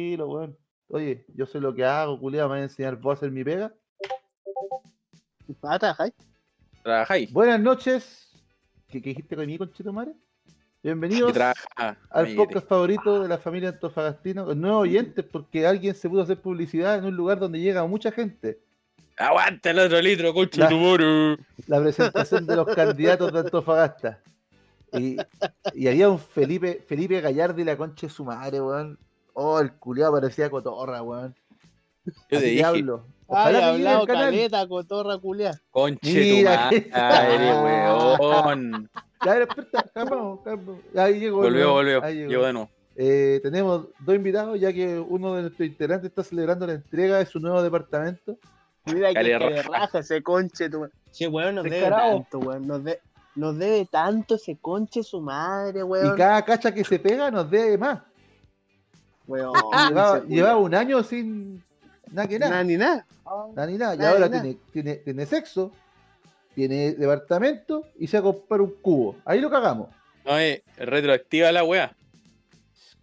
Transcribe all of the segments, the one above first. tranquilo, weón. Oye, yo sé lo que hago, culiado, me voy a enseñar vos a hacer mi pega. Ah, trabajáis. Trabajáis. Buenas noches. ¿Qué, qué dijiste conmigo, Conchito Mare? Bienvenidos Trabaja. al podcast favorito de la familia Antofagastino, con nuevos oyentes, porque alguien se pudo hacer publicidad en un lugar donde llega mucha gente. Aguanta el otro litro, concha La- tu moro. La presentación de los candidatos de Antofagasta. Y, y había un Felipe, Felipe Gallardo y la concha de su madre, weón. Oh, el culiado parecía cotorra, weón. Yo te Así que dije, hablo. Ay, Ojalá me llegue hablado al canal. caleta, cotorra culia. conche tu Mira madre, que- weón. Ya, pero espera, calmado, calmado. Ahí llegó. Volvió, weón. volvió. Ahí llegó. Llegó de nuevo. Eh, tenemos dos invitados, ya que uno de nuestros integrantes está celebrando la entrega de su nuevo departamento. Mira que Dale, le raja. raja ese conche, tu madre. Sí, weón, nos debe Descarado. tanto, weón. Nos, de- nos debe tanto ese conche su madre, Y weón. cada cacha que se pega nos dé más. Weón, Llevaba, ese llevaba un año sin nada que culiao. nada. Nada ni nada. nada ni nada. Y nada, ahora nada. tiene, tiene, tiene sexo, tiene departamento y se va a comprar un cubo. Ahí lo cagamos. No, eh, retroactiva la weá.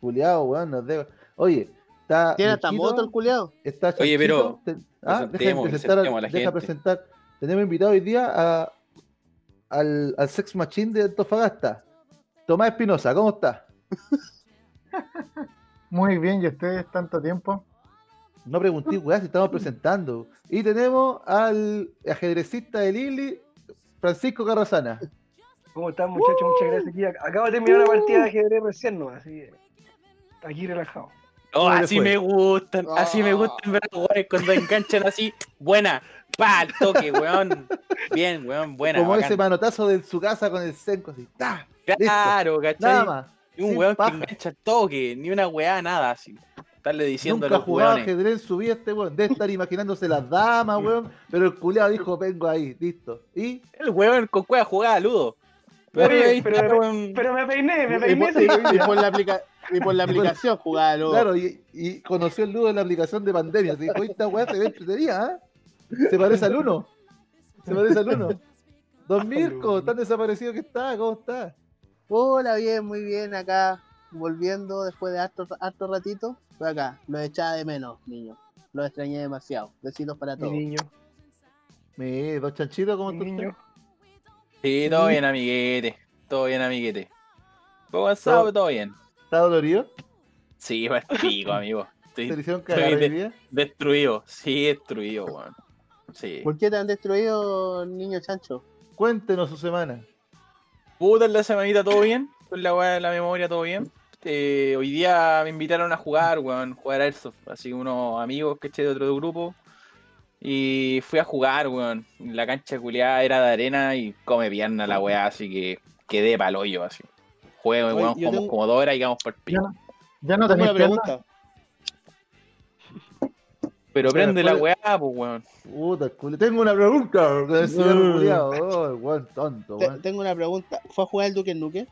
Juliado, weón, nos debe. Oye, está. Tiene hasta Luchito, moto el culiao. Está Oye, pero, Chanchito, te- ah, deja presentemos, de presentar, presentemos a la deja gente. presentar. Tenemos invitado hoy día a, al, al Sex Machine de Antofagasta. Tomás Espinosa, ¿cómo estás? Muy bien, ¿y ustedes tanto tiempo? No pregunté, weá, si estamos presentando. Y tenemos al ajedrecista de Lili, Francisco Carrasana. ¿Cómo están, muchachos? Muchas gracias. Aquí, ac- acabo de terminar una partida de ajedrez recién, ¿no? Así que aquí relajado. No, ¿Cómo le así fue? me gustan, así me Ah. gustan ver a los weones cuando enganchan así. Buena, pa, al toque, weón. Bien, weón, buena. Como ese bacán. manotazo de su casa con el senco, así. ¡ta! Claro, Nada ¿cachai? más. Ni un sin weón que paja. engancha al toque, ni una weá, nada así. Estarle diciendo Nunca a los jugaba weones. ajedrez en su vida este weón. Debe estar imaginándose las damas, weón. Pero el culeado dijo, vengo ahí, listo. Y El weón con cueva jugaba a ludo. Pero, Oye, ahí pero- está, weón. Pero me peiné, me Y peiné. por, sí. y- y por la aplica- y por la aplicación jugaba luego. Claro, y, y conoció el Ludo en la aplicación de pandemia. Se dijo, esta weá se ve entretenida, ¿eh? Se parece al uno. Se parece al uno. Don Mirko, tan desaparecido que está, ¿cómo está? Hola, bien, muy bien, acá volviendo después de harto, harto ratito. Estoy acá, los echaba de menos, niño. Los extrañé demasiado. Besitos para Mi todos. niño, Me, don Chanchito, ¿cómo mi está? usted? niño. Sí, todo bien, amiguete. Todo bien, amiguete. Fue avanzado, Todo- pero todo bien. ¿Está dolorido? Sí, va el pico, amigo. ¿Se le Estoy hicieron cagar hoy de- día? destruido. Sí, destruido, weón. Sí. ¿Por qué te han destruido, niño chancho? Cuéntenos su semana. Puta, en la semanita todo bien. Con la weá de la memoria todo bien. Eh, hoy día me invitaron a jugar, weón. Jugar Airsoft. Así que unos amigos que eché de otro grupo. Y fui a jugar, weón. La cancha culiada era de arena y come pierna la weá. Así que quedé pa'l hoyo, así. Juego, Oye, weón. yo Como, tengo- como dos horas y vamos por el pico. ¿Ya Tengo no tenéis una piernas? pregunta. Pero Espera, prende la ¿cuál- weá, pues, weón. Puta, el culo. Tengo una pregunta. que decía Mm. el culiao. Oh, el weón tonto, Te- weón. tengo una pregunta. ¿Fue a jugar el Duque Nuque?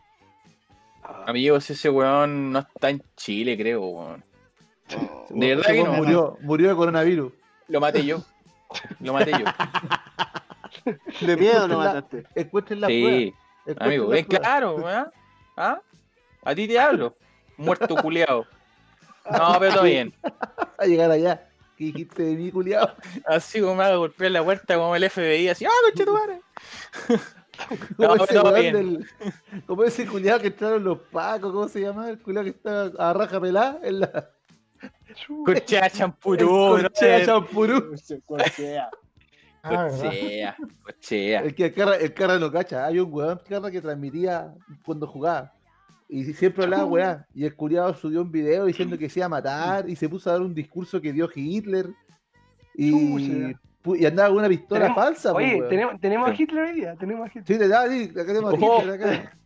Amigos, ese weón no está en Chile, creo, weón. De verdad Ese que weón no. murió, murió de coronavirus. Lo maté yo. Lo maté yo. ¿De miedo lo Escuchen la- mataste? Encuentren la prueba. Sí, encuentren amigo, la es prueba. claro, weón. ¿Ah? A ti te hablo. Muerto culiao. No, pero todo bien. A llegar allá. ¿Qué dijiste de mí, culiao? Así como me hago golpear la puerta como el FBI, así, ¡ah, coche tu madre! Como No, ese no, weón bien. del- como ese culiado que entraron los pacos, ¿cómo se llama? El culiado que está a raja pelada en la. Coche a el champurú, no cochea sé. champurú. Se cualquiera. Ah, ¿verdad? Cochea, cochea. El que el carra, el carra no cacha. Hay un weón carra que transmitía cuando jugaba. Y siempre hablaba weá. Y el culiado subió un video diciendo que se iba a matar. Y se puso a dar un discurso que dio Hitler. Y, Chucha. pu- y andaba con una pistola Tenemos- falsa, pues, Oye, weón. tenemos, tenemos a Sí. Hitler hoy día, tenemos a Hitler. Sí, te da, sí, acá tenemos a Ojo. Hitler, acá.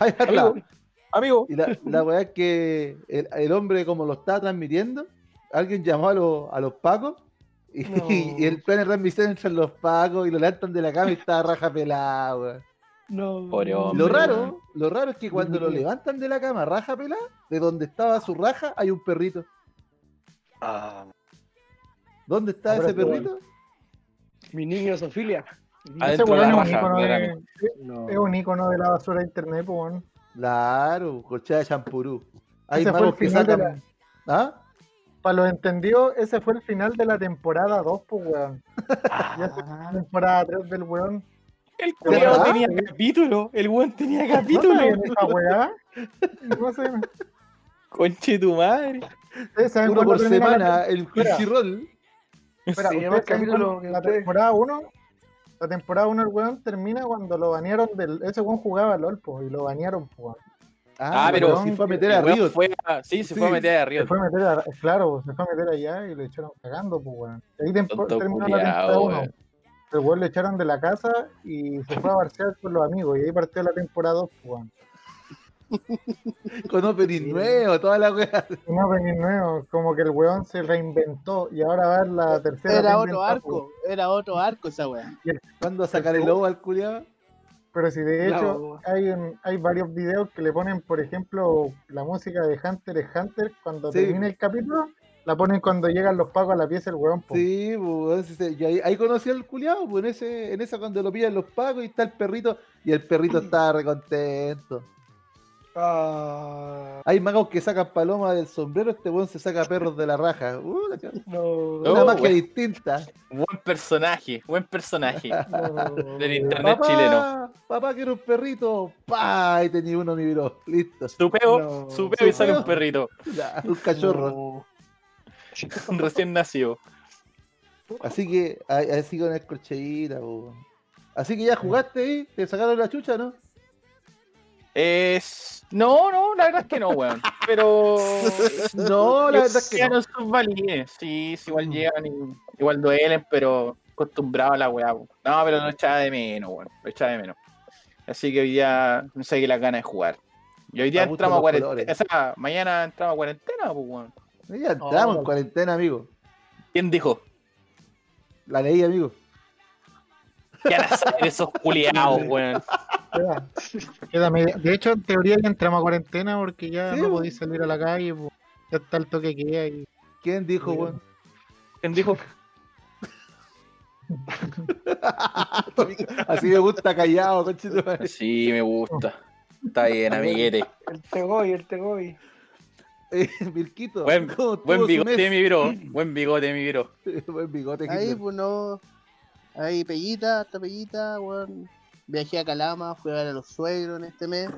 Ay, habla. Amigo. Amigo, Y la, la weá es que el, el hombre, como lo estaba transmitiendo, alguien llamó a, los- a los pacos y, No. y el plan de transmisión entre los pacos y lo levantan de la cama y está raja pelada, weón. No. Pobre hombre. Lo weón. raro, lo raro es que cuando lo levantan de la cama, raja pelada, de donde estaba su raja hay un perrito. Ah, ¿Dónde está Ahora ese sí, weón. perrito? mi niño Sofía. Adentro de la Ese weón es un raja, ícono de- claramente. No. es un ícono de la basura de internet, pues, weón. Claro, colchada de champurú. Hay Ese fue magos el que final de sacan. ¿Ah? Para los entendidos, ese fue el final de la temporada 2, pues, weón. Ah. Ya es la temporada 3 del weón. El culiao weón ¿Verdad? tenía capítulo. El weón tenía ¿No capítulo. sabían esa weá? No sé. Conche tu madre. ¿Ustedes saben Uno cuándo por termina la semana, el Espera. Crunchyroll. Espera, Sí, ¿ustedes más saben capítulo cuándo- que la ustedes. temporada 1, la temporada 1 el weón termina cuando lo banearon del... Ese weón jugaba LOL, po, y lo banearon, pues, po. Ah, pero- Si fue a meter El a weón Río. fue a- sí, se Sí. fue a meter a Se Río. fue a meter a- Claro, se fue a meter allá y lo echaron cagando, pues, weón. Ahí tempo- Tonto terminó la culiao, temporada 1. weón. El weón lo echaron de la casa y se fue a barcear con los amigos. Y ahí partió la temporada 2, pues, weón. Con opening Sí. nuevo, toda la weá. Un opening pues, nuevo, como que el weón se reinventó y ahora va en la tercera. Era reinventada, otro pues. arco, era otro arco esa weá. ¿Cuándo a sacar el lobo al culiado? Pero si de hecho pues, Claro. hay, un- hay varios videos que le ponen, por ejemplo, la música de Hunter x Hunter cuando Sí. termina el capítulo, la ponen cuando llegan los pagos a la pieza el weón. po. Sí, pues, sí, sí. Yo ahí, ahí conocí al culiado, pues en, ese, en esa cuando lo pillan los pagos y está el perrito, y el perrito está recontento. Ah, Hay magos que sacan palomas del sombrero, este weón se saca perros de la raja. Uh, la ch- no. una Oh, magia weón. distinta. Buen personaje, buen personaje. no. Del internet Papá, chileno. papá, quiero un perrito. pa Y tenía uno, mi viró. Listo. Supeo, No. supeo y sale Supeo. un perrito. Ya, un cachorro. No. Un recién nacido. Así que, a- así con el corcheíta, po. Así que ya jugaste ahí, te sacaron la chucha, ¿no? Es. No, no, la verdad es que no, weón. Pero. No, la Yo verdad es que sí a no. los subvalidé. Sí, sí, igual llegan, y- igual duelen, pero acostumbrado a la weá. po. No, pero lo echaba de menos, weón. Lo echaba de menos. Así que hoy día no sé qué las ganas de jugar. Y hoy día A gusto entramos a los cuarentena. O colores. sea, mañana entramos a cuarentena, pues, weón. Ya entramos en cuarentena, amigo. ¿Quién dijo? La leí, amigo. Ya la saben esos culiados, weón. Queda- queda media- De hecho, en teoría ya entramos a cuarentena porque ya Sí, no po. podéis salir a la calle, po. ya está el toque que queda y ¿Quién dijo, Mira. weón? ¿Quién dijo? Así me gusta callado, conchito. Sí, me gusta. Está bien, amiguete. El Tegoy, el Tegoy. Eh, Mirquito, Buen- ¿cómo estuvo Buen su bigote, mes? mi bro. Buen bigote, mi bro. Buen bigote, Ahí Hitler. pues no. Ahí Pellita, hasta Pellita, weón. Viajé a Calama, fui a ver a los suegros en este mes.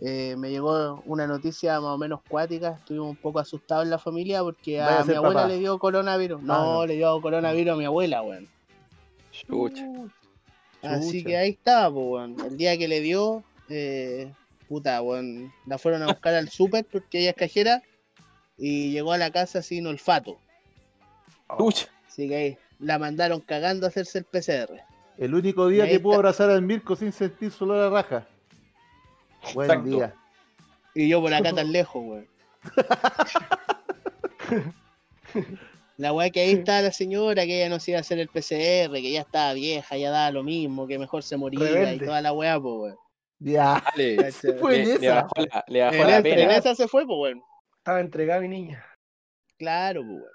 Eh, me llegó una noticia más o menos cuática, estuvimos un poco asustados en la familia porque Vaya a, a mi ser abuela papá. Ah, le dio coronavirus. No, no. le dio coronavirus a mi abuela, weón. Chucha. Así Chucha. que ahí estaba, pues, weón. El día que le dio, eh, puta, weón. La fueron a buscar al súper porque ella es cajera y llegó a la casa sin olfato. Chucha. Así que ahí la mandaron cagando a hacerse el PCR. El único día Ahí que está. pudo abrazar al Mirko sin sentir su olor a raja. Buen Exacto. día. Y yo por acá tan lejos, weón. La weá que ahí estaba la señora, que ella no se iba a hacer el PCR, que ya estaba vieja, ya daba lo mismo, que mejor se moría y Rebelde. toda la weá, pues, weón. Ya. Dale. ¿Cachai? Fue en Le, le esa. bajó la, le bajó En, Eh, la esa- en pena. esa se fue, pues, weón. Estaba entregada mi niña. Claro, pues, weón.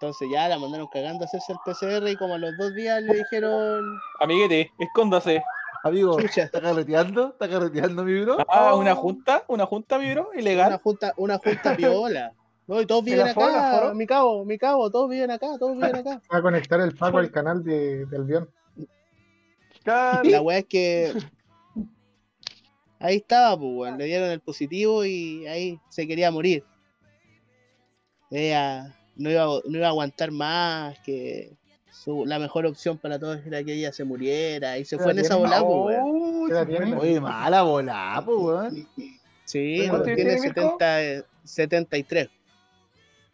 Entonces ya la mandaron cagando a hacerse el PCR y como a los dos días le dijeron, Amiguete, escóndase. Amigo, Chucha. ¿está carreteando? ¿Está carreteando, mi bro? Ah, una junta, una junta, mi bro, una ilegal. junta, una junta viola. No, y todos ¿Y viven la forma, la acá, forma? mi cabo, mi cabo, todos viven acá, todos viven acá. va a conectar el Paco al canal de, del Bion. Claro. La weá es que. Ahí estaba, pues, weón. Le dieron el positivo y ahí se quería morir. Ella no iba, a- no iba a aguantar más, que su- la mejor opción para todos era que ella se muriera. Y se Pero fue en esa tiene- bola, pues, weón. Oh, Queda se bien. fue. Oye, mala volá, pues, weón. Sí, weón, ¿Cuánto tiene, tiene Mirko? 70, eh, 73. No,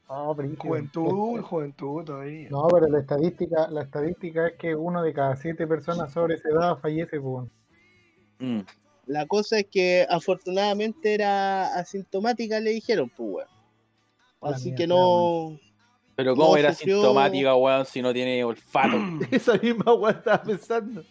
Oh, brígido. Juventud, juventud todavía. No, pero la estadística, la estadística es que uno de cada siete personas sobre esa edad fallece, po. Mm. La cosa es que afortunadamente era asintomática, le dijeron, pues, weón. La Así que mierda, no. Pero cómo No, era sufrió- sintomática, weón, si no tiene olfato. Esa misma weá estaba pensando.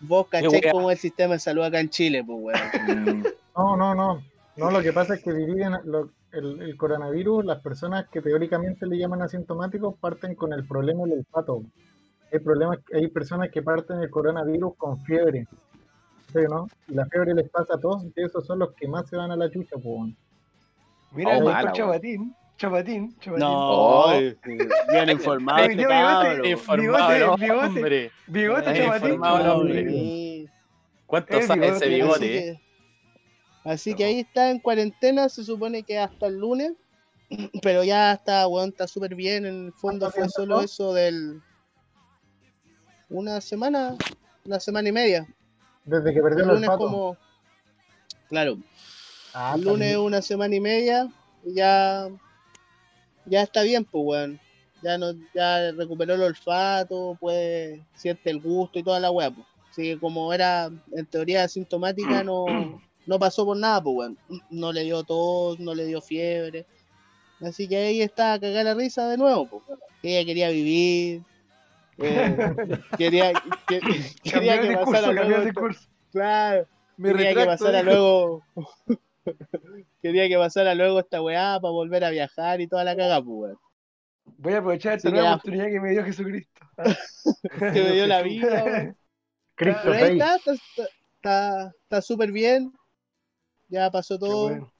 Vos weá. caché cómo es el sistema de salud acá en Chile, pues, weón. Mm. No, no, no. No, lo que pasa es que dividen lo- el, el coronavirus, las personas que teóricamente le llaman asintomáticos parten con el problema del olfato. Hay problemas, hay personas que parten el coronavirus con fiebre. ¿Sí, no? Y la fiebre les pasa a todos, y esos son los que más se van a la chucha, po. Mira, Oh, el mala, doctor weón. Chabatín. Chapatín, chapatín. Ah, No, bien informado Ay, este Dios, bigote, cabro. Informado, el bigote, hombre. Bigote, Ay, chapatín. informado el hombre. Sí. ¿Cuánto El sabe ese bigote, bigote? eh? Así que, así que ahí está en cuarentena, se supone que hasta el lunes, pero ya está, weón, está súper bien. En el fondo ¿Cuánto fue tiempo solo fue? eso del. Una semana, una semana y media. Desde que perdió El el lunes olfato. como. Claro, Ah, el lunes también. una semana y media, y ya. Ya está bien, pues, weón. Ya, no, ya recuperó el olfato, puede siente el gusto y toda la weá, pues. Así que como era en teoría asintomática, no, no pasó por nada, pues, weón. No le dio tos, no le dio fiebre. Así que ahí está a cagar la risa de nuevo, pues. Ella quería vivir. eh, quería, que- quería Cambiar que de curso, pasara cambiar luego de curso. Claro. Me quería que retracto, pasara dijo. luego. quería que pasara luego esta weá para volver a viajar y toda la cagá, pues, weón. Voy a aprovechar esta Sí, nueva ya. oportunidad que me dio Jesucristo. Ah. Que me dio la vida, weón. Cristo Pero ahí seis. está, está- está- está está súper bien. Ya pasó Qué todo, bueno.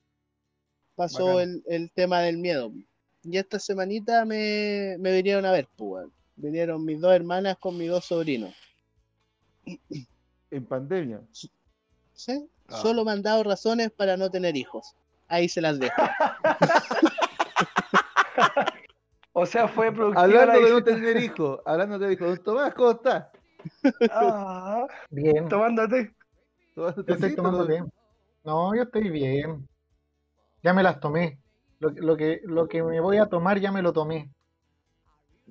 pasó el, el tema del miedo. Y esta semanita me, me vinieron a ver, pues, weón. Vinieron mis dos hermanas con mis dos sobrinos. En pandemia. ¿Sí? Ah. Solo me han dado razones para no tener hijos. Ahí se las dejo. O sea, fue productiva Hablando la de no visita. tener hijos, hablando de hijos, don Tomás, ¿cómo estás? Ah, Bien. Yo tomándote. Tomás, ¿te estoy siento, tomando no? bien. No, yo estoy bien. Ya me las tomé. Lo, lo que, lo que me voy a tomar ya me lo tomé.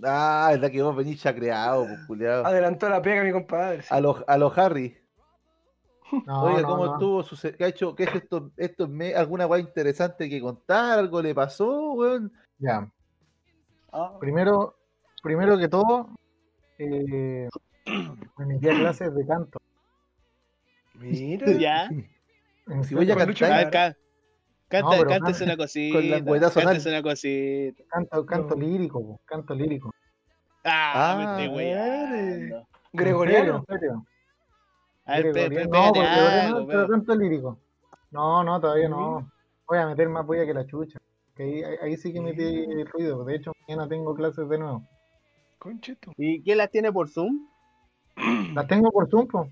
Ah, es verdad que vos venís chacreado, pues, culiao. Adelantó la pega mi compadre. Ah, sí. A los, a los Harry. No, Oiga, no, ¿cómo no. estuvo? su se- ¿Qué ha hecho? ¿Qué es esto? esto me- ¿Alguna guay interesante que contar? ¿Algo le pasó, weón? Ya. Ah. Primero, primero que todo, eh, me metí a clases de canto. Mira. ¿Ya? En Si voy a Con Lucho cantar, Ah, ca- Canta, No, pero cántese canta. una cosita. Con la antigüedad sonar. cántese una cosita. canto, canto No. lírico, po, canto lírico. Ah, Ah, me estoy madre. weyando. En Gregoriano. serio, en serio. A ver, pe- pe- pégate Gregoriano. No, pues, Gregoriano, algo, pero pe- canto lírico. No, no, todavía Mira. no. Voy a meter más bulla que la chucha. Que ahí, ahí- ahí sí que metí el ruido. De hecho, mañana tengo clases de nuevo. Conchito. ¿Y quién las tiene por Zoom? Las tengo por Zoom, po.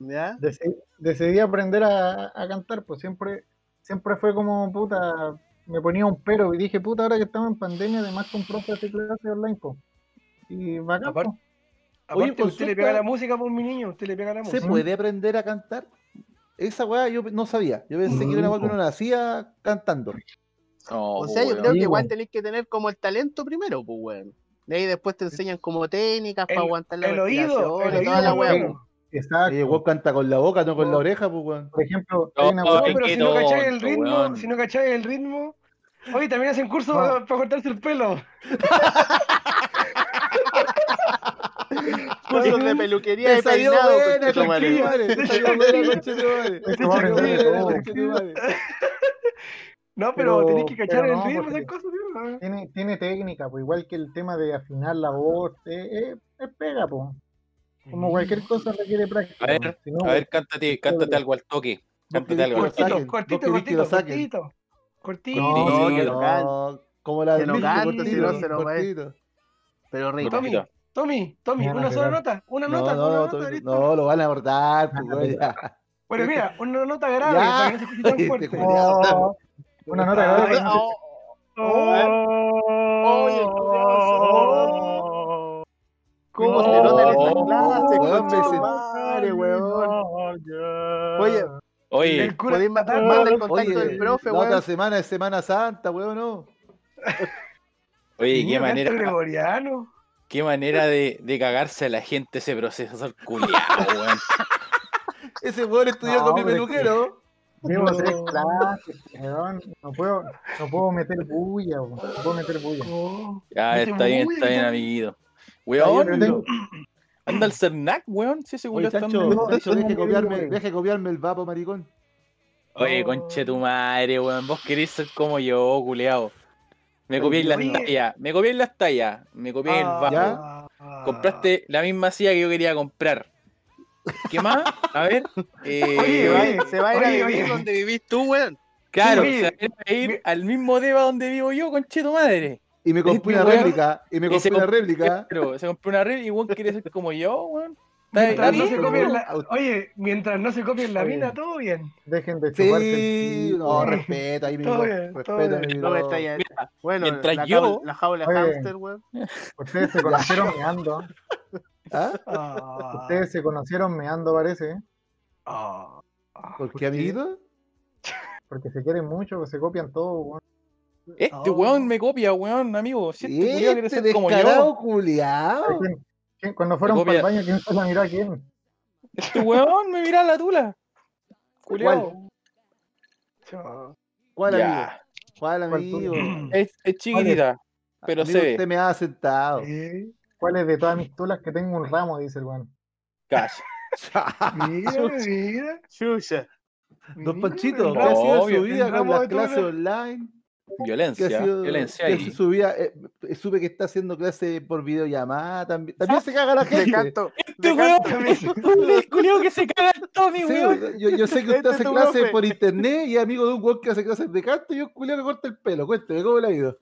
¿Ya? Deci- decidí aprender a, a cantar, pues siempre, siempre fue como puta, me ponía un pero y dije, puta, ahora que estamos en pandemia, además con profe hace clases online, pues. Y bacán, Aparte- po. Aparte, consulta. usted le pega la música por mi niño. Usted le pega la ¿Se música. puede aprender a cantar? Esa weá yo no sabía. Yo pensé que era una weá que uno nacía cantando. No, o sea, yo weón. creo que Sí, igual weón. tenéis que tener como el talento primero, pues, weón. De ahí después te enseñan como técnicas para El- aguantar la El oído. El respiración y oído. toda la weá, weá, weón. pues. Exacto. Eh, vos canta con la boca, no con la oreja, pues weón. Por ejemplo, No, hay una No, Ay, pero qué si no cacháis el tonto, ritmo, weón. si no cacháis el ritmo. Oye, también hacen curso No. para, para cortarse el pelo. pues. Cursos de peluquería y peinado, conchetumare. Te salió buena, conchetumare. Te Eso va a salió aprender de buena, todo. conchetumare. No, pero, Pero- tenéis que cachar pero el no, ritmo, porque- esas cosas, ¿no? tiene, tiene técnica, pues igual que el tema de afinar la voz, eh, eh, es pega, pues. Como cualquier cosa requiere práctica. A ver, po. Si no, A ver, cántate, cántate algo al toque. Vos Cántate querés que lo algo. Cortito, saquen, vos cortito, querés que lo cortito, saquen. cortito. Cortito. No, No, que lo no. Como la Que del lo Micho, cante, cortito, si no se lo va a- cortito. Pero rico. Tommy, Tommy, Tommy, Me van a una sola pegar. nota, una No, nota, una no, nota, no, listo. no, lo van a abordar, pues, Ah, weón, ya. Bueno, mira, una nota Ya. grave, para que no se escuche tan Este fuerte. culiao. Oh, una nota Ay, grave. no. Oh, Oh. Oye, el culiao ¿Cómo se nota en esta Oh, clase, weón, me sentí- conchetumare, weón. Oye, Oye, El cura Podéis ma- Ah, mandar el contacto Oye, del profe, la weón. otra semana es Semana Santa, weón, no. oye, qué mira, manera, tanto Gregoriano. qué manera de, de cagarse a la gente ese proceso culiado, weón. Ese weón estudió No, con mi hombre, peluquero. Debo hacer clases, weón. No puedo, no puedo meter bulla, weón. No puedo meter bulla. Oh, Ya, Dice, está bien, "Uy, está bien, ya". amiguito. Está Weón, bien, Yo anda al Cernac, weón. Si ese Oye, culiao está Chancho, andando- Chancho, deje tengo copiarme, miedo, deje copiarme el vapo, maricón. Oye, conche tu madre, weón. Vos querés ser como yo, culeado. Me copiáis las Oye. tallas, me copiáis las tallas, me copiáis Ah, el ¿Ya? bajo. Compraste la misma silla que yo quería comprar. ¿Qué más? A ver. eh, Oye, Se va- oye, Se va a ir a oye, vivir oye. donde vivís tú, weón. Claro, Sí, o sea, él va a ir al mismo Deva donde vivo yo, concheto madre. Y me compré una weón. réplica. Y me Y compré se una compró- réplica. Pero se compró una red y weón quiere ser como yo, weón. Está- Mientras está no bien, se bien, copien weón. la- Oye, mientras no se copien la Está mina, bien. todo bien. Dejen de chuparse el Sí, pico. no, respeto ahí mi Todo bro, bien, todo Respeto a mi bien. No me bro. está ya- Bueno, mientras la, yo- jaula- la jaula Oye. hamster, weón. Ustedes se conocieron meando. ¿Ah? Ah, Ustedes se conocieron meando, parece. ¿eh? ah, ah. ¿Por qué, amiguito? Porque se quieren mucho, pues, se copian todo. weón. Este Oh. weón me copia, weón, amigo. Si este culiao quiere Este ser como yo, descarado culiao. ¿Quién- quién- Cuando fueron Se para el copia. baño, ¿quién se la miró a quién? este weón me mira la tula. Culiao. Chao. ¿Cuál amigo? Ya. ¿Cuál ¿Cuál amigo? Es, es chiquitita. Pero Amigo, se ve. Usted me ha sentado. Sí. ¿Cuál es de todas mis tulas que tengo un ramo? Dice el weón. Cacha. Mira, mira. Chucha. Ah, Don mira, Panchito, el ¿qué ha ramo- sido Obvio. su vida El con ramo las de clases tula. online? ¿Qué Violencia. ha sido, Violencia qué ha ahí. sido su vida? Eh, eh, supe que está haciendo clase por videollamada. También, también se caga la Le gente. canto. Este le weón, canto. el culiao que se caga el Tommy, Sí, weón. weón, yo, yo sé que Este usted es hace tu clases profe. por internet y es amigo de un weón que hace clases de canto y un culiao le corta el pelo. Cuénteme, ¿cómo le ha ido?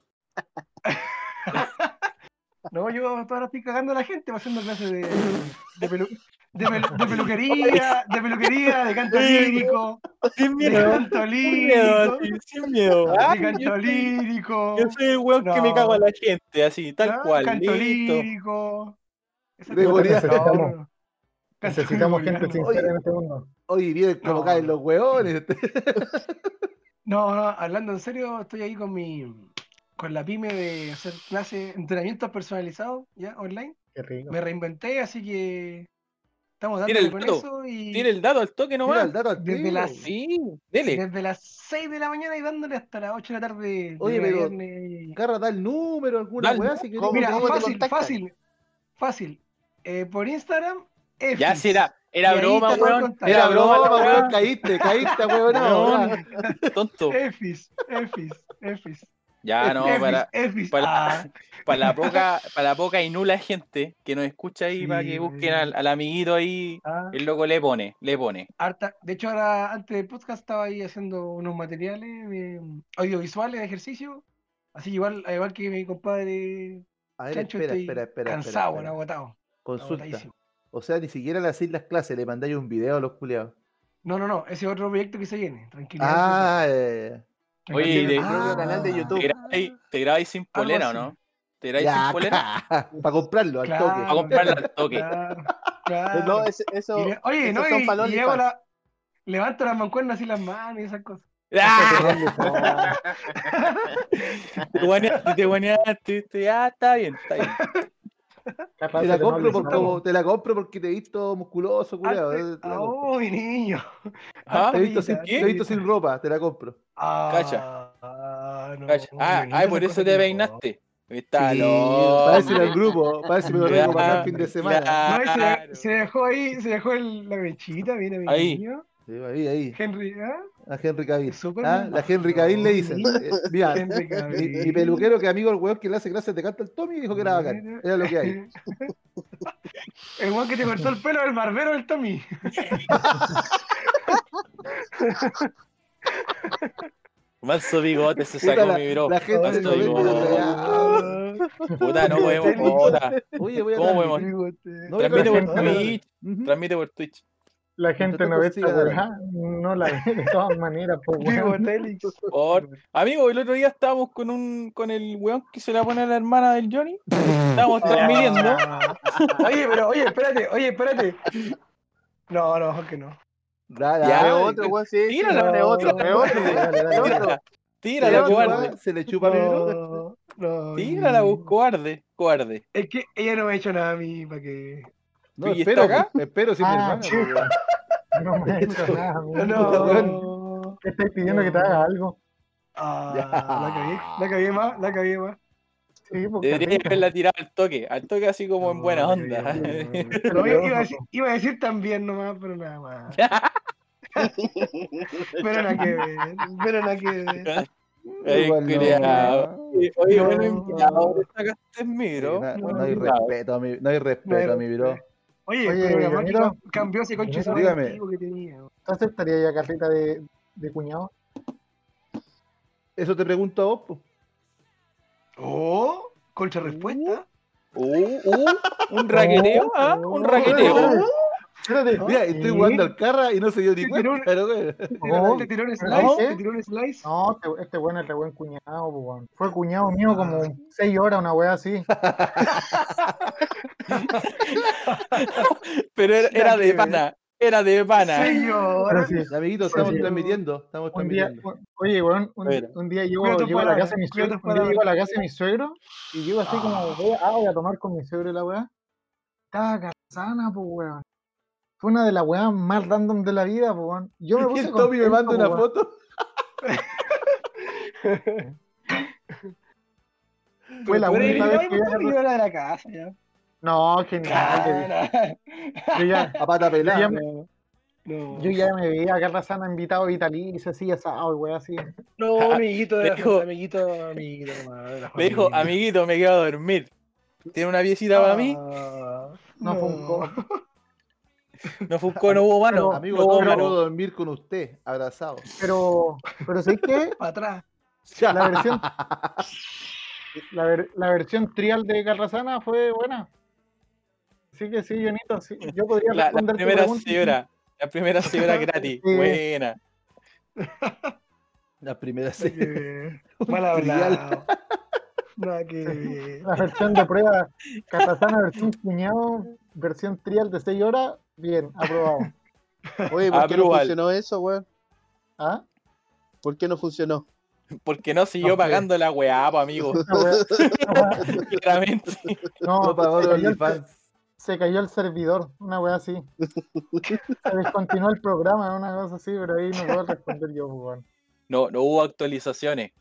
No, yo ahora estoy cagando a la gente, haciendo clases de, de, pelu- de pelu- de peluquería, de peluquería, de canto lírico, Sin de miedo. canto Sin miedo, lírico, sí, sin miedo. de Ay, yo canto soy- lírico, Yo soy el weón que me No. cago a la gente, así, tal ¿no? cual. canto Listo. lírico. Ah, Esa Gregoriano. cosa, no. Canto Necesitamos gente gregoriano. sincera en este mundo. Oye, vienen No. colocados los este, hueones. No, no, hablando en serio, estoy ahí con mi con la pyme de hacer clases, entrenamientos personalizados ya online. Qué rico. Me reinventé, así que estamos Tira dándole el con dato, eso y Tiene el dato al toque Mira nomás. el dato desde activo. las- Sí, dele. desde las 6 de la mañana y dándole hasta las 8 de la tarde de Oye, día pero- viernes. Garra, da el número, alguna Da el weá. nu- si querés. ¿Cómo- Mira, cómo te fácil, contactan? fácil, fácil. Eh, por Instagram, Ya Efis. será. Era Y ahí broma, te voy a weón. contar. Era broma, la weón. weá. Caíste, caíste, weón. no, Weón. weá. Tonto. Efis, Efis, Efis. Ya, Ah, no, Efis, para, Efis. para- Ah, para la poca, para la poca y nula gente que nos escucha ahí, para Sí, que busquen weón. al, al amiguito ahí. ah. El loco le pone, le pone. Harta- De hecho, ahora antes del podcast estaba ahí haciendo unos materiales eh, audiovisuales de ejercicio. Así que igual, al igual que mi compadre A ver, Chancho, espera, estoy espera, espera. espera, cansado, espera. agotado. Consulta. agotadísimo. O sea, ni siquiera le hacéis las clases, le mandáis un video a los culiados. No, no, no, ese es otro proyecto que se viene. Tranquilidad. Ah, eh, Ah. tranquilidad. Oye, y de- Tiene su propio canal de YouTube. ¿Te grabáis, te grabáis sin polera o así. no? ¿Te grabáis sin ya, polera? para comprarlo al Claro. A toque. comprarla al toque. Claro, claro. No, es- eso. Y le- Oye, esos no, son y- pa'l y, hago OnlyFans. la- levanto las mancuernas y las manos y esas cosas. ¡Ah! Ah, Te guaneaste, te guaneaste. te- Ah, está bien, está bien. capaz Te se la le va a compro por olvidar. como, te la compro porque te he visto musculoso, culiado. Antes- Te, la Ah, compro. uy, niño. Ah, Te he visto, sin, mira, te he visto sin ropa, te la compro. Ah, Cacha. no, Cacha. Ah, ay, bonito, esas por eso cosas te que- peinaste. Está Sí, loco. Para decirlo al grupo, para decirlo al grupo para el fin de semana. No, y se, Claro. se dejó ahí, se dejó el- la mechita, mira, mi Ahí. niño. Sí, ahí, ahí. Henry, ¿ah? La Henry Cavill. Es súper ¿ah? La normal, Henry Cavill le ¿no? dicen. Sí. eh, Mira, Henry mi, Cavill. mi peluquero que amigo el weón que le hace clases de canta al Tommy dijo que era bacán. Era lo que hay. El guan que te cortó el pelo, el barbero del Tommy. Manso bigote se Puta, sacó la, mi bro. la gente Manso lo vende bigote. la weá. Puta, no podemos. Tenis. Puta. "Ah, Oye, voy a ¿Cómo transmitir. podemos? Bigote. No, Transmite yo- por no, no, no. Twitch. Ujú. Transmite por Twitch. La gente te no ve consigas esta algo. weá, no la ve de todas maneras, pues weón. Bigotelix. Por- Amigo, el otro día estábamos con un con el weón que se la pone a la hermana del Johnny. Estábamos Ah. transmitiendo. Oye, pero, oye, espérate, oye, espérate. No, no, que no. Da, da, Ya, Es da, otro, weón, sí. sí, Tírala, no, Es otro, tírala, es otro. cobarde, Dale, dale, dale. Tírala, se tírala, la cobarde. chupa, se le chupa a mi bro. No, no. Tírala, vos, cobarde. Cobarde. Es que ella no me ha hecho nada a mí para que. No, ¿Y está espero, acá? espero sin mi Ah, hermana. chuta. No me he hecho nada, amigo. No. ¿Qué estáis pidiendo que te haga algo? Ah, Ya. la cagué, la cagué más, la cagué más. Sí, pues, porque Debería rico. haberla tirado al toque. Al toque así como en buena No, onda. no, no, no. Pero No, yo- iba, a decir, iba a decir también nomás, pero nada más. Pero nada que ver, pero nada que ver. Ay, Igual no, culiao. no. Oye, oye, No. buen invitado, te sacaste en mi, bro. Sí, No Buen no hay invitado. respeto a mi, no hay respeto a mi bro. Oye, Oye, pero la Ramiro, máquina cambió ese conche Ramiro, su dígame. que tenía. ¿Tú aceptarías ya carrita de, de cuñado? Eso te pregunto a vos, po. Oh, contra respuesta. Uh, uh, un raqueteo, ¿ah? Un raqueteo. Espérate, Mira, estoy jugando al carra y no se dio ni Sí, cuenta, pero pero- bueno. Te Oh. tiró- Te tiró un slice, No. te tiró un slice. No, este, este bueno es re buen cuñado, po, weón. Fue cuñado mío como seis horas, una wea así. Pero era, era de pana, era de pana. Pero Señora. sí, Amiguito, Sí, estamos sí. transmitiendo, estamos un día, transmitiendo. un- oye, weón, un, Mira. un día llego, Cuida tus llego a la palabras, casa de mi cuida suegro, tus un día llego a palabras. la casa de mi suegro y llego así como, voy a- ah, voy a tomar con mi suegro y la weá. Estaba casana, pues weón. Fue una de las weas más random de la vida, pues weón. Yo me Y puse el Tommy me contento, manda po, una weón. foto. Fue la Pero única ahí, vez ahí, que pues, yo- yo era de la casa, ya. No, genial. Yo ya, A pata pelada. Llama- No, yo ya me veía a Carla Sana invitado a vitalicio, así, asado, y weá, así. no, Ah, amiguito, de Le la dijo- Jorge, amiguito, amiguito. nomás, de la Me Jorge. dijo, amiguito, me quedo a dormir. ¿Tiene una piecita para mí? Ah, No, fue un co- No fuscó, no hubo mano. Ah. Amigo, no no hubo puedo mano. dormir con usted, abrazado. Pero, pero ¿sabes qué? Para atrás. La versión, la, ver- la versión trial de Carrasana fue buena. Así que sí, Jonito, sí, yo podría La, la responder tu primera pregunta. señora. La primera señora gratis. Sí. Buena. La primera Nada que serie. ver. Mal hablado. Nada que ver. La versión de prueba, Carrasana versión cuñado, versión trial de 6 horas, bien, aprobado. Oye, ¿por qué no Abrubal. funcionó eso, weón? ¿Ah? ¿Por qué no funcionó? Porque no siguió No sé. pagando la weá, po, amigo. No, wea- no, wea- Claramente. no, No pagó se, los cayó el, ser- OnlyFans. se cayó el servidor, una wea así. Ah. Se descontinuó el programa, una cosa así, pero ahí no puedo responder yo, weón. No, no hubo actualizaciones.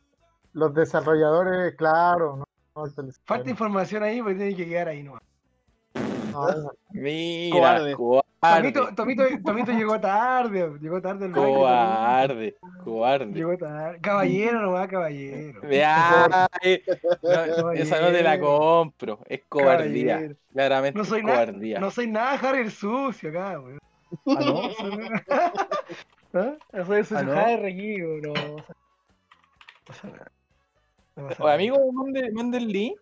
Los desarrolladores, claro, no. no se les- Falta información ahí, porque tiene que quedar ahí nomás. no, no. Mira, Cobarde. cobarde. Tomito, Tomito, Tomito llegó tarde. Llegó tarde el baile, Cobarde. Tomito. Cobarde. Llegó tarde. Caballero nomás, caballero. Ah, eh, no, Caballero. esa no te la compro. Es cobardía. Caballero. Claramente No es soy nada. cobardía. No soy nada Harry el sucio acá, weón. Ah, no. ¿Ah? No soy el sucio ¿Ah, no? Harry aquí, weón. No, no pasa nada. No Oye, pasa nada. amigo, mande, mande el link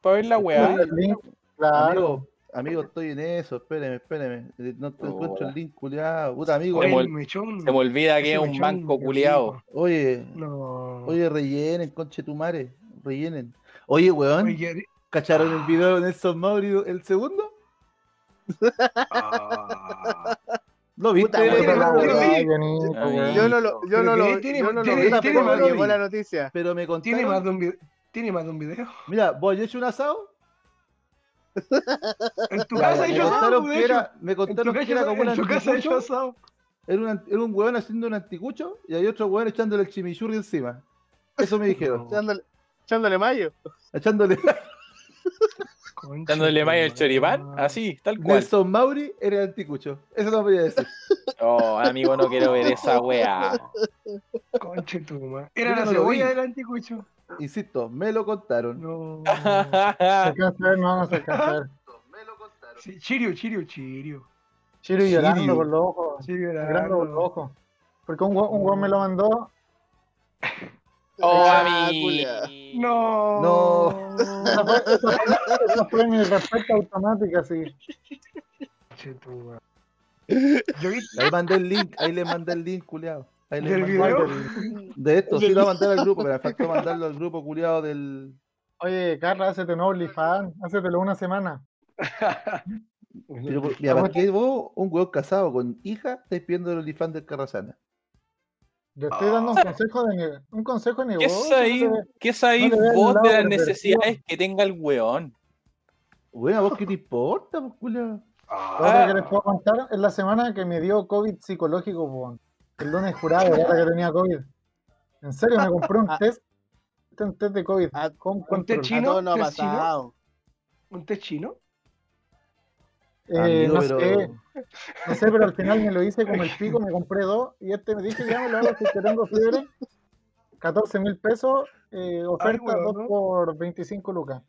para ver la weá. El link, Claro. Amigo, amigo, estoy en eso, espéreme, espéreme. Eh, No te Oh. encuentro el link, culiado. Puta, amigo. Oye, el Se mol- mechón. Se me olvida que Ese es un mechón, banco Dios culiado. mío. Oye, No. oye, rellenen, conche tu madre. Rellenen. Oye, weón, Oye, ¿cacharon el video de Nelson Mauri el segundo? ah. ¿Lo Puta viste? madre, Pero- la pero- verdad, pero- Jonito, pero- weón. Yo no lo, yo Pero no que lo, tiene- yo no lo tiene- vi, tiene pero me más- llegó la noticia. Pero me contaron. Tiene más de un video. Tiene más de un video. Mira, ¿vos has hecho un asado? En tu Ya, casa ya, he me hecho asado, contaron de que hecho. era, me En tu contaron que era casa- como un en tu casa he hecho anticucho, asado. era un, an- era un weón haciendo un anticucho y hay otro weón echándole el chimichurri encima. Eso me dijeron. Echándole, echándole mayo. Echándole Concha Dándole tu más el choripán, madre. así, tal cual. Nelson Mauri era el anticucho. Eso no podía decir. Oh, amigo, no quiero ver esa weá. Conche tu madre. Era Yo la no lo vi. cebolla del anticucho. Insisto, me lo contaron. No. Se alcanza a ver, no, no se alcanza a ver. Me lo contaron. Sí, Chirio, Chirio, Chirio. Chiro y llorando Sirio. por los ojos. Chirio era. Llorando por los ojos. Porque un weón, un weón me lo mandó. Oh, Ah, amigo. culia. No. Esa fue, esa fue- esa fue mi respuesta automática, sí. Conche tu madre. Yo vi Ahí mandé el link, ahí le mandé el link, culiado. Ahí le ¿Del mandé video? De esto, sí lo voy a mandar al grupo, pero me faltó mandarlo al grupo culiado del. Oye, Carla, hácete un OnlyFans, hácetelo una semana. Pero, por- mira, ¿para qué vos, un weón casado con hija, estáis pidiendo el OnlyFans del Carrasana? Yo estoy dando un consejo de, ne- un consejo de Ah. ¿Qué negocio. es no ahí? te- ¿Qué es ahí no le vean vos el de lado las pervertido. necesidades que tenga el weón? Bueno, ¿a vos qué te importa, pues, culiado? Lo otro que Ah, les puedo contar es la semana que me dio COVID psicológico, weón. El lunes jurado, la que tenía COVID. En serio, me compré un test. Un test de COVID. Ah, Con Ah. un control. test chino. A todos nos ha ¿Tres chinos? pasado. ¿Un té chino? Eh, Amigo, no pero- sé. No sé, pero al final me lo hice como el pico, me compré dos y este me dije, ya me lo hago si que tengo fiebre. 14 mil pesos, eh, oferta weón, dos ¿no? por 25 lucas.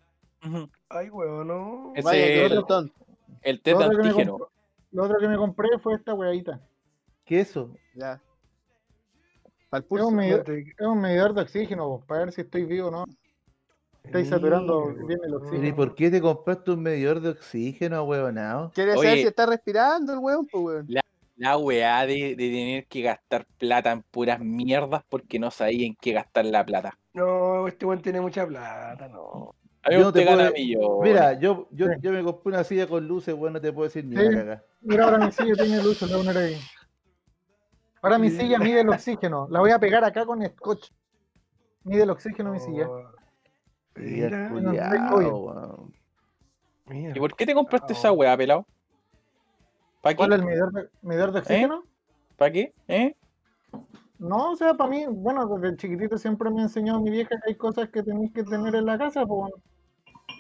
Ujú. Ay, weón, no. Es- Vaya, qué el- ratón. El Lo test de otro, que me antígeno. compró- lo otro que me compré fue esta weadita. ¿Qué es eso? Ya. Para el Es pulso. un, medidor, Te- es un medidor de oxígeno, vos, para ver si estoy vivo o no. Estáis saturando Sí, bien Pero, el ¿Y oxígeno. por qué te compraste un medidor de oxígeno, huevonao? Quiere Oye. saber si está respirando el weón, pues weón. La weá de, de tener que gastar plata en puras mierdas porque no sabía en qué gastar la plata. No, este weón tiene mucha plata, no. A mí Yo me no te gusta ganar puedo- millones. Mira, yo, yo, yo me compré una silla con luces, weón, no te puedo decir ni Sí. una caga. Mira, ahora mi silla tiene luz, la voy a poner ahí. Ahora mi silla mide el oxígeno. La voy a pegar acá con scotch. Mide el oxígeno mi silla. Oh, Mira, Mira, el bueno, culiao, oye. weón. mira. ¿Y por qué te compraste esa weá, pelado? ¿Para Oh. ¿Cuál es el qué? medidor de, medidor ¿Eh? de oxígeno? ¿Para qué? ¿Eh? No, o sea, para mí, bueno, desde chiquitito siempre me ha enseñado mi vieja que hay cosas que tenéis que tener en la casa. Pues, bueno.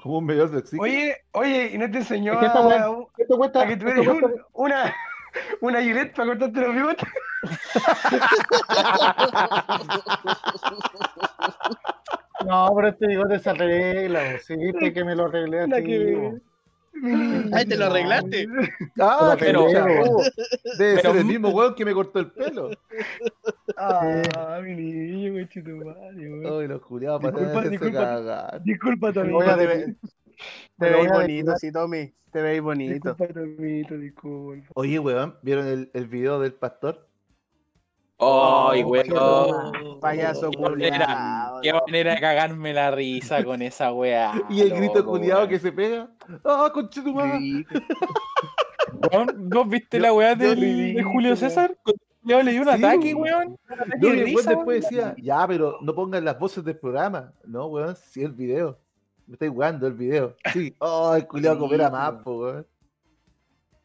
Como un medidor de oxígeno. Oye, oye, ¿y no te enseñó Es que esta weá- a, a Esto cuesta, que esto tuvieras cuesta- un- una, una Gillette para cortarte los bigotes? No, pero este bigote se arregla, vos. Sí, viste que me lo arreglé La así. que- vos. Ahí te lo arreglaste. ah, lo pero, arreglé, weón. debe Pero- ser el mismo weón que me cortó el pelo. Ah, mi niño, güey, chito madre, güey. Ay, los culiados, para Disculpa, tener que disculpa. cagar. Disculpa, Te voy a Tomito. deber- Te lo voy veis a bonito, declarar. sí, Tommy. Te veis bonito. Disculpa, Tomito, disculpa. Oye, weón, ¿vieron el, el video del pastor? ¡Ay, Oh, weón! Payaso Qué manera, culiao. qué manera de cagarme la risa con esa weá. Y el grito Ah, loco, culiado weón. que se pega. ¡Ah, conchetumada! Weón, ¿Vos viste la weá yo del- de, ridículo. Julio César? Con- Leo le dio un Sí, ataque, weón. weón. Un ataque No, y el de weón risa, después weón. decía, ya, pero no pongan las voces del programa. No, weón, sí, el video. Me estáis jugando el video. Sí. Oh, el culiado Sí, coopera weón. más, po, weón.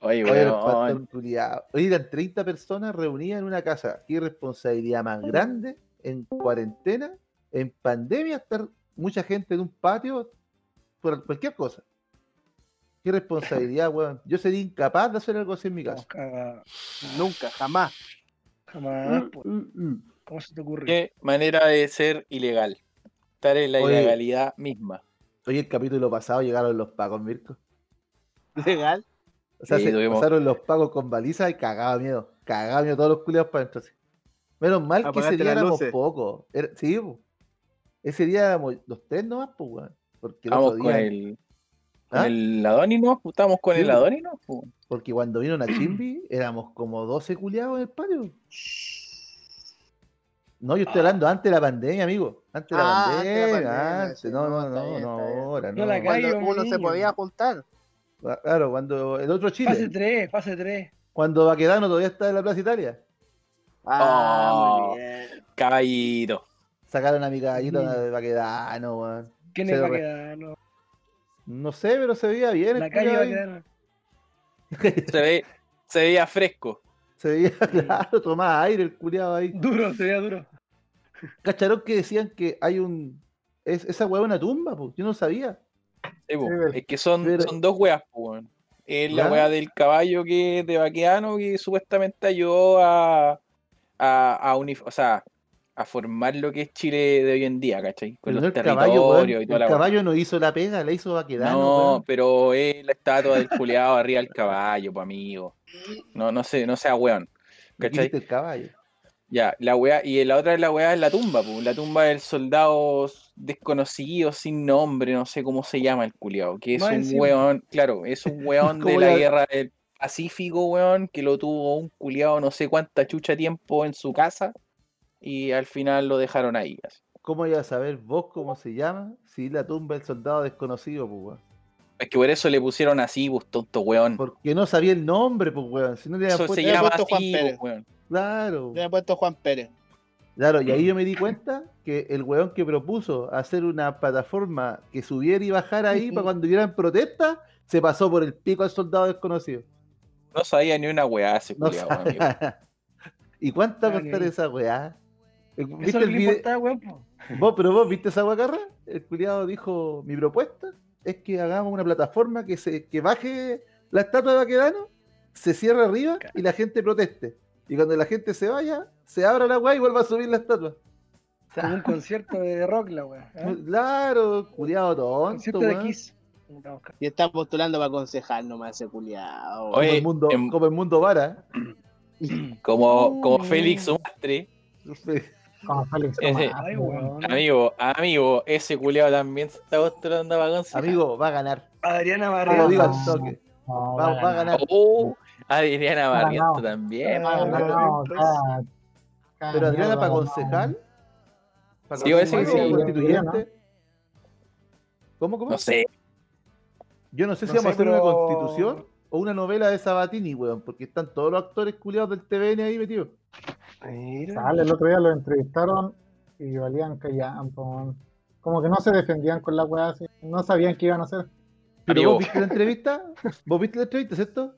Oye, Oye, el pastor weón. culiao. Oye, eran 30 personas reunidas en una casa. Qué responsabilidad más grande en cuarentena, en pandemia, estar mucha gente en un patio por cualquier cosa. Qué responsabilidad, weón. Yo sería incapaz de hacer algo así en mi casa. Caga, Nunca, jamás. Jamás, po. ¿cómo se te ocurre? Qué manera de ser ilegal. Estar en la Oye. ilegalidad misma. Oye, el capítulo pasado llegaron los pagos, Mirko. Legal. O sea, Sí, se tuvimos- pasaron los pagos con baliza y cagaba miedo. Cagaba miedo todos los culiados para entonces. Menos mal que ese Apagaste día las éramos luces. pocos. Era- sí, po. ese día éramos los tres nomás, pues, weón. Porque, el Vamos otro con día- el. ¿Ah? Con el Adoni, ¿no? Estamos con Sí, el weón. Adoni, ¿no? Weón. porque cuando vino a Chimbi éramos como 12 culiados en el patio. No, yo estoy hablando antes de la pandemia, amigo. Antes de la Ah, antes de la pandemia. pandemia, antes. sí, No, no, no, está no, bien, no, está bien. ahora Yo la no. cagué. Cuando Ay, uno se niño. podía juntar. Claro, cuando el otro Chile, Fase 3, fase 3. cuando Baquedano todavía está en la Plaza Italia. Ah, Oh. muy bien. Caballito. Sacaron a mi caballito Mm. de Baquedano, weón. ¿Quién Se es lo va a re- quedar? No, No sé, pero se veía bien. el La calle culiao va a ahí. quedar. Se, ve, se veía fresco. Se veía, claro, tomaba aire el culiado ahí. Duro, sería duro. Cacharon que decían que hay un. Es, esa weá es una tumba, pues. Yo no sabía. Sí, po. Sí, pero- es que son, pero- son dos weas, po, weón. Es la ¿Ya? wea del caballo que de Baqueano que supuestamente ayudó a, a, a unif- o sea, a formar lo que es Chile de hoy en día, ¿cachai? Con Pero los el caballo, weón, territorios y toda el la wea. caballo no hizo la pega, la hizo Baquedano. No, weón. pero es la estatua del culeado arriba del caballo, pues amigo. No, no sé, no sea weón. Me ¿Cachai? quitaste el caballo. Ya, la weá, y la otra de la weá es la tumba, pu, la tumba del soldado s- desconocido, sin nombre, no sé cómo se llama el culiao, que es Más un encima. weón, claro, es un weón de Como la la- guerra del Pacífico, weón, que lo tuvo un culiao no sé cuánta chucha tiempo en su casa, y al final lo dejaron ahí. así. ¿Cómo ibas a saber vos cómo se llama? Si la tumba del soldado desconocido, pues, weón. Es que por eso le pusieron así, pues tonto weón. Porque no sabía el nombre, pues, weón. Si no le habían Eso se puesto- le llama puesto Juan así, pues, Pérez. weón. Claro. Le he puesto Juan Pérez. Claro, y ahí yo me di cuenta que el weón que propuso hacer una plataforma que subiera y bajara ahí para cuando hubieran protestas, se pasó por el pico al soldado desconocido. No sabía ni una weá ese No culiao, sabe. amigo. ¿Y cuánto va a Dale. costar esa weá? Eh, Ah, Eso ¿Viste es el lo que video? importaba, weón. po. ¿Vos, pero vos viste esa guacarra? El culiado dijo, mi propuesta es que hagamos una plataforma que se que baje la estatua de Baquedano, se cierre arriba y la gente proteste. Y cuando la gente se vaya, se abra la weá y vuelva a subir la estatua. Como un concierto de rock, la weá. ¿eh? Claro, culiado tonto, Concierto de weón. Kiss. Vamos, ca- Y está postulando para aconsejar nomás ese culiao. Como Oye, el mundo, em- como el mundo vara. Como, como Mm. Félix Sumastre, Como Félix Ese- Tomás, Ay, weón. weón. Amigo, amigo, ese culeado también está mostrando vagones. Amigo, va a ganar. Adriana Ah, Te lo digo Barrientos. al toque. No, Va, va a ganar. Oh, Adriana Ganado. Barriento también. No, no, no, o sea, Pero Adriana mierda, para no. concejal. Para Sí, iba a decir concejal, que sí. constituyente. ¿Cómo, cómo? No sé. Yo no sé No si vamos sé, a hacer una pero- constitución o una novela de Sabatini, weón, porque están todos los actores culiados del TVN ahí metidos. Mira. Sale, el otro día lo entrevistaron y valían callan, como que no se defendían con la weá, así, no sabían qué iban a hacer. Pero Amigo. vos viste la entrevista, vos viste la entrevista, ¿cierto?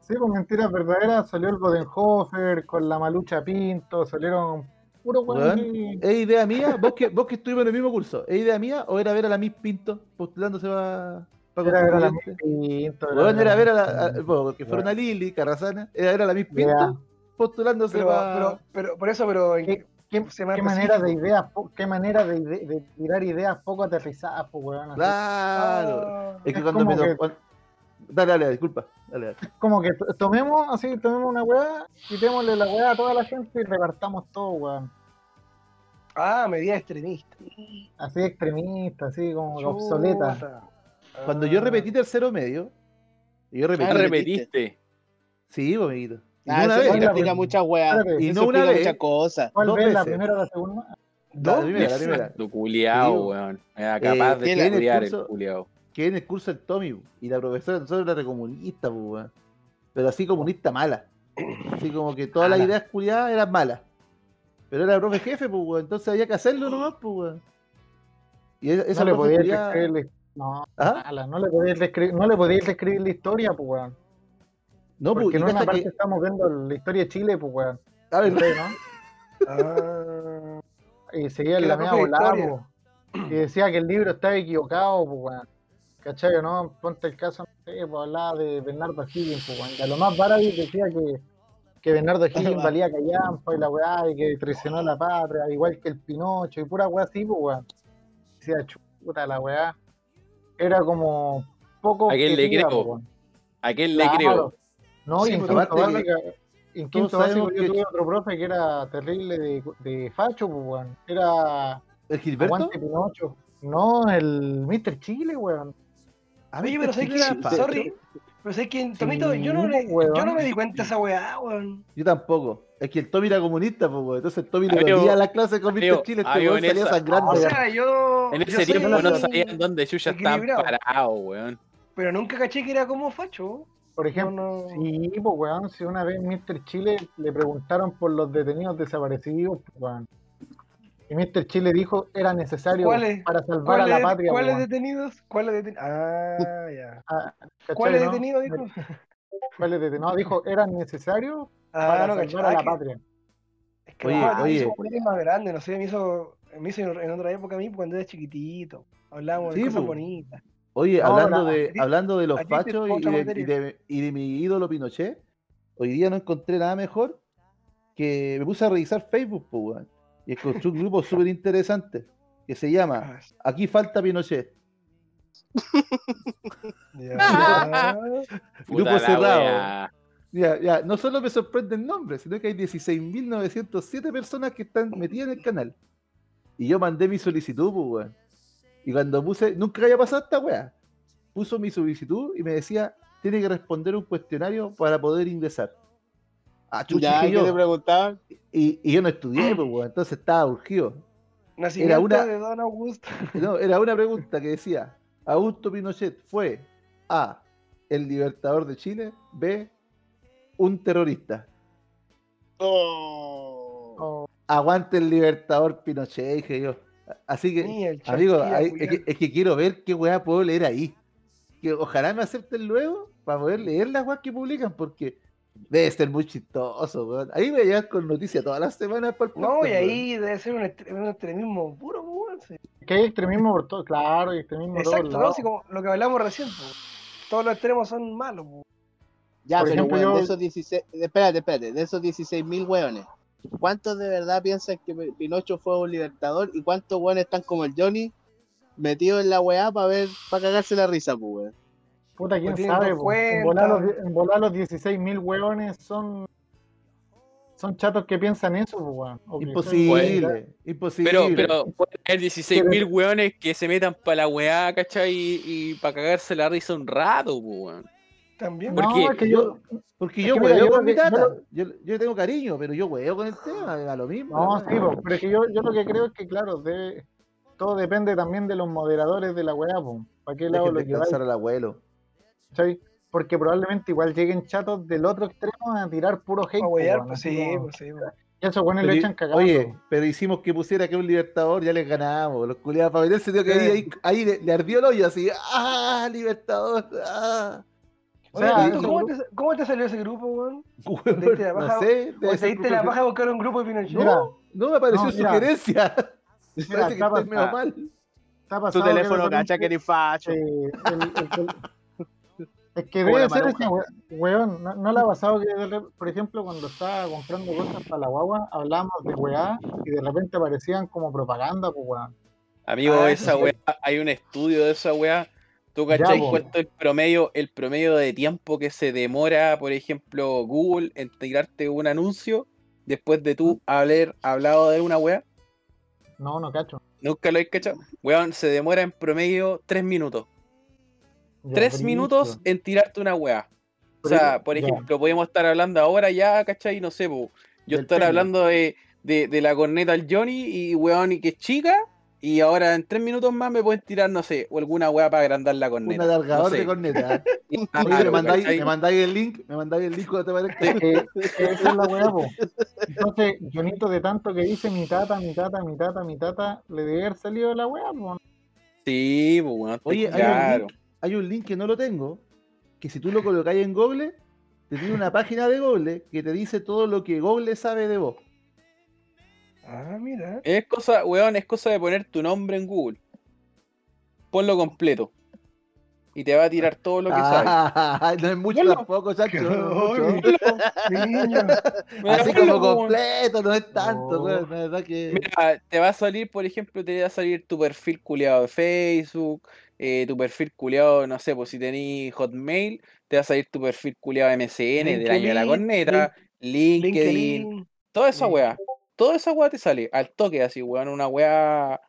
Sí, con mentiras verdaderas salió el Bodenhofer con la malucha Pinto, salieron puro weón. así. ¿Es idea mía? ¿Vos que, vos que estuvimos en el mismo curso, ¿es idea mía o era ver a la Miss Pinto postulándose para pa Era ver a la constituyente? Pinto, era Weón, era ver a la. a- Pinto. bueno, que fueron a Lili, Carrasana, era ver a la Miss Pinto Mira. postulándose Pero, para. pero, pero, por eso, pero en ¿Qué- ¿Qué, Se me qué hace manera de difícil. ideas, po- qué manera de, ide- de tirar ideas poco aterrizadas, po, weón, así. Claro. Ah, Es que Es cuando me como que- cuan- Dale, dale, disculpa. Dale, dale. Como que to- tomemos así, tomemos una weá, quitémosle la weá a toda la gente y repartamos todo, weón. Ah, medida extremista. Así extremista, así como que obsoleta. Chuta. Cuando yo Ah. repetí tercero medio, yo repetí. Ah, repetí. repetiste. Sí, pues, amiguito. Y Ah, no una eso vez, la- explica muchas weas. Espérate, y eso no una explica vez. muchas cosas. ¿Cuál dos es la veces. primera o la segunda? la primera, la primera. Exacto, culiao, Sí, bo. weón. Era capaz ¿quién de es el estudiar el curso? culiao. Que en el curso del Tommy, bu. y la profesora de nosotros era recomunista, pues, weón. pero así comunista mala. Así como que todas las Mala. ideas culiadas eran malas. Pero era profe jefe, pues, weón. entonces había que hacerlo nomás, pues, weón. Y e- esa no le profe ¿Ah? podías culiá- describir la no, Ajá. mala, no le podías describir, no le podías describir la historia, pues weón. No, pues, Porque y en una cacha parte que- estamos viendo la historia de Chile, pues weón. a ver, Ustedes, ¿no? Ah. y seguía en Que la la misma profe de volada, historia. po. y decía que el libro estaba equivocado, pues, weón. ¿Cachai? ¿No? Ponte el caso, no sé, pues, hablaba de Bernardo Higgins, pues, weón. Y a lo más barato decía que, que Bernardo Higgins valía callampa y la weá, y que traicionó a la patria, igual que el Pinocho, y pura weá así, pues, weón. Decía, chuta, la weá. Era como poco. ¿A quién le objetiva, creo? po, weón. ¿A quién le Claro. creo? No, Sí, y en porque quinto aparte básica- en todos quinto básico sabemos yo que- tuve otro profe que era terrible de, de facho, pues, weón. Era. el Gilberto. Aguante Pinocho. No, el Mr. Chile, weón. A Oye, pero sé ¿sabes que, sorry, pero sé que, Tomito, yo, no, le- weón. yo no me di cuenta de esa weá, weón. Yo tampoco. Es que el Tommy era comunista, pues, weón. entonces el Tommy le Amigo, dolía las clases con Mr. amigo, Chile, este amigo, weón en salía esa- sangrando. O Ah, sea, yo. En yo ese soy- tiempo no sabían dónde Chucha están equilibrado. parados, weón. Pero nunca caché que era como facho. Por ejemplo, No, no. sí, pues, weón, si una vez Mr. Chile le preguntaron por los detenidos desaparecidos, pues, weón. Y Mr. Chile dijo era necesario ¿Cuáles? para salvar a ¿Cuáles la patria. cuáles weón. detenidos? ¿Cuáles detenidos? Ah, ya. ¿Cachai, ¿Cuáles no? detenidos? Dijo? ¿Cuáles detenidos? No, dijo era necesario Ah, para no, salvar cachaba. a Es la que- patria. es que Oye, la patria oye. hizo un más grande, no sé, me hizo, me hizo en otra época a mí cuando era chiquitito. Hablábamos Sí, de cosas po. bonitas. Oye, No, hablando, la- de, ti- hablando de los a ti te fachos y otra de, y materia. de- y de mi ídolo Pinochet, hoy día no encontré nada mejor que me puse a revisar Facebook, pues, weón. Y encontré un grupo súper interesante que se llama Ah, Aquí falta Pinochet. ya. Puta Grupo la cerrado. wea. Ya, ya, no solo me sorprende el nombre, sino que hay 16.907 personas que están metidas en el canal. Y yo mandé mi solicitud, pues, weón. Y cuando puse, nunca había pasado esta weá. Puso mi solicitud y me decía, tiene que responder un cuestionario para poder ingresar. Ah, Ya, chucha, ¿qué dije yo. te preguntaban? Y, y yo no estudié, pues, weón, entonces estaba urgido. Nacimiento una- de Don Augusto. No, era una pregunta que decía, ¿Augusto Pinochet fue A, el libertador de Chile, B, un terrorista? No. O- Aguante el libertador Pinochet, dije yo. Así que, Ni el amigo, Charquía, hay- es, culiao. que, es que quiero ver qué weá puedo leer ahí. Que ojalá me acepten luego para poder leer las weas que publican, porque debe ser muy chistoso, weón. Ahí me llegan con noticias todas las semanas para el No, podcast, y weón. ahí debe ser un, estre- un extremismo puro, po, weón. sí. Que hay extremismo por todo, claro, hay extremismo por Exacto, todos ¿no? lados. Así como lo que hablamos recién, po. todos los extremos son malos. po. Ya, Por pero ejemplo, weón, yo- de esos 16, espérate, espérate, de esos 16 mil weones, ¿cuántos de verdad piensan que Pinocho fue un libertador y cuántos weones están como el Johnny metidos en la weá para ver, para cagarse la risa, pues, weón? Puta, quién Pues tienen sabe, dos po. en cuentas. volar los, en volar los 16.000 hueones son son chatos que piensan eso, pues, weón. O que son- Imposible, imposible. Pero, pero pueden haber 16.000 weones que se metan para la weá, ¿cachai? Y, para cagarse la risa un rato, po, weón. También. ¿Por No, qué? es que yo, Porque es yo que mira, hueveo yo con lo mi que- yo tata. lo- Yo, yo le tengo cariño, pero yo hueveo con el tema, me da lo mismo. No, la sí, pues, weá. po, pero es que yo, yo lo que creo es que, claro, debe- todo depende también de los moderadores de la weá, ¿Para qué lado Dejen lo lleváis, descansar al abuelo. cachai? Porque probablemente igual lleguen chatos del otro extremo a tirar puro hate. Para po, huear, weón, pues así sí, como- pues sí. pues. y a esos weones le Pero- echan cagado. Oye, pero hicimos que pusiera que un libertador, ya les ganamos. Los culiados para meterse, tío, que ahí, ahí, ahí le, le ardió el hoyo así. ¡Ah, libertador! ¡Ah! O sea, Oye, eso- ¿y ¿cómo, te, cómo te salió ese grupo, weón? Weón, la no paja- sé, ¿O debe te ser diste la profe- paja a buscar un grupo de Pinochet? Mira, No me apareció No, mira. sugerencia. mira, Parece que está, estoy medio pas- mal. está Tu pasado que teléfono, de cacha, que repente, ni facho. eh, el- el col- Es que Como la debe ser ese maruja. we- weón, no, no le ha pasado que, de re- por ejemplo, cuando estaba comprando cosas para la guagua, hablábamos de weá y de repente aparecían como propaganda, pues weón. Amigo, Ah, eso esa weá, hay un estudio de esa weá. ¿Tú cachai po. cuánto el promedio, el promedio de tiempo que se demora, por ejemplo, Google en tirarte un anuncio después de tú haber hablado de una weá? No, no cacho. Nunca lo he cachado. Weón, se demora en promedio tres minutos. Ya, Tres pero minutos listo. en tirarte una weá. O Pero- sea, por ya. ejemplo, podemos estar hablando ahora ya, ¿cachai? No sé, po. yo Del estar pene. hablando de, de, de la corneta al Johnny y weón y que es chica, y ahora en tres minutos más me pueden tirar, no sé, o alguna weá para agrandar la Un corneta. alargador no sé. de corneta. Ah, Oye, me, claro, mandáis, ¿cachai? me mandáis el link, me mandáis el link cuando te aparezca. Eh, esa es la weá, po. Entonces, Jonito, de tanto que dice mi tata, mi tata, mi tata, mi tata, le debe haber salido la weá, po. Sí, pues weón, Oye, hay un claro. Hay un link que no lo tengo, que si tú lo colocáis en Google, te tiene una página de Google que te dice todo lo que Google sabe de vos. Ah, mira. Es cosa, weón, es cosa de poner tu nombre en Google. Ponlo completo. Y te va a tirar todo lo que sabes. Ah, no es mucho Bueno. tampoco, Sancho. no es Ay, mucho. mi niño. Mira, Así ponlo, como po, weón. completo, no es tanto, No. weón, La verdad que. Mira, te va a salir, por ejemplo, te va a salir tu perfil culeado de Facebook, eh, tu perfil culeado, no sé, pues si tenés Hotmail, te va a salir tu perfil culeado de MSN del año de la LinkedIn, corneta, LinkedIn, LinkedIn. toda esa Link. weá. Toda esa weá te sale al toque así, weón, una weá.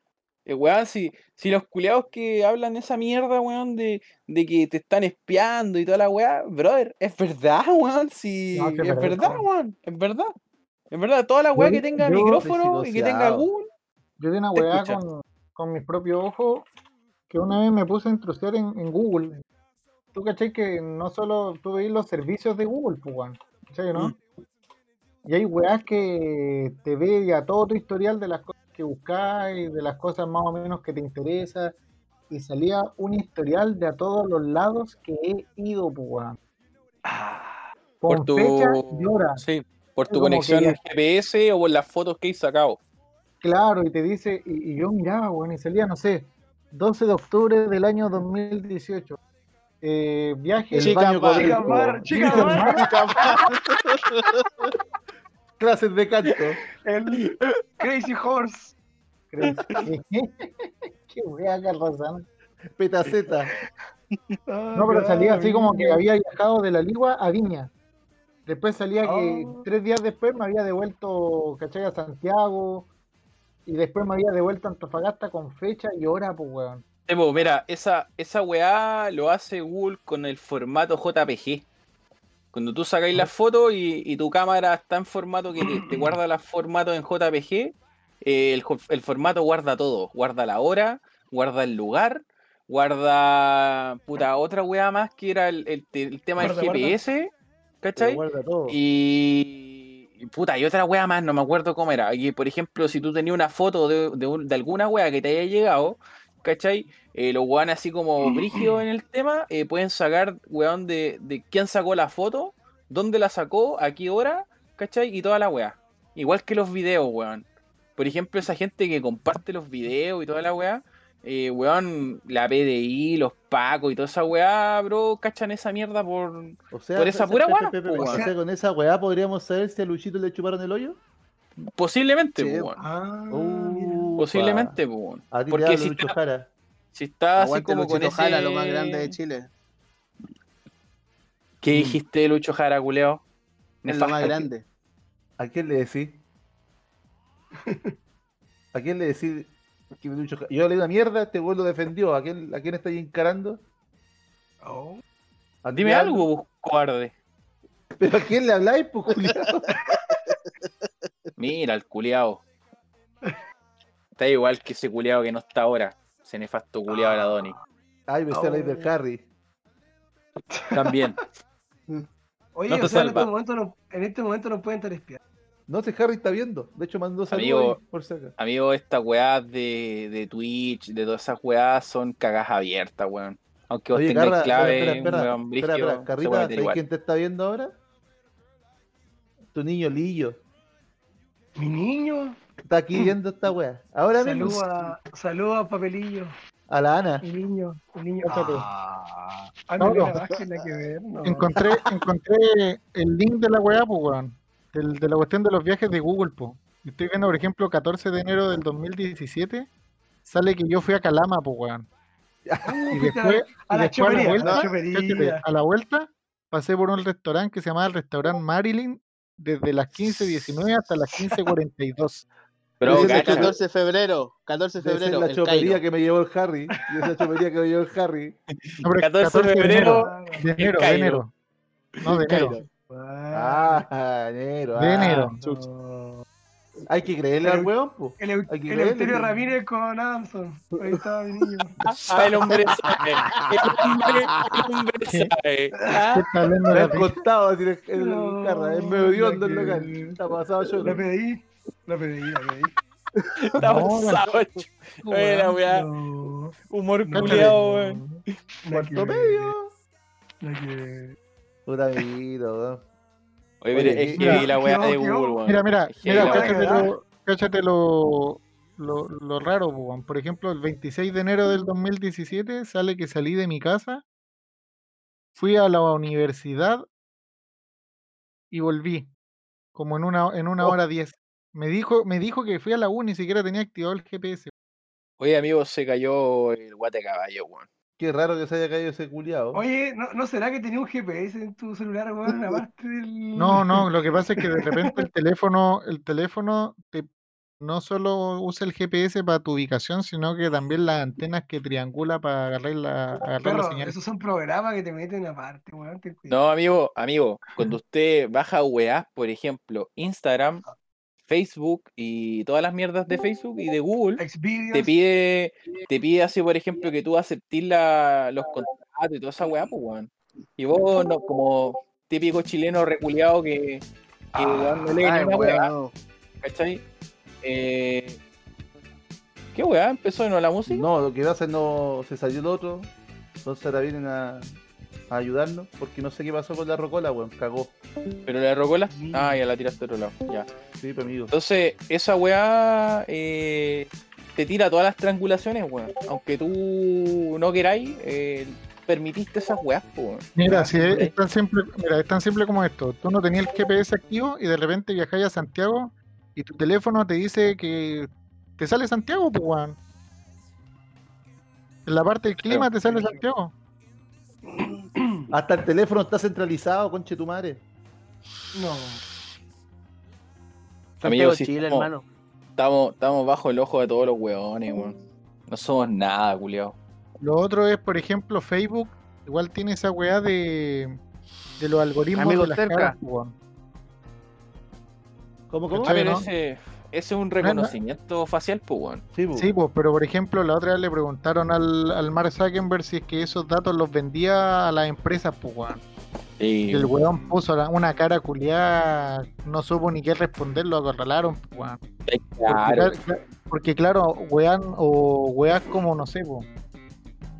eh, weón, si, si los culeados que hablan esa mierda, weón, de, de que te están espiando y toda la weá, brother, es verdad, weón, si No, sí, es es verdad, verdad, weón. weón, es verdad. Es verdad, toda la weá que Yo- tenga yo- micrófono y que tenga psicoseado. Google. Yo di una Te weá escucho. con, con mis propios ojos que una vez me puse a intrusiar en, en Google. Tú caché que no solo tú veis los servicios de Google, pues, weón. ¿Cachai, no? Mm. Y hay weas que te ve ya todo tu historial de las cosas que buscáis, de las cosas más o menos que te interesan. Y salía un historial de a todos los lados que he ido, pues, weón. Ah. Con por tu, fecha y hora. sí, por tu Como que conexión ya- GPS o por las fotos que he sacado. Claro, y te dice, y, y yo miraba, weón, y salía, no sé, 12 de octubre del año 2018. Eh, viaje, El Chica baño bar, Godel, Chica po, weón. bar, chica bar. Clases de canto. El Crazy Horse. creo. Qué wea, Carrasán. Petaceta. Ah, No, pero salía así como que mira. había viajado de la Ligua a Viña. Después salía que Ah. tres días después me había devuelto, ¿cachai? A Santiago. Y después me había devuelto a Antofagasta con fecha y hora, pues, weón. Evo, mira, esa, esa weá lo hace Google con el formato JPG. Cuando tú sacáis Ah. la foto y, y tu cámara está en formato que te, te guarda los formatos en JPG, eh, el, jo- el formato guarda todo. Guarda la hora, guarda el lugar, guarda puta otra weá más que era el, el te- el tema Guarda, del guarda. GPS, Te lo ¿cachai? guarda todo. Y, y puta, y otra wea más, no me acuerdo cómo era. Y por ejemplo, si tú tenías una foto de, de un- de alguna wea que te haya llegado, ¿cachai? Eh, los weones así como brígidos en el tema, eh, pueden sacar, weón, de, de quién sacó la foto, dónde la sacó, a qué hora, ¿cachai? Y toda la wea. Igual que los videos, weón. Por ejemplo, esa gente que comparte los videos y toda la wea, eh, weón, la PDI, los pacos y toda esa wea, bro, cachan esa mierda por, O sea, por esa se- pura se- weá, se- po, se- weón. o sea, con esa weá podríamos saber si a Luchito le chuparon el hoyo. Posiblemente, Sí, pues, weón. Ah, Uh, Posiblemente, pues, weón. pa. A ti te Porque hablo, si Lucho está- Jara. Si está así Aguante como con Luchito ese... Jara, lo más grande de Chile. ¿Qué dijiste, Lucho Jara, culeo? Es lo más Nefasto. grande. A ¿A quién le decís? ¿A quién le decís que Lucho Ca- Yo le di una mierda, este güey lo defendió. ¿A quién, a quién estáis encarando? Oh. ¿A Dime Tiago? algo, vos cobarde. ¿Pero a quién le habláis, pues, culiao? Mira, el culiao. Está igual que ese culiao que no está ahora. Ese nefasto culiao de la Doni. Ay, me sé habláis Oh. del Harry. También. Oye, No te o sea, en salva. este, momento no, en este momento no pueden estar espiando. No sé, Harry está viendo. De hecho, mandó Amigo. saludos ahí, por si acaso. Amigo, estas weás de, de Twitch, de todas esas weás, son cagas abiertas, weón. Aunque vos Oye, tengáis Carla, clave, espera, espera, un espera, espera, weón brigio, espera. se Carrita, puede meter ¿sabes igual. quién te está viendo ahora? Tu niño Lillo. Mi niño, Está aquí Mm. viendo esta wea. Ahora mismo. saludo a, saludo a Papelillo. A la Ana. Mi niño, mi niño. Cóchate. Ah, ah, no, Pablo. mira, Vázquez, la que ver, no. Encontré, encontré el link de la weá, pues, weón. Del- de la cuestión de los viajes de Google, pues. Estoy viendo, por ejemplo, 14 de enero del 2017. Sale que yo fui a Calama, pues, weón. Y fuiste a- después, a y Ah, después a la la chopería, a vuelta, la cáchate, chopería. a la vuelta, pasé por un restaurante que se llamaba el restaurante Marilyn desde las 15.19 hasta las 15.42. Pero, Desde cacha, el 14 de febrero, 14 de Debe ser febrero, la el chopería Cairo. que me llevó el Harry. Y esa chopería que me llevó el Harry. No, pero es 14 de febrero, Ah, De enero, de Cairo. enero. No, de El enero. Cairo. ah, Ah, enero. De ah. enero. Chucha. no. Hay que creerle al Pero- weón, po. El, Eut- Hay que el verlo, Euterio pues. Ramírez con Adamson. Ahí estaba mi niño. ah, el hombre sabe. El hombre, el hombre sabe. ¿Qué Ah, está hablando Me la han contado así el, el, No, Carra, Es medio hediondo el la que- local. Está pasado yo. La pedí, la pedí, la pedí. está No, pasado, ch- Oye, la weá. No, Humor no, culiao, weón. no, la que Cuarto ver, medio. la que ver. Puta amiguito, weón. Oye, Oye, mira, es mira, heavy la weá de ¿qué hago, qué hago? Google, weón. Mira, mira, Es heavy mira, la weá. cáchate, lo, cáchate lo, lo, lo raro, po, weón. Por ejemplo, el 26 de enero del 2017 sale que salí de mi casa, fui a la universidad y volví, como en una, en una Oh. hora diez. Me dijo, me dijo que fui a la U, ni siquiera tenía activado el GPS. Oye, amigo, se cayó el guate caballo, weón. Qué raro que se haya caído ese culiao. Oye, ¿no, ¿no será que tenía un GPS en tu celular, weón? Aparte del. No, no, lo que pasa es que de repente el teléfono, el teléfono te, no solo usa el GPS para tu ubicación, sino que también las antenas que triangula para agarrar la, agarrar la Perro, señal. esos son programas que te meten aparte, weón. Ten cuidado. No, amigo, amigo, cuando usted baja weá, por ejemplo, Instagram, Facebook y todas las mierdas de Facebook y de Google, Xvideos. te pide, te pide así, por ejemplo, que tú aceptes la, los contratos y toda esa weá, pues, weón. Y vos, no, como típico chileno reculeado que, que weón, no lee Ay, ni una weá, weón. ¿cachai? Eh, ¿Qué weá? ¿Empezó de nuevo la música? No, lo que pasa es no se salió el otro. Entonces ahora vienen a, a ayudarnos. Porque no sé qué pasó con la rocola, weón. Cagó. ¿Pero la rocola? Mm. Ah, ya la tiraste a otro lado, ya. Sí, pues, amigo. Entonces, esa weá eh, te tira todas las triangulaciones, weón. Aunque tú no queráis, eh, permitiste esas weás, po, weón. Mira, si es, ok. es tan simple, mira, es tan simple como esto. Tú no tenías el GPS activo y de repente viajáis a Santiago y tu teléfono te dice que te sale Santiago, pues, weón. En la parte del clima te sale Santiago. Hasta el teléfono está centralizado, conche tu madre. No. Amigo, Santiago de sí, Chile, estamos- hermano. Estamos, estamos bajo el ojo de todos los weones, weón. No somos nada, culiao. Lo otro es, por ejemplo, Facebook. Igual tiene esa weá de, de los algoritmos Amigos de las cerca. caras, pues, weón. ¿Cómo, cómo? cómo? Está bien, Pero ¿no? ese, ese es un reconocimiento facial, pues, weón. Sí, pues. Sí, pues, pero por ejemplo, la otra vez le preguntaron al, al Mark Zuckerberg si es que esos datos los vendía a las empresas, pues, weón. Y Y el weón puso la- una cara culiada, no supo ni qué responder, lo acorralaron, pues, weón. claro, Porque, cla- porque claro, weán o weás como no sé, po.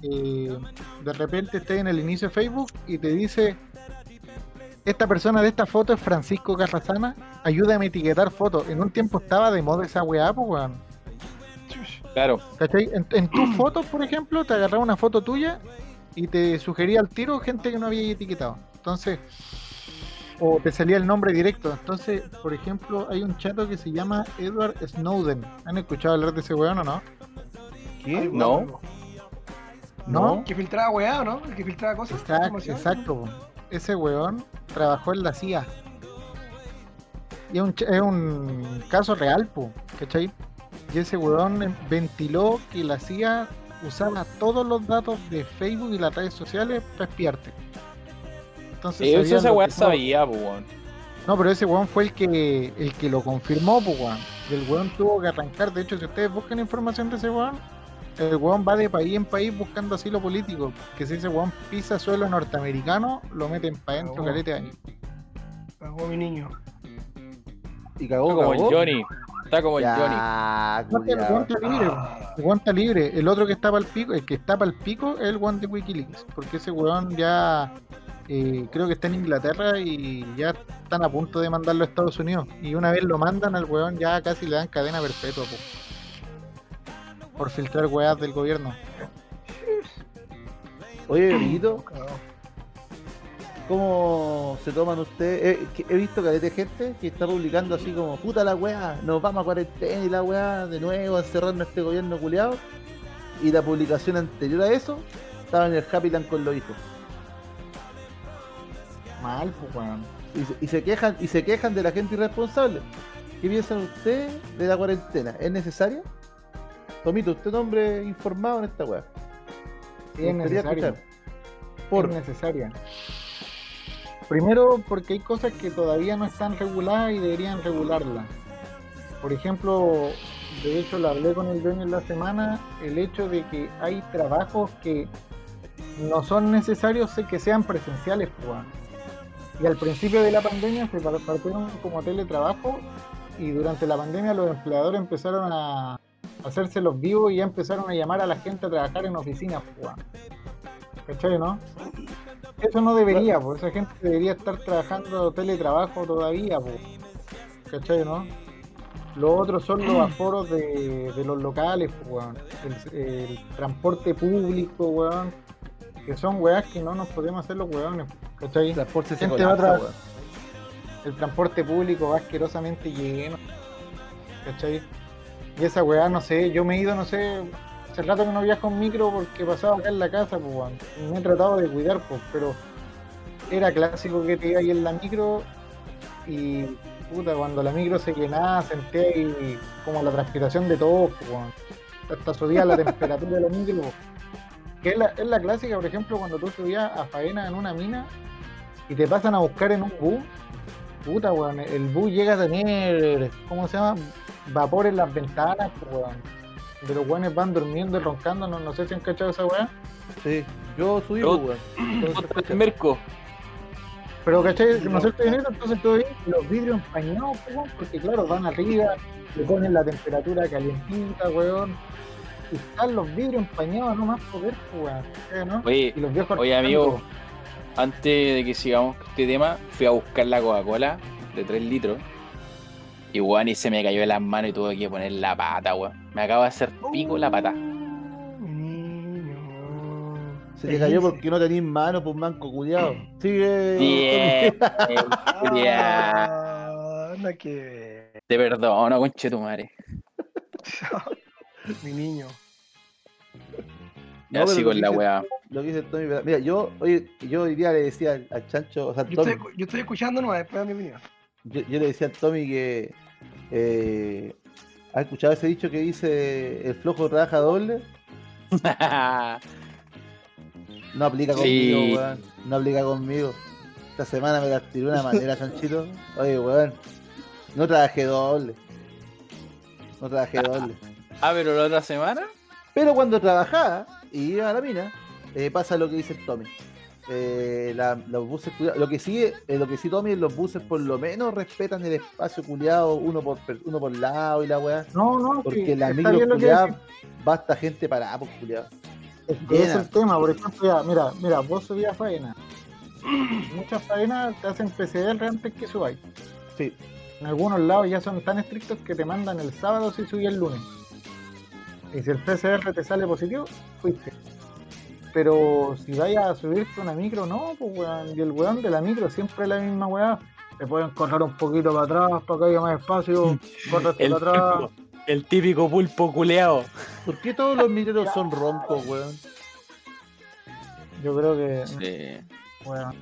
Eh, de repente estás en el inicio de Facebook y te dice: Esta persona de esta foto es Francisco Carrasana, ayúdame a etiquetar fotos. En un tiempo estaba de moda esa weá, po, weón. Chush. claro. ¿Cachai? En, en tus fotos, por ejemplo, te agarraba una foto tuya y te sugería al tiro gente que no había etiquetado. Entonces, o te salía el nombre directo. Entonces, por ejemplo, hay un chato que se llama Edward Snowden. ¿Han escuchado hablar de ese weón o no? Ay, weón, No. weón. No. Que filtraba weá, ¿o ¿no? El que filtraba cosas. Exacto, información. exacto. po. Ese weón trabajó en la CIA. Y es un, ch- es un caso real, po, ¿cachai? Y ese weón ventiló que la CIA usaba todos los datos de Facebook y las redes sociales para espiarte. Entonces, Sí, sabían esa lo weá que- sabía, pues, weón. No, pero ese weón fue el que el que lo confirmó, pues weón. Y el weón tuvo que arrancar. De hecho, si ustedes buscan información de ese weón, el weón va de país en país buscando asilo político. Que si ese weón pisa suelo norteamericano, lo meten para adentro, Oh. calete de años. Cagó Ah, mi niño. pues. Y Está cagó, como el cagó. Johnny. Está como el Johnny. Ya, No, pero el culiao. weón está libre, Ah, el weón está libre. El otro que está para el pico, el que está para el pico es el weón de Wikileaks. Porque ese weón ya eh, creo que está en Inglaterra y ya están a punto de mandarlo a Estados Unidos. Y una vez lo mandan al weón ya casi le dan cadena perpetua, po. Por filtrar weas del gobierno. Oye, Benito, cagó. ¿cómo se toman ustedes? Eh, que- He, visto que hay gente que está publicando así como, puta la weá, nos vamos a cuarentena y la weá, de nuevo a encerrarnos este gobierno culiado. Y la publicación anterior a eso estaba en el Happy Land con los hijos. Mal, po, weón. Y se, y se quejan y se quejan de la gente irresponsable. ¿Qué piensan ustedes de la cuarentena? ¿Es necesaria? Tomito, usted es un hombre informado en esta weá. Sí, es Me gustaría necesario. escuchar. Por, es necesaria. Primero porque hay cosas que todavía no están reguladas y deberían regularlas. Por ejemplo, de hecho lo hablé con el dueño en la semana, el hecho de que hay trabajos que no son necesarios que sean presenciales. po, weón. Y al principio de la pandemia se par- partieron como teletrabajo y durante la pandemia los empleadores empezaron a hacerse los vivos y ya empezaron a llamar a la gente a trabajar en oficinas. po, weón. ¿Cachai, no? Eso no debería, por esa gente debería estar trabajando teletrabajo todavía, po. ¿cachai, no? Lo otro son los aforos de, de los locales, po, weón. El, el transporte público, weón. Que son weas que no nos podemos hacer los weones, ¿cachai? transporte se Gente va a colapsa, tra- weón. el transporte público va asquerosamente lleno. ¿Cachai? Y esa weá, no sé, yo me he ido, no sé, hace rato que no viajo en micro porque pasaba acá en la casa, pues weón. Y Me he tratado de cuidar, pues, pero era clásico que te iba ahí en la micro y puta, cuando la micro se llenaba, sentía ahí como la transpiración de todos, pues, weón. Hasta subía la temperatura de la micro. pues. Que es la, es la clásica, por ejemplo, cuando tú subías a faena en una mina y te pasan a buscar en un bus Puta, weón, el bus llega a tener, ¿cómo se llama? Vapor en las ventanas, pues, weón. De los weones van durmiendo y roncando, no, no sé si han cachado esa weá. Sí, yo subí, Yo- weón. pero se escucha. Merco. Pero, ¿cachai? Si no sé el dinero, entonces todo bien. Los vidrios empañados, pues, weón, porque claro, van arriba, le ponen la temperatura calientita, weón. Y están los vidrios empañados, no más poder, pues, weón. ¿cachai, no? Oye, Y los viejos oye, amigo. arrancando. antes de que sigamos con este tema, fui a buscar la Coca-Cola de 3 litros. Y weón, y se me cayó de las manos y tuve que poner la pata, weón. Me acaba de hacer pico la pata. Uh. Mi niño. Se te cayó Felices. porque no tenés mano, pues manco eh, culiado. Sigue. Bien, Julia. Ah, Anda que Te perdono, conche tu madre. mi niño. No, Así pero con la dice- weá. Lo que dice el Tommy, ¿verdad? Mira, yo, oye, yo hoy día le decía al, al Chancho, o sea, al Yo Tommy, estoy, yo estoy escuchando nomás, después de mi opinión. yo, yo le decía al Tommy que. Eh, ¿Ha escuchado ese dicho que dice el flojo trabaja doble? Ah, No aplica Sí. conmigo, weón. No aplica conmigo. Esta semana me la tiré de una manera, Chanchito. Oye, weón. No trabajé doble. No trabajé doble. ah, pero la otra semana. Pero cuando trabajaba y iba a la mina, eh, pasa lo que dice el Tommy. Eh, la- los buses, culiao- lo que sí, eh, lo que sí Tommy, es los buses por lo menos respetan el espacio culiado, uno por per- uno por lado y la weá. No, no, Porque sí, la está micro bien lo que culiada basta gente para por culiado. Es que es Llena. el tema, por ejemplo, ya, mira, mira, vos subías faena. Muchas faenas te hacen PCR antes que subáis. Sí. En algunos lados ya son tan estrictos que te mandan el sábado si subí el lunes. Y si el PCR te sale positivo, fuiste. Pero si vayas a subirte una micro, no, pues weón. Y el weón de la micro siempre es la misma weá. Te pueden correr un poquito para atrás, para que haya más espacio, correte para atrás. el típico pulpo culeado. ¿Por qué todos los micros son roncos, weón? Yo creo que weón.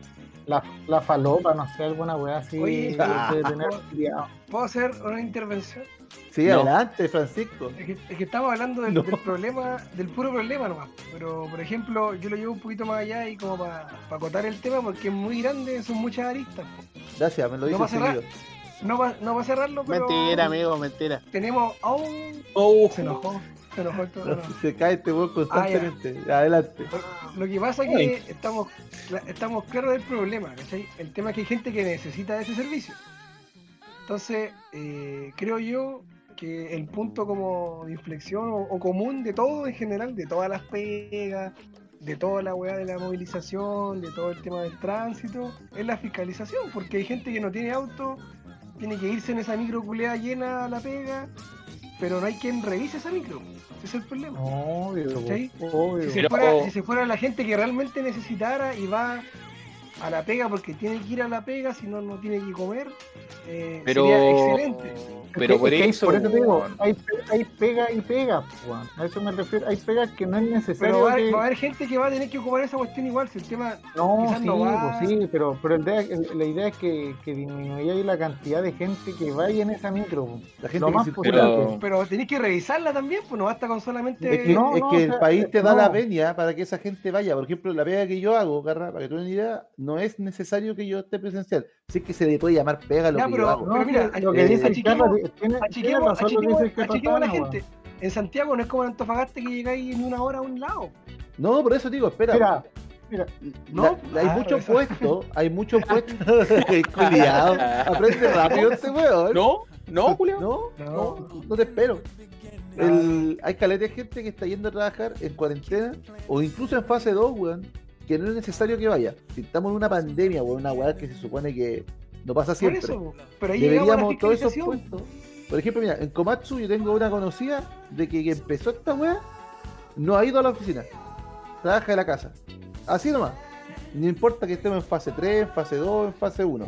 La, la falopa, no sé, alguna weá así. que Oye, debe ah. tener criado. ¿Puedo hacer una intervención? Sí, No. adelante, Francisco. Es que, es que estamos hablando del, No. del problema, del puro problema nomás. Pero, por ejemplo, yo lo llevo un poquito más allá y como para acotar el tema porque es muy grande, son muchas aristas. Gracias, me lo No dice va a cerrar. seguido. No va, no va a cerrarlo, pero Mentira, amigo, mentira. tenemos aún... Oh, Se enojó, se enojó el todo. no. Se cae este weón Ah, constantemente. Adelante. Lo que pasa es que estamos, cla- estamos claros del problema, ¿cachai? El tema es que hay gente que necesita de ese servicio. Entonces, eh, creo yo que el punto como de inflexión o, o común de todo en general, de todas las pegas, de toda la weá de la movilización, de todo el tema del tránsito, es la fiscalización, porque hay gente que no tiene auto, tiene que irse en esa micro culeada llena a la pega, pero no hay quien revise esa micro. Ese es el problema. Obvio, po, ¿Sí? obvio. Si se, Pero- fuera, si se fuera la gente que realmente necesitara y va a la pega porque tiene que ir a la pega, si no, no tiene que comer, eh, pero. sería excelente. Pero por Es que- es que eso. Por eso te digo, weón. hay, pe- hay pega y pega, po, weón. A eso me refiero. Hay pegas que no es necesario. Pero va, que- va a haber gente que va a tener que ocupar esa cuestión igual, si el tema... No, Quizás sí, no va. pues sí, pero, pero el de- el- la idea es que, que disminuya ahí la cantidad de gente que vaya en esa micro. po. La gente Lo que más circula. posible. Pero- Pero tenés que revisarla también, pues no basta con solamente... Es que, Este, No, es no, que o el sea, eh, país te da no. la venia para que esa gente vaya. Por ejemplo, la pega que yo hago, Garra, para que tú tengas una idea, no es necesario que yo esté presencial. Sí que se le puede llamar pega a lo Ya, que pero- yo hago. No, pero mira, sí, lo que eh, dice el achiquemos- Carlos, tiene- tiene Achiquemos, razón lo que achiquemos- dice el achiquemos a la Carlos, gente. En Santiago no es como en Antofagasta que llegáis en una hora a un lado. No, por eso digo, espera. Mira, ¿no? la- la- hay Ah, muchos eso. puestos, hay muchos puestos. Qué culiao. Aprende rápido este weón. No, no, Julio. No, No. no, no te espero. El- Ah. hay caleta de gente que está yendo a trabajar en cuarentena o incluso en fase 2, weón, que no es necesario que vaya. Si estamos en una pandemia, weón, una weá que se supone que no pasa Por siempre. eso, po. pero ahí llegamos a la Deberíamos pues. todos esos fiscalización. puestos. Por ejemplo, mira, en Komatsu yo tengo una conocida de que, que empezó esta weá, no ha ido a la oficina. Trabaja de la casa. Así nomás. No importa que estemos en fase 3, en fase 2, en fase 1.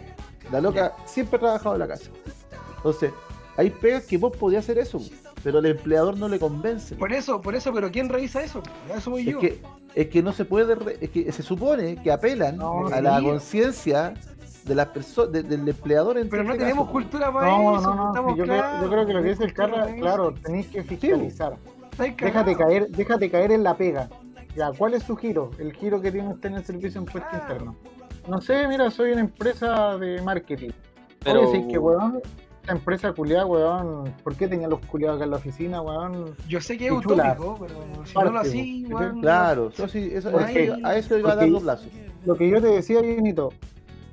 La loca siempre ha trabajado en la casa. Entonces, hay pegas que vos podías hacer eso, pero el empleador no le convence. Por eso, por eso, pero ¿quién revisa eso? A eso voy Es yo. que, es que no se puede, re- es que se supone que apelan No, a la sí. conciencia de las personas del empleador en Pero no este tenemos caso. cultura para no, eso. no, no, estamos sí, yo, creo, yo creo que lo que dice el Carlos, claros. claro, tenéis que fiscalizar. Estáis Déjate cagados. caer, déjate caer en la pega. Ya, ¿cuál es su giro? El giro que tiene usted en el servicio en puesto Claro. interno. No sé, mira, soy una empresa de marketing. Pero- Oye, sí, que weón, esta empresa culiada, weón, ¿por qué tenía los culiados acá en la oficina, weón? Yo sé que es Y chula. utópico, pero si no lo Parte, así, po. weón, Claro, yo sí, eso, ¿Por a eso qué? iba- a eso iba a Porque- largo plazo. Lo que yo te decía, Jenito,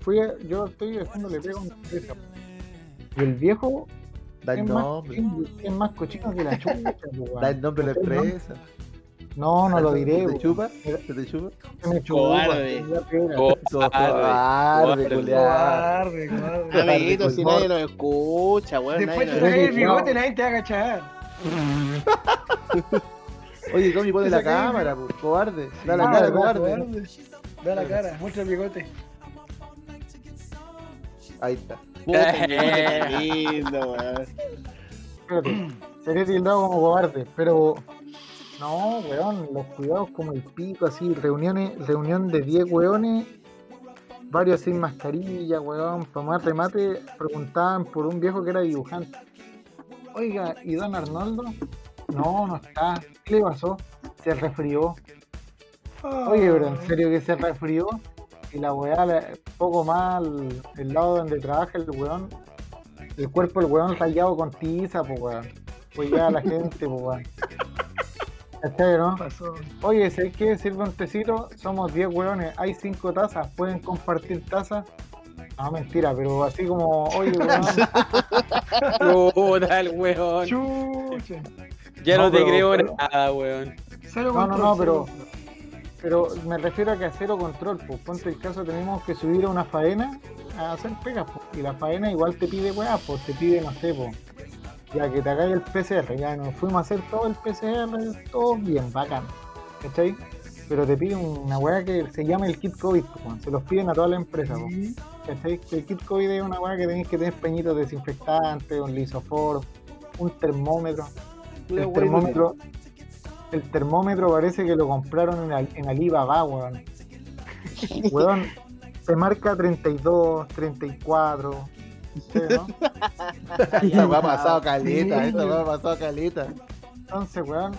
fui a- yo estoy haciéndole pega a una empresa. Y el viejo Da el es, más nombre, cochino, es más cochino que la chucha, po, weón. da el nombre de la ¿Cachai, no? empresa. No, no lo diré, ¿Se te weón. chupa? Mira. ¿Se te chupa? Se me chupó, Cobarde. weón, la pega. Cobarde. Cobarde, cobarde. culiao. Cobarde, cobarde. Amiguito, si colmor. nadie nos escucha, weón. nadie Después te no, nos trae sacas el no. bigote y nadie te va a Ah, cachar. Oye, Tommy, pone Te la saqué el cámara, pues, cobarde. Da la Ah, cara, verdad, cobarde. Da la cara, muestra el bigote. Ahí está. escucha. Qué lindo, weón. Espérate, sería tildado como cobarde, pero no, weón, los cuidados como el pico, así, reuniones, reunión de 10 weones, varios sin mascarilla, weón, para más remate, preguntaban por un viejo que era dibujante. Oiga, ¿y don Arnoldo? No, no está. ¿Qué le pasó? Se resfrió. Oye, pero Ah, en serio que se resfrió. Y la weá, la- poco más el, el lado donde trabaja el weón, el cuerpo del weón rayado con tiza, pues weón. Pues ya la gente, pues weón. ¿Cachai, no? Pasó. Oye, ¿sabes qué? Sirve un tecito, somos 10 weones, hay 5 tazas, pueden compartir tazas. No, mentira, pero así como, oye, weón, Puta el weón. Chucha. Ya no, No, Ah, te pero- creo pero- nada, weón. Cero No, no, control, no, cero pero- control. Pero me refiero a que a cero control, pues ponte el caso, tenemos que subir a una faena a hacer pegas, pues. Y la faena igual te pide weá, pues te pide, no sé, pues. Ya que te hagáis el PCR, ya nos fuimos a hacer todo el PCR, todo bien, bacán. ¿Cachai? Pero te piden una weá que se llama el kit COVID, pues, weón. se los piden a toda la empresa, pues. ¿Cachai? Que el kit COVID es una weá que tenéis que tener pañitos desinfectantes, un lisoforo, un termómetro. Pura El weá termómetro, el termómetro parece que lo compraron en, Al- en Alibaba, weón. Weón, se marca 32, 34. Sí, ¿no? Esa weá ha pasado caleta, esa weá ha pasado caleta. Entonces, weón,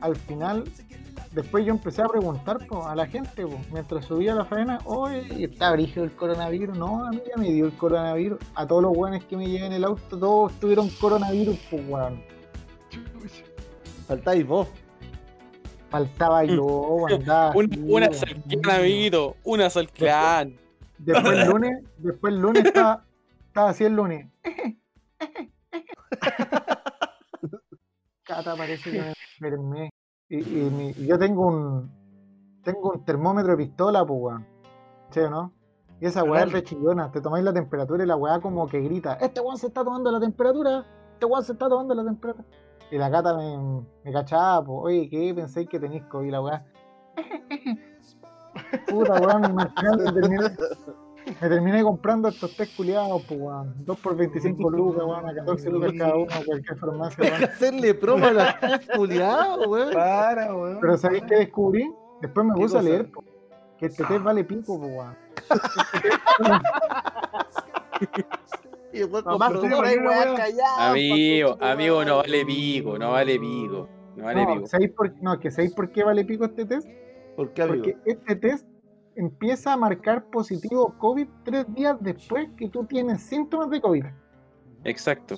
al final, después yo empecé a preguntar po, a la gente, po, mientras subía la faena, oye, está brígido el coronavirus. No, a mí ya me dio el coronavirus. A todos los weones que me lleven el auto, todos tuvieron coronavirus, pues, weón. Faltáis vos. Faltaba yo, andaba. Una, así, una weón. salclán, amiguito. Una salclán. Después el lunes, después el lunes estaba, estaba así el lunes. Cata parece que me enfermé. Y, y mi- y yo tengo un tengo un termómetro de pistola, pues weón. ¿Sí o no? Y esa weá es re chillona, te tomáis la temperatura y la weá como que grita, este weón se está tomando la temperatura, este weón se está tomando la temperatura. Y la cata me, me cachaba, pues, oye, ¿qué pensáis que tenéis COVID la weá? Puta weón, imagínate, me terminé, me terminé comprando estos test culiados, pues weón. 2 por 25 lucas, weón, a 14 lucas cada uno, cualquier farmacia, weón. Hacerle promo a la culiado, weón. Para, weón. Pero ¿sabéis qué descubrí? Después me ¿Qué puse a cosa? leer po, que este Ah, test vale pico, po, weón. Y el weón Mamá, compró- tú no hay weá callada. Amigo, pa' tu amigo, no madre. vale pico, no vale pico. No vale No, pico. ¿sabéis por, no, que ¿sabéis por qué vale pico este test? ¿Por qué, amigo? Porque este test empieza a marcar positivo COVID tres días después que tú tienes síntomas de COVID. Exacto.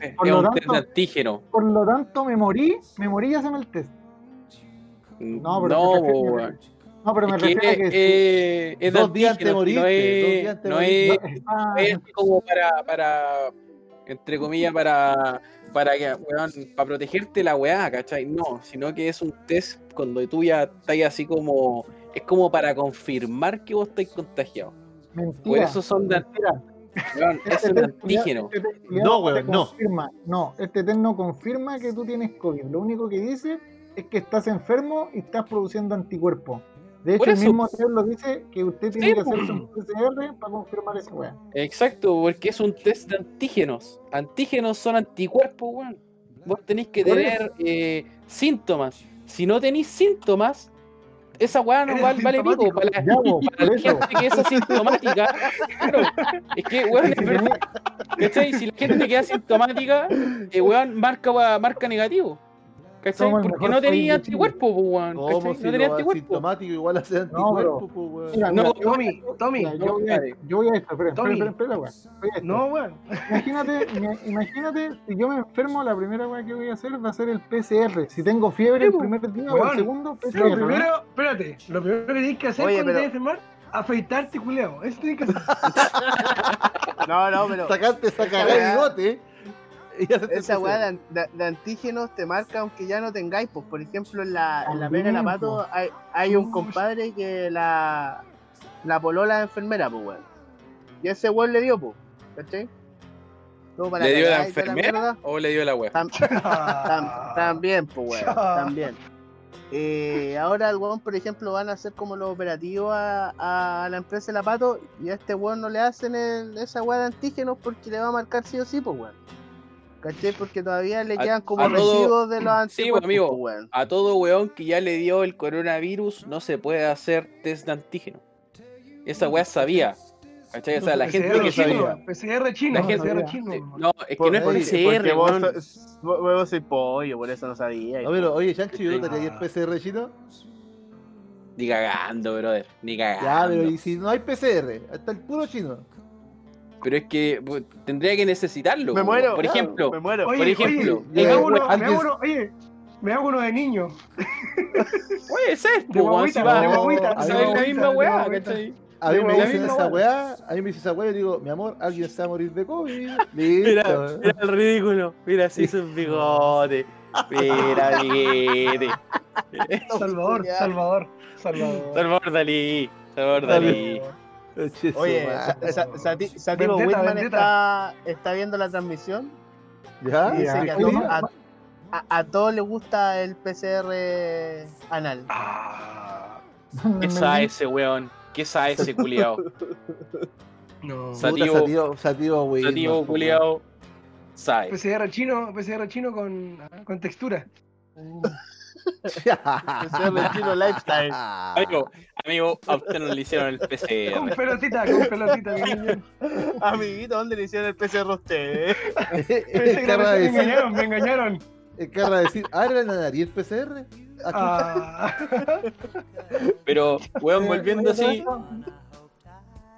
Es Por es lo un tanto- test de antígeno. Por lo tanto, me morí, me morí y hacen el test. No, pero me refiero- po, weón. No, pero me Es que refiero a que... sí. eh, es de Dos días te antígeno, moriste, no dos es, días te no moriste. es, Ah, no es así como para, para, entre comillas, para, para, que, weón, para protegerte la weá, ¿cachai? No, sino que es un test cuando tú ya estás así como, es como para confirmar que vos estás contagiado. Por mentira. eso son de, mentira. weón, es un Este test antígeno. culiao- este test No, culiao te weón, no. confirma. No, este test no confirma que tú tienes COVID. Lo único que dice es que estás enfermo y estás produciendo anticuerpos. De hecho, Por el eso. mismo test lo dice que usted tiene Sí, que hacerse un PCR para confirmar esa weá. Exacto, porque es un test de antígenos. Antígenos son anticuerpos, weón. Vos tenés que Por tener eh, síntomas. Si no tenés síntomas, esa weá no Eres val- vale pico. asintomático. Para la, Ya, po, para por la eso. gente que es asintomática, claro, es que, weón, Y es si verdad, tenés- ¿cachai? Si la gente que es asintomática, eh, weón, marca, weá, marca negativo. ¿Cachai? Somos el Porque mejor no país de tenía Chile. anticuerpos, po, weón. ¿Cómo ¿cachai? si No tenía lo anticuerpos. asintomático igual hace No, pero- anticuerpos, po, weón? mira, No, mira, yo- Tommy, Tommy, mira, yo voy a- Tommy. yo voy a esto, espera, espera, Tommy. espera, espera, weá. Voy a esto. no, weón. Imagínate, me- imagínate, si yo me enfermo, la primera weá que voy a hacer va a ser el PCR. Si tengo fiebre el Sí, po. primer día o Weón, el segundo, PCR. Lo ¿no? primero, espérate, lo primero que tienes que hacer Oye, cuando pero- te enfermar, afeitarte, culeado. Eso tienes que hacer. No, no, pero. Sacarte esa cagada de weá- bigote. ¿eh? y hacerte Esa el weá de, an- de- de antígenos te marca aunque ya no tengáis, pues por ejemplo en la, en la También, pega de la pato pues. hay, hay un Uy. compadre que la, la polola es enfermera, pues weón. Y ese weón le dio, pues, ¿cachai? Todo para ¿Le dio la cagar y toda enfermera mierda. o Oh, le dio la weá? Tam- Ah, tam- también, pues weón, también. Eh, ahora el weón, por ejemplo, van a hacer como los operativos a, a la empresa de la pato y a este weón no le hacen el- esa weá de antígenos porque le va a marcar sí o sí, pues weón. ¿Cachai? Porque todavía le A- quedan como a todo- residuos de los Sí, pues, antígenos, amigo. pues, weón. A todo weón que ya le dio el coronavirus no se puede hacer test de antígeno. Esa weá sabía. ¿Cachai? O sea, la gente PCR que sabía. chino, PCR chino, La gente- PCR Eh, chino. No, es que no es Por- PCR, porque vos, weón. sos- vos, vos sois pollo, por eso no sabía. No, pero oye, Chancho, yo Sí. no te haría el PCR chino. Ni cagando, brother. Ni Ya, cagando. pero pero, y si no hay PCR, hasta el puro chino. es que pues, tendría que necesitarlo. me weón. muero, Por ejemplo, me muero. Oye, por ejemplo, oye, me eh, hago uno, me alguien- hago uno, oye, me hago uno de niño. puede ser, De pues, weón, si guaguita, va de no, guaguita. a a de ver, saber la guaguita, misma de weá, guaguita. ¿cachai? A mí Sí, me weón, dicen sí, esa weón. weá, a mí me dice esa weá y digo, mi amor, alguien se va a morir de COVID. Listo. Mira, mira el ridículo. Mira, se hizo un bigote. Mira, amiguete. Salvador, Ya. Salvador, Salvador. Salvador Dalí. Salvador Dale. Dalí. Che, su Oye, madre. Sa- Sa- Sati- Sativo Vendetta, Whitman vendetta. está, está viendo la transmisión ¿Ya? y dice ¿Ya? que a, ¿Sí? to- a- a- a todos les gusta el PCR anal. Ah, ¿Qué sabe ese weón? ¿Qué sabe ese culiao? no. Sa- Puta, Sativo. Sativo, Sativo, güey. Nativo no, culiao. Sabe. ah, PCR chino, PCR chino con, con textura. PCR del chino lifestyle. Amigo, amigo, a usted no le hicieron el Con PCR. pelotita, con pelotita. niño. Amiguito, ¿dónde le hicieron el PCR a ustedes? Pensé el que era- carro a me decir, engañaron, me engañaron. el carro a decir, ¿ahora en la nariz el PCR? Ah, Ah, Pero, weón, Eh, volviendo oye, así,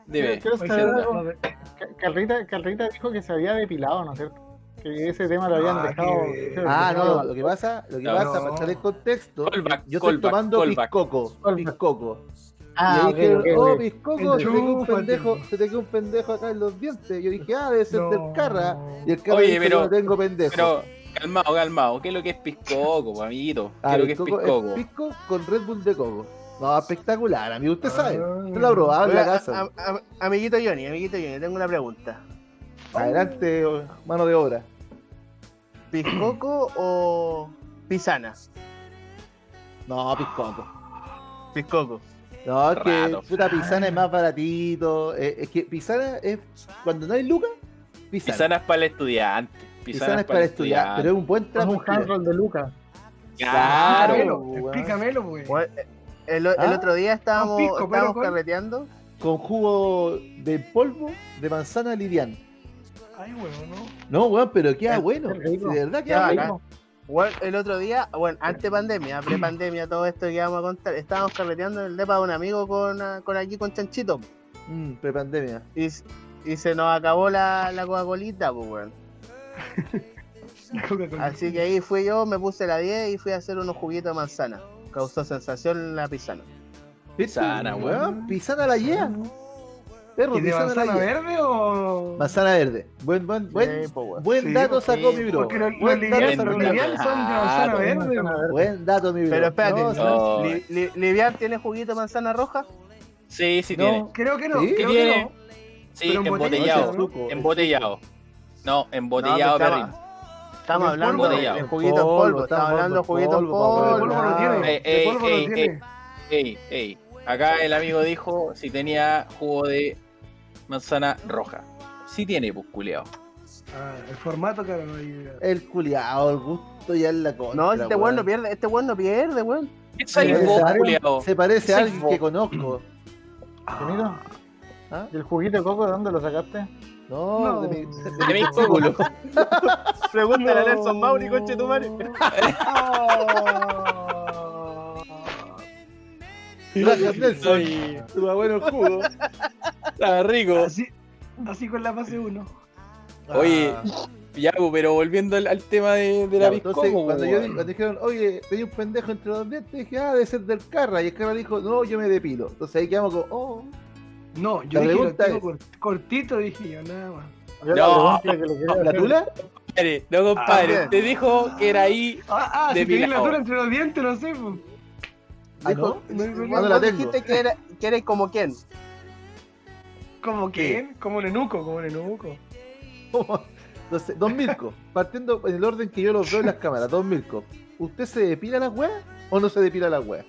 dime. Quiero oye, saber algo. no, no, Ca- Carlita, Carlita dijo que se había depilado, ¿no es cierto? Que ese tema lo habían Ah, dejado. qué- ese lo Ah, dejado- no, lo que pasa, lo que No. pasa, para echar el contexto, Callback, yo estoy callback, tomando callback. piscoco, Callback. piscoco. Ah, y ok, ahí dijeron, ok, oh, ok. piscoco, se te quedó un Enchúfate. pendejo, se te quedó un pendejo acá en los dientes. Yo dije, ah, debe ser del no. carra. Y el carra Oye, dijo, pero- yo no tengo pendejo. Pero, calmado, calmado. ¿Qué es lo que es piscoco, amiguito? ¿Qué Ah, es lo que es piscoco, piscoco? es pisco con Red Bull de coco. No, espectacular, amigo, usted sabe. Ah. Usted lo ha probado en la Oiga, casa. a- a- a- amiguito Johnny, amiguito Johnny, tengo una pregunta. Adelante, oh, mano de obra. ¿Piscoco o pisana? No, piscoco. Piscoco. No, es que Rato. puta, Pisana es más baratito. eh, Es, que Pisana es. Cuando no hay Lucas, Pisana. Pisanas para el estudiante. Pisana es para estudiar, pero es un buen Es trago. un handroll de Lucas. Claro. explícamelo, Explícamelo, pues. Bueno, El, el ¿Ah? otro día estábamos, Con pisco, pero estábamos con- carreteando. Con jugo de polvo de manzana liviana. Ay, weón, no. No, weón, pero queda Es bueno. rico. De verdad Ya, queda acá. bueno. Bueno, el otro día, bueno, antes pandemia, pre pandemia, todo esto que vamos a contar, estábamos carreteando en el depa de un amigo con, ah, con aquí con Chanchito Mm, prepandemia. y, s- y se nos acabó la, la Coca-Colita, pues weón. Coca-Cola. Así que ahí fui yo, me puse la 10 y fui a hacer unos juguitos de manzana. Causó sensación en la pisana. Pisana, weón. Weón, Mm, pisana la lleva. Perro, ¿Y de pisana la manzana lleva. verde o.? Manzana verde. Buen, buen, buen. Sí, pues, weón. Buen Sí, dato pues, sacó sí, mi bro. Porque los, los Buen dato livianos sacó los mi bro. livianos son de manzana Ah, verde. Manzana verde. Buen dato mi bro. Pero espérate, No, ¿no? ¿sabes? Oh. Li- li- ¿Liviar tiene juguito de manzana roja? Sí, sí No, tiene. Creo que no, ¿Sí? creo ¿Tiene? que no. Sí, pero en No, embotellado. botella, el suco, el Embotellado. No, No, embotellado, pues, perrín. estaba- Estamos ¿Y el hablando polvo? de, de Polvo, juguito en polvo, estamos hablando de juguito en polvo, polvo. polvo, no tiene. Ey, De ey, polvo ey, no ey, tiene. ey, ey. Acá el amigo dijo si tenía jugo de manzana roja. Sí tiene, pues, culiao. Ah, el formato, claro, eh. no hay. El culiao, el gusto ya en la contra. No, si este weón no weón. pierde, este weón no pierde, weón. ¿Qué sabes parece vos, algo- culiao? Se parece a Sí, alguien po. que conozco. Benito, ¿Ah? ¿Y el juguito de coco de dónde lo sacaste? No, No. de mi, De mi culo. Pregúntale a Nelson Mauri, coche tu madre. Gracias, Nelson. Soy- Tu abuelo jugo. Está rico. Así, así con la fase 1. Oye, Ah. Ya, pues, pero volviendo al, al tema de, de la Ya, pues, piscoco, pues, entonces, cuando, yo, weón. di- cuando dijeron, oye, tenía un pendejo entre los dientes, dije, ah, debe ser del Carra. Y el Carra dijo, no, yo me depilo. Entonces ahí quedamos como, oh, No, La yo dije lo pregunta tengo es- cort- cortito, dije yo, nada más. Yo No. la pregunta que le quería ¿la hacer- tula? Compadre, No, compadre, Ah, te dijo que era ahí. Ah, ah De si tenés la milagro. dura entre los dientes, no sé. po. Ah, no. No hay problema. Ah, no la Vos tengo. dijiste que era- que eres como quién. Como que, como un enuco, como un enuco. Entonces, Don Mirko, partiendo en el orden que yo los veo en las cámaras, Don Mirko, ¿usted se depila las weas o no se depila las weas?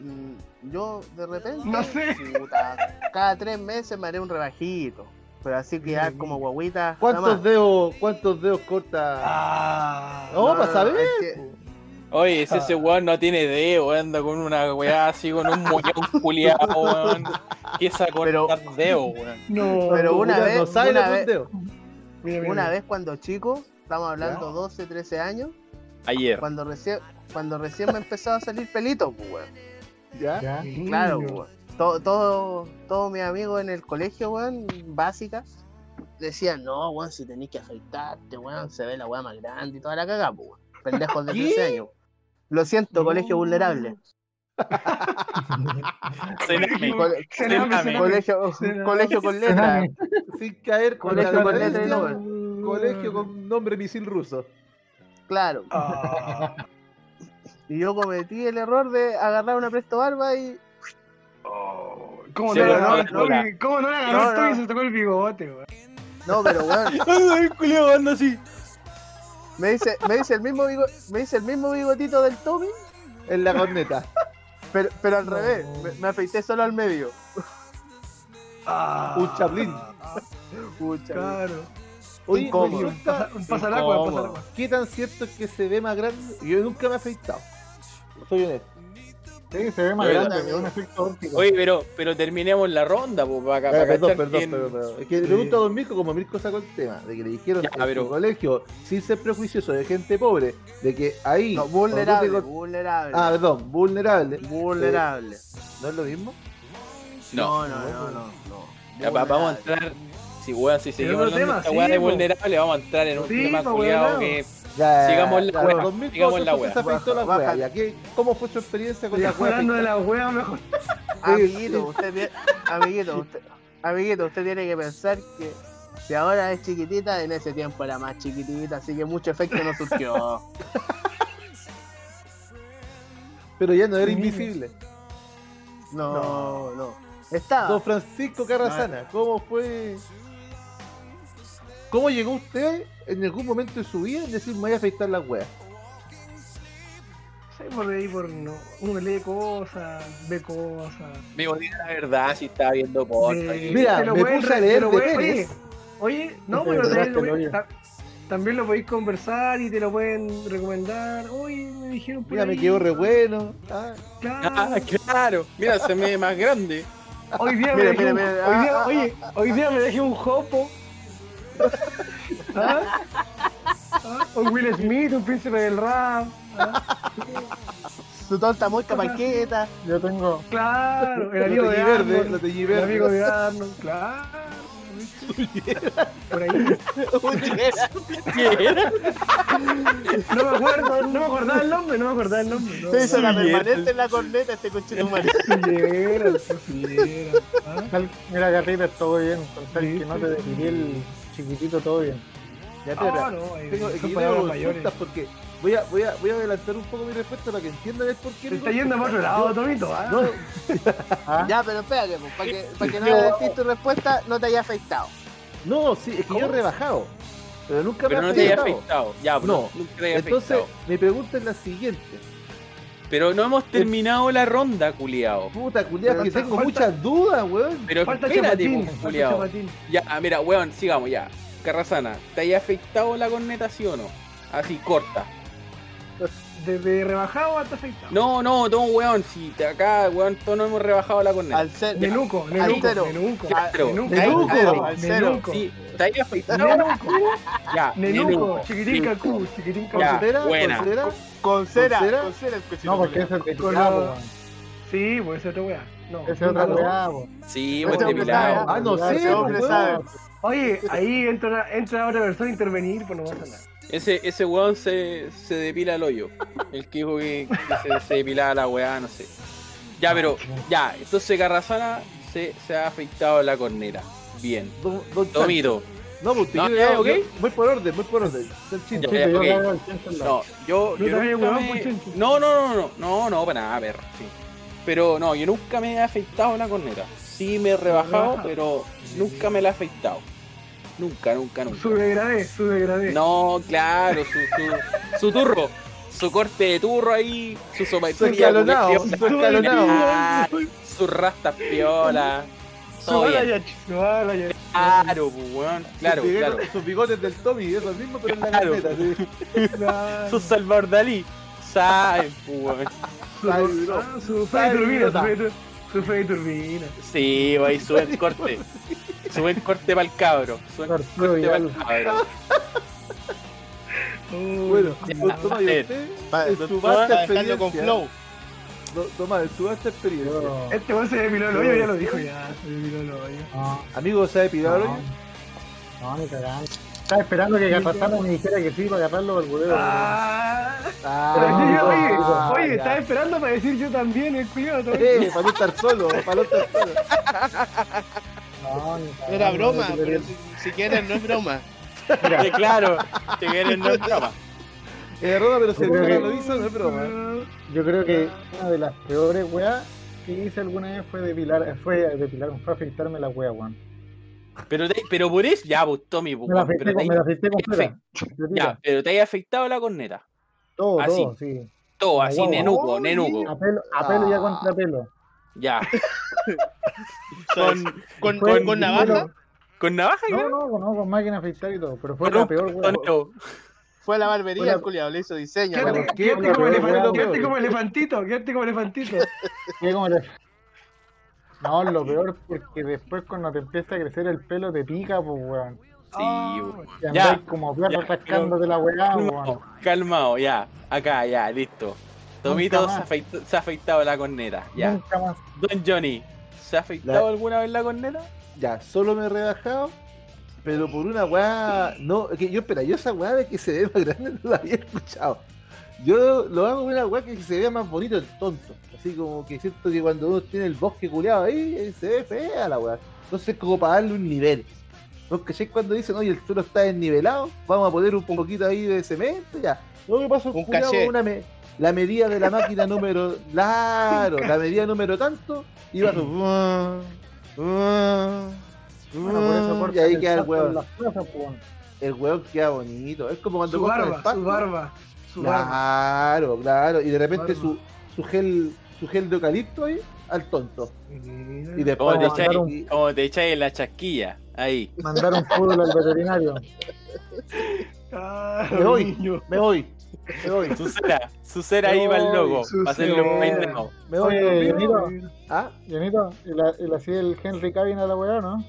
Mm, Yo de repente, No sé. puta, cada tres meses me haré un rebajito. Pero así que Mira, ah, mira. como guaguita. ¿Cuántos jamás. dedos, cuántos dedos corta? Ah. No, para saber. es que- Oye, si ese Ah. weón no tiene dedo, anda con una weá así, con un mollón culiado, weón. Empieza a Pero- cortar dedo, weón. No. Pero una Puta, no vez, sabe una lo que un vez- dedo. Mira, mira, Una mira. vez cuando chico, estamos hablando Ya. 12, 13 años, Ayer. cuando recién, cuando recién me empezaba a salir pelito, pues, weón. ¿Ya? Ya. Niño. Claro, weón. Todo, todo, todos mis amigos en el colegio, weón, básica, decían, no, weón, si tenés que afeitarte, weón, se ve la weá más grande y toda la cagada, pues, weón. Pendejos de 15 años. Lo siento, No. colegio vulnerable. Cename. Co- Cename, Cename. Colegio. colegio, Cename. colegio con letras. Sin caer con Colegio la con violencia, letra de nombre. Colegio con nombre misil ruso. Claro. Ah. Y yo cometí el error de agarrar una presto barba y. Oh, ¿Cómo, Se no la lo agarró ganó el la- Toby? ¿Cómo no la No, agarró el no. Toby y se tocó el bigote, weón? No, pero weón. Ay, culiado, anda así. Me dice, me dice el mismo bigo- me dice el mismo bigotito del Tommy, En la corneta. pero, pero al No. revés. Me, me afeité solo al medio. Ah. Ah. Un chaplín. Pucha, Claro. Oye, Incómodo. me pregunta, Un pasalagua, un pasalagua. pues, ¿qué tan cierto es que se ve más grande? Yo nunca me he afeitado. Soy honesto. Sí, se ve más Oye, grande, la- es un efecto óptico. Oye, pero, pero terminemos la ronda, pues, para, Ah, para perdón, cachar perdón, quién- perdón, perdón. Es que le Sí. pregunto a Don Mirko, como Mirko sacó el tema, de que le dijeron Ya, en pero- su colegio, sin ser prejuicioso de gente pobre, de que ahí. No, cuando tú te vulnerable, con- vulnerable. Ah, perdón, vulnerable. vulnerable. ¿No es lo mismo? No, No, no, no, no. no. ya, pa- vamos a entrar. Si weón, si seguimos otro hablando tema, de esta sí, weá de po. vulnerable, vamos a entrar en un Sí, tema po, culiado weón. que. Ya, Sigamos la ya, wea, Don Mirko, sigamos la entonces, wea. se afeitó la Baja, wea. baja. ¿Y a qué- ¿Cómo fue su experiencia con la Estoy wea? jugando de la wea mejor. Amiguito, usted, tiene- amiguito, usted, amiguito, usted tiene que pensar que si ahora es chiquitita, en ese tiempo era más chiquitita, así que mucho efecto no surgió. Pero ya no era invisible. No, no. Estaba. Ah. Don Francisco Carrasana, ¿cómo fue? ¿Cómo llegó usted en algún momento de su vida en decir me voy a afeitar la wea? Sí, por ahí, por no. Uno lee cosas, ve cosas. Me voy a decir la verdad si estaba viendo por. Eh, Mira, te lo me pueden puse a re- leer te lo de pueden- oye, Pérez. Oye, no, Te pero también, desvelaste, lo pueden- Lorio. ta- también lo podéis conversar y te lo pueden recomendar. Oye, me dijeron por Mira, me ahí, quedó re bueno. Ah, claro. Ah, claro. Mira, se me ve más grande. Hoy día me Mira, mira, dejé un- mira. hoy Ah. día- oye, hoy día me dejé un jopo. ¿Ah? ¿Ah? Un Will Smith, un príncipe del rap. ¿Ah? Su tonta muesca marqueta. Yo tengo, Claro, el la amigo de verde, la Arnold. teñí El amigo verde. de Arnold, claro. Por ahí. No me acuerdo, no me acordaba el nombre, no me acordaba el nombre. No, Se hizo la no. permanente en la corneta este cochino humano. Fulleras, fulleras, ¿ah? tal- mira, Garrita, todo bien. eh, Con tal Sí, que no sí, te sí. decidí el chiquitito, todo bien. Ya te No, no, eh, Tengo, aquí son tengo palabras mayores. consultas porque voy a, voy, a, voy a adelantar un poco mi respuesta para que entiendan el porqué. Se está yendo para otro lado, Tomito. ¿ah? No, Ya, pero espérate, pues, para que, pa' que no le decís tu respuesta, no te haya afectado. no, sí, es que yo he rebajado. Pero nunca Pero me no ha te haya afeitado. afectado. Ya, No. bro. Nunca te haya Entonces, afectado. mi pregunta es la siguiente. Pero no hemos terminado la ronda, culiao. Puta culiada, Pero que está- tengo falta- muchas dudas, weón. Pero Falta espérate, chapatín, pues, falta culiao. chapatín. Ya, ah, mira, weón, sigamos ya. Carrasana, ¿te haya afectado la corneta, sí o no? Así, corta. Desde rebajado hasta afectado. No, no, no, weón, si te- acá, weón, todos nos hemos rebajado la corneta. Al ser. Menuco, Ahí, menuco, pero- menuco. Claro, Menuco, ahí, pero, menuco, al cero. menuco. Sí, ¿te haya afectado? Menuco, Ya, menuco, menuco. chiquitín Sí. cacú, chiquitín cacú. Ya, ¿Considera? buena. ¿Considera? Con cera, ¿Con cera? con cera el cochino No, porque culiao. ese es de Con Chicago, la- weón. Sí, pues es otra weá. No. Ese es otra no. Ah, weá, weón. Sí, pues, Este weón, te hombre pilado. sabe, Ah, no sé, Ese hombre weón. sabe. Oye, ahí entra, entra otra persona a intervenir, pues no pasa nada. Ese, ese weón se, se depila el hoyo. El que dijo que, que se, se depilaba la weá, no sé. Ya, pero, ya, entonces Carrasana se, se ha afectado la corneta. Bien. Don, don Chan. Tomito. No, pues, No, yo- ya, yo- ok. Voy por orden, voy por orden. Don Chin. Ya, Sí, ya, yo ok. le hago el chancho en la- No, yo, No yo te pues, vayas, nunca weón, me- por chincho. No, no, no, no, no, no, para nada, perro. sí. Pero no, yo nunca me he afeitado la corneta. Sí me he rebajado, Rebajado. pero nunca me la he afeitado. Nunca, nunca, nunca. Subdegradé, subdegradé. No, claro, su, su, su turro. Su corte de turro ahí, su Su sopaipilla. escalonado, con el su piola, escalonado. ah, su rastas piola. Todo Subala bien. ya, ch- subala ya. Claro, pues, weón. Claro, sus, claro. bigotes, sus bigotes del Tommy, eso mismo, pero en la Claro. carpeta. sí. Claro. Su Salvador Dalí. Sabe, pues, weón. Ah, Su Freddy Turbina, su Freddy Tur- su Freddy Turbina. Sí, ahí sube el corte. Sube el corte para el cabro. Sube el Arturo corte para Vidal. el cabro. Oh, Bueno, ya. don Tomás, ¿y usted? Pa- En su Vamos a vasta dejarlo con experiencia. flow. don Tomás, en su vasta experiencia. Yo- Este weón se depiló el hoyo, ya lo dijo ya. Se depiló el hoyo. no, Amigo, ¿sabe pilar no. No, ni cagando. Estaba esperando que Garrasana me dijera que sí para agarrarlo al bolero. Ah, pero Ah, yo- oye, ah, oye, ya. estaba esperando para decir yo también, el cuidado Eh, para no estar solo, para no estar solo. No, ni cagando, Era no broma, te pero quería- si, si quieres no es broma. Sí, claro, te vienen no es broma. Es broma, Eh, pero si el Yo creo Tomás que- lo hizo, no es broma. Yo creo que una de las peores weas que hice alguna vez fue depilar, fue depilar, fue afeitarme la wea, weón. Pero, te- pero por eso, ya, pues Tommy, pues, Me la weón, afeité, pero con- te, me la afeité completa. ya, pero te haya afectado la corneta. Todo, así. todo, sí. Todo así, Guau, guau. nenuco, Oh, nenuco. A pelo, a pelo y a Ah. contrapelo. Ya, Con, con, Fue- con, con navaja, pelo- ¿Con navaja? No, creo? no, no, con máquina de afeitar y todo, pero fue Con la un peor, weón. Toneo. Fue a la barbería, Hola. el culiao, le hizo diseño. Quédate, bueno, quédate bueno, como, bueno, elefan- bueno, quédate bueno. como elefantito, quédate como elefantito. Fue como la- No, lo peor porque después cuando te empieza a crecer el pelo te pica, pues, weón. Ah, Sí, weón. Y Ya, andáis como perro ya, rascándote la weá, weón. Calmao, calmao, ya. Acá, ya, listo. Tomito Nunca se, más. afeit- se ha afeitado la corneta. Ya. Nunca más. Don Johnny, ¿se ha afeitado alguna vez la corneta? Ya, solo me he rebajado, pero por una weá. No, es que yo, espera, yo esa weá de que se ve más grande no la había escuchado. Yo lo hago con una weá que se vea más bonito el tonto. Así como que siento que cuando uno tiene el bosque culeado ahí, eh, se ve fea la weá. Entonces, como para darle un nivel. ¿No cachai cuando dicen, oye, el suelo está desnivelado? Vamos a poner un poquito ahí de cemento, ya. Lo que pasa es Un que culiao, caché. una me- la medida de la máquina número. Claro, la medida número tanto, y va todo. Bueno, por eso Mm, y cortan ahí el queda el pasto en hueón. las cosas, pues, weón. El hueón queda bonito. Es como cuando Su cortan el barba, pasto. su barba, su barba. Claro, claro. Y de repente Barba. su, su gel su gel de eucalipto ahí al tonto. Y Mira. después le Oh, de echaron- Como te echáis la chasquilla, ahí. Mandaron fútbol al veterinario. Ah, Me voy. niño. Me voy. Me voy. Su cera, su cera ahí va el logo. Su Va a hacerle un cera. peinado. Me voy. Oye, Nito, Ah, Jonito, y, la- y le hacía el Henry Cavill a la weá, ¿no?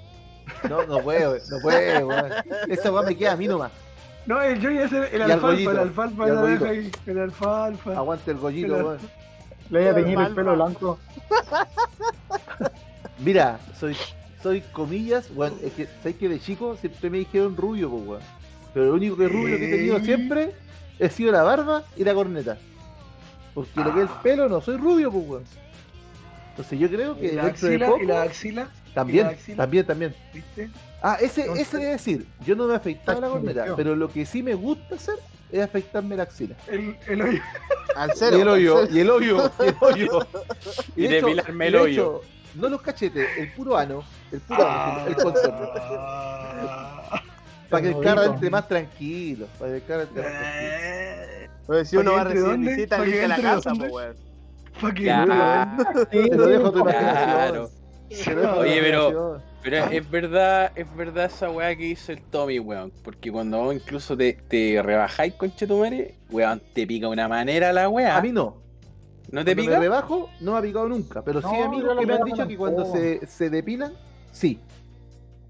no, no puedo, no puedo. weón. Esa weá me queda a mí nomás. No, eh, el Johnny es el, el al alfalfa, gollito, el y alfalfa, al la deja gollito. ahí, el alfalfa. Aguante el gollito, Pero- weón. Le iba a Pero teñir el mal, pelo mal. blanco. Mira, soy, soy comillas, weón. Es que, ¿sabes que de chico siempre me dijeron rubio, pues, weón? Pero lo único que rubio que he tenido Sí. siempre ha sido la barba y la corneta. Porque lo que Ah. es el pelo no soy rubio, pues, weón. Entonces yo creo que Y la dentro de axila, poco, y la axila, también, y la axila. también, también. ¿viste? Ah, ese, Entonces- ese es decir, yo no me he afeitado la corneta, Exacto. pero lo que sí me gusta hacer es afeitarme la axila. El, el hoyo. Al cero. y el hoyo, al cero. y el hoyo, y el hoyo. Y de hecho- depilarme y el de hoyo. hecho, No los cachetes, el puro ano, el puro ano, el contorno. Ah. Para que el Está carro bonito. entre más tranquilo. Para que el carro entre más tranquilo. Eh, Pues si uno ¿Para va a que entre recibir dónde? visitas, ¿Para que elige la entre casa, dónde? pues, weón. pa' que- Claro. Te lo dejo a tu Claro. imaginación. Se Te lo dejo a tu va. Oye, pero- imaginación. Pero es verdad, es verdad esa weá que hizo el Tommy, weón. Porque cuando vos incluso te, te rebajáis con Chetumare, weón, te pica una manera la weá. A mí no. ¿No Cuando me te pica? rebajo, no me ha picado nunca. Pero sí, No, amigos yo que me lo han pego dicho que tampoco. cuando se, se depilan, sí.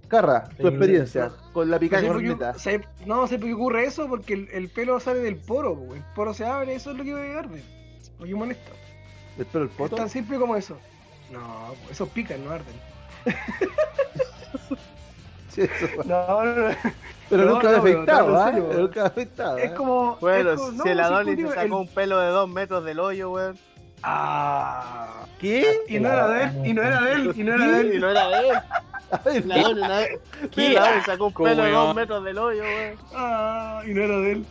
Carra, tu Sí. experiencia con la No picada sé por qué- corneta. sé- No sé por qué ocurre eso, porque el, el pelo sale del poro, po, el poro se abre, eso es lo que me arde. Lo que molesta. El pelo el Es poto. tan simple como eso. No, po, esos pican, no arden. Sí, eso, bueno. No, no, no. Pero No, nunca me ha no, pero afectado, hablo ¿ah? en serio, Pero Nunca me ha afectado. Es ¿ah? como. Bueno, es como- no, si el sí, Adonis contigo, se ¿eh? el- sacó un pelo de dos metros del hoyo, weón. Ah. ¿Qué? Y no era de él, y no era de él, y no era de Y él. no era de él. A ver, El Adonis, una vez- Qué el Adonis sacó un asco, pelo de dos weón. metros del hoyo, weón. Ah, y no era de él.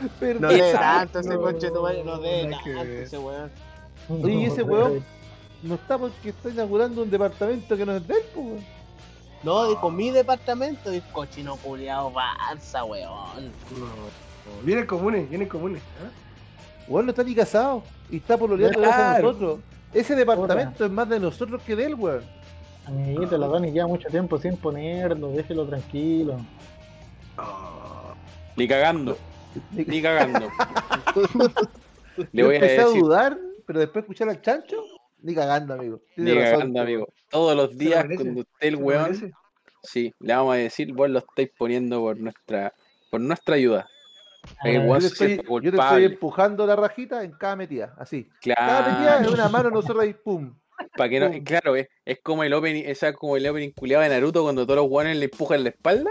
No perdón. de Exacto. tanto ese coche, tu madre, no de Nada que tanto ver. ese weón. Oye, ¿y ese hueón? No está porque está inaugurando un departamento que no es de él, pues, weón. No, dijo mi departamento, dijo cochino culiao, Barça, weón. Vienen comunes, vienen comunes. ¿ah? Weón no está ni casado y está pololeando gracias a Claro. nosotros. Ese departamento es más de nosotros que de él, weón. Amiguito, la Dani lleva mucho tiempo sin ponerlo, déjelo tranquilo. Ah, Ni cagando, ni cagando. Le Yo voy a empecé a, decir, dudar, pero después escuchar al chancho, ni cagando, amigo. Tiene ni razón. pues. cagando, amigo. Todos los días merece, cuando esté el ¿Te weón, parece? sí, le vamos a decir, vos lo estáis poniendo por nuestra, por nuestra ayuda. Para que el Ah, Yo weón te, se estoy, sienta yo te estoy culpable. Ah. empujando la rajita en cada metida, así. Cada metida Claro. es una mano, nosotros ahí, pum. Para que no, claro, es, es como el opening, esa es como el opening culiado de Naruto cuando todos los weones le empujan la espalda.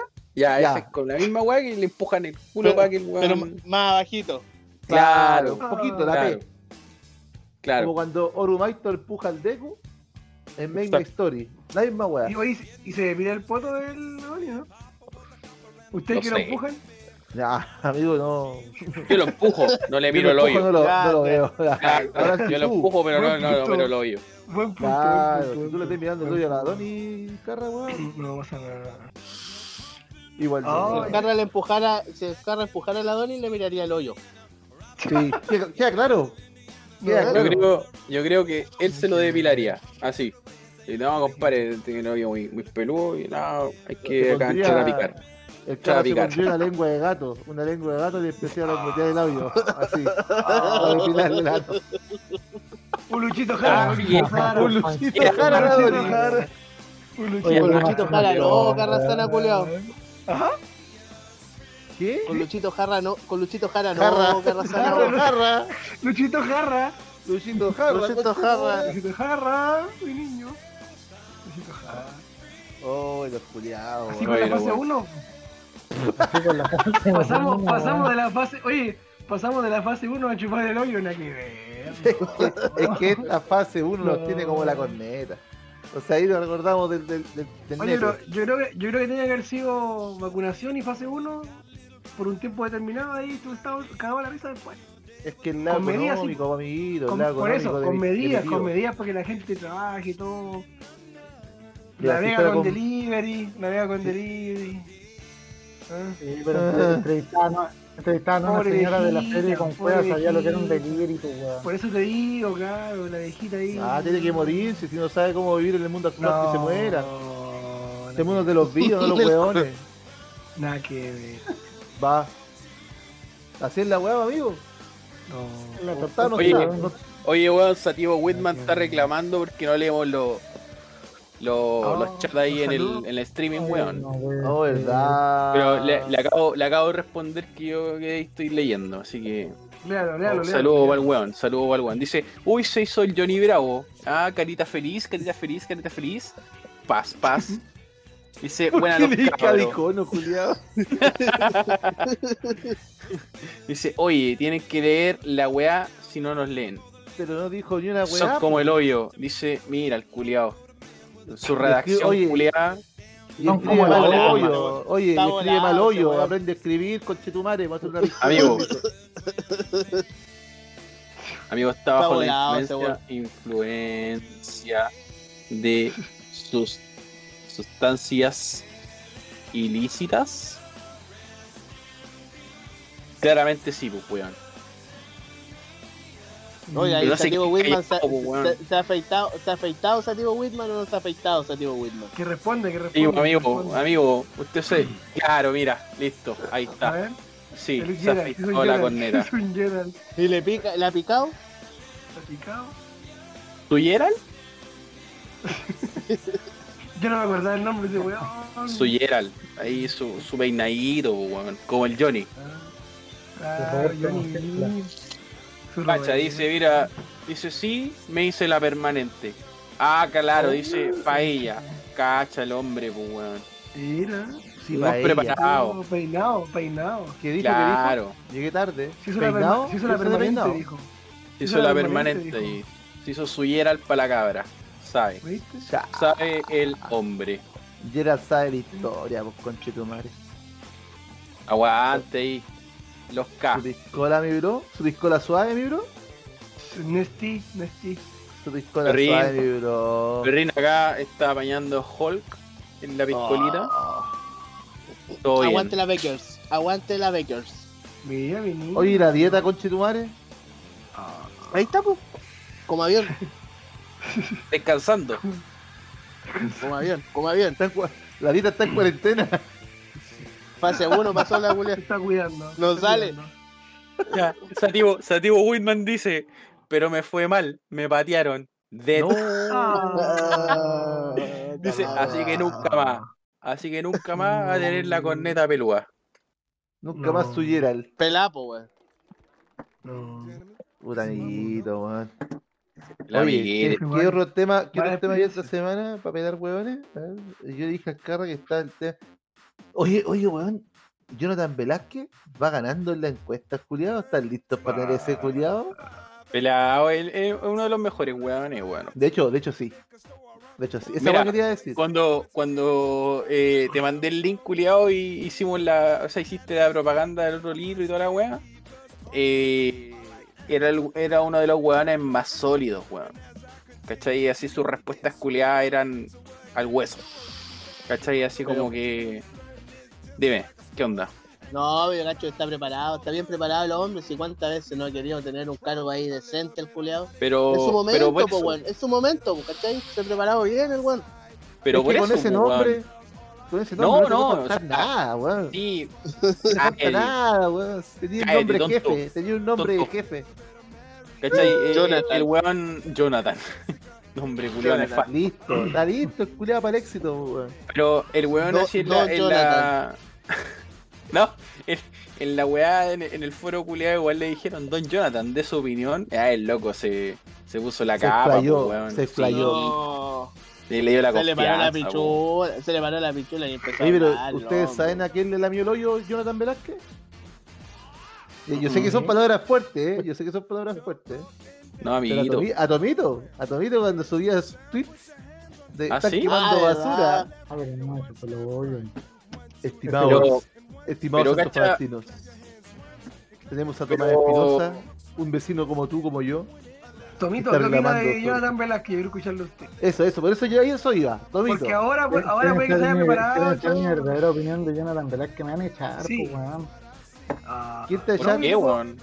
Ya. Ya, esa es con la misma weá que le empujan el culo Pero- para que el Pero weón. más abajito. Claro, Claro, un poquito, la claro. P. Como claro. cuando Orumaito empuja al Deku en Main Exacto. Story. La misma weá. Y, oye, ¿y se depila el poto del Adonis, ¿no? ¿Ustedes No que lo sé. empujan? Ya, amigo, no. Yo lo empujo, no le Yo miro el lo empujo, No hoyo. lo, no lo Ya, veo. Claro, Ahora yo sí lo tú. empujo, pero no, buen no, no punto. miro el hoyo. Buen punto. Claro, buen si punto, tú le buen estás mirando el punto. hoyo a la Doni Carra, weón. No pasa nada. Igual. Ah, Si no. el Carra le empujara, si el Carra empujara al Adonis, le miraría el hoyo. Sí, queda, queda claro. No, Queda no, Yo claro. creo, yo creo que él se lo depilaría, así. Y no, compadre, tiene un novio muy, muy peludo y nada, hay que Se acá pondría- entrar a picar. El cara se Trapicar. pondría una lengua de gato, una lengua de gato y empecé a meter el audio, así, Ah. para depilarle el gato. Un Luchito Ah, Jara. bien. Un Luchito Jara, Jara, Rodríguez. Luchito Jara. Un Oye, Luchito con lo Jara. más Luchito Jara no, campeón, Carrasana weón. Ah, culiao. ¿Qué? Con Luchito Jarra no, con Luchito Jara no, Jarra. Carrasana no. Jarra, jarra, Luchito Jarra. Luchito Jarra. Luchito Jarra. Luchito Jarra. Mi niño. Luchito Jarra. Oh, los culiados. Así weón. con Bueno, bueno. la fase 1. Así con la fase Pasamos, uno, pasamos weón. de la fase. Oye, pasamos de la fase 1 a chupar el hoyo en la que ver. Es que esta fase 1 nos tiene como la corneta. O sea, ahí nos recordamos del, del, del, del Oye, negro. pero yo creo, que, yo creo que tenía que haber sido vacunación y fase 1 por un tiempo determinado ahí, tú estabas cagado la risa después. Es que el lado con medidas, económico, amiguito, Con- el lado por eso, económico con del- medidas, del con vivo. medidas para que la gente trabaje y todo. Mira, si navega fuera con, con- delivery, navega con delivery. ¿Ah? Sí, pero entre- entrevistaban a- entrevistaban a una Pobre señora de la viejita, feria con pobre cueva, sabía lo que era un viejita. delivery, pues, weón. Por eso te digo, claro, la viejita ahí. Ah, tiene que morirse, si no sabe cómo vivir en el mundo actual, No, que se muera. no, Este mundo es de los vivos, no los hueones. Nada que ver. Va. Así es la hueá, amigo. No. La No está, no Oye, está. torta, No- Oye, weón, Sativo Whitman está reclamando porque no leemos los los- los chats ahí en el, en el streaming, weón. no, weón. Ah, No, Oh, verdad. Pero le, le acabo, le acabo de responder que yo que estoy leyendo, así que. Léalo, léalo, léalo. un saludo para el weón, saludo para el weón. Dice, uy, se hizo el Johnny Bravo. Ah, carita feliz, carita feliz, carita feliz. Paz, paz. Dice, buena ¿Qué le los cada cabros. icono, culiado? Dice, oye, tienen que leer la weá si no nos leen. Pero no dijo ni una Son hueá. como el hoyo. Dice, mira, el culiao. Su Escribe- redacción oye. culiada. Y Son escribe como mal la hoyo. lama. Oye, y Está escribe mal volado, hoyo. ese weón. Aprende a escribir, conchetumare. Vamos a hacer una Amigo. Amigo, está bajo volado la ese influencia, influencia de sus sustancias ilícitas. Claramente sí, pues, weón. Oye, ahí Pero no sé Sativo qué Whitman se, callado, weón. se- se ha afeitado, ¿se ha afeitado Sativo Whitman o no se ha afeitado Sativo Whitman? Que responde, que responde. Amigo, que amigo, responde. amigo, usted se. Claro, mira, listo, ahí A está. ver, Sí, el se Geralt, afeitó es un la Geralt, corneta. Es un Geralt. ¿Y le pica, le ha picado? ¿Está picado? ¿Tú Gerald? Yo no me acordaba el nombre de ese weón. Su Gerald. Ahí su, su peinadito, pues, weón. Como el Johnny. Ah, Roberto Johnny Montecla. Depp. Su Cacha, Roberto. dice, mira, dice, sí, me hice la permanente. Ah, claro, dice, paella. Cacha el hombre, pues, weón. Mira. Sí, Más paella. preparado. Oh, Peinado, peinado. ¿Qué dijo? ¿Qué Claro, dijo? Llegué tarde. Se hizo la, ¿Peinado? perma- se ¿Eso hizo la de permanente, peinado? dijo. se hizo la permanente y se hizo su Gerald para la cabra. Sabe, ¿Viste? Ya. sabe el hombre. Gerard sabe la historia, pues conchetumare. Aguante ahí. Los K. Su discola, mi bro. Su discola suave, mi bro. Nesti, Nesti. Su discola Perrín. suave, mi bro. Perrin acá está apañando Hulk en la piscolita. Oh. Todo bien. Aguante la Bakers, aguante la Bakers. Mira, mi niño. Oye, ¿y la dieta, conchetumare? Ahí está, pues. Como avión, Descansando. como avión, como avión. Está en cua- La dieta está Mm. en cuarentena. Fase 1 pasó la Se culia. está cuidando. se No está sale. cuidando. Ya, Sativo, Sativo Whitman dice, pero me fue mal, me patearon. De Ah. Dice, así que nunca más. Así que nunca más va a tener la corneta pelúa. Nunca No. más su Gerald. Pelapo, weón. No. Puta amiguito, weón. La Oye, amiguera. ¿qué, qué otro tema, qué Vale, otro tema había pues. esta semana para pegar huevones? A ver, Yo dije a Carra que está el tema. Oye, oye, weón, Jonathan Velázquez va ganando en la encuesta, Juliado. ¿Están listos para tener ese Juliado? Pelao, él es uno de los mejores weones, weón. De hecho, de hecho sí. De hecho sí. Esa Mira, weá quería decir. Cuando, cuando eh, te mandé el link culiado y hicimos la. O sea, hiciste la propaganda del otro libro y toda la weá. eh, era, el- era uno de los weones más sólidos, weón. ¿Cachai? Así sus respuestas culiadas eran al hueso. ¿Cachai? Así como que. Dime, ¿qué onda? No, pero Cacho está preparado, está bien preparado los hombres y cuántas veces no ha querido tener un cargo ahí decente el culiado. Pero, es su momento, Oh, pero por po, eso- weón, es su momento, po, ¿cachai? Se ha preparado bien el weón. pero Es que por con eso, ese po, nombre, weón. con ese No, nombre no, no, te va a o faltar sea, nada, weón. Sí, Ah, No te falta el- nada, weón. Tenía un Cállate, nombre tonto. jefe, tenía un nombre Tonto. jefe. ¿cachai? Eh, Jonathan. El weón Jonathan. Nombre culiado Jonathan. nefasto. Listo, está listo, el culiado para el éxito, weón. Pero el weón Don- así en Don la. en la- no, en, en la weá, en, en el foro culiado igual le dijeron Don Jonathan, de su opinión. Ah, el loco se, se puso la Se capa, explayó, po, weón. se explayó. Sí, No, y le dio la se le paró la confianza, po. pichula, se le paró la pichula y empezó Oye, a pero hablar, ¿ustedes no, saben hombre. a quién le lamió el hoyo Jonathan Velázquez? Eh, Yo sé que Mm. son palabras fuertes, ¿eh? yo sé que son palabras fuertes. No, Pero a, amiguito. Tomi- a Tomito, a Tomito cuando subía sus tweets de ¿Ah, estar sí? quemando Ah, basura, A ver, no, eso te lo voy a- estimados, pero estimados cacha- antofagastinos. Tenemos a Tomás Pero- Espinosa, un vecino como tú, como yo. Tomito, Está ¿qué opina reclamando de todo. Jonathan Velázquez? Yo quiero escucharlo a usted. Eso, eso, por eso yo ahí eso iba, Tomito. Este Porque ahora, pues, ahora Tienes puede que que se haya dar mi- preparado. tienes que dar mi chavo. verdadera opinión de Jonathan Velázquez que me van a echar, Sí. po, weón. Ah, ¿Quién te bueno, llama? ¿Qué, weón?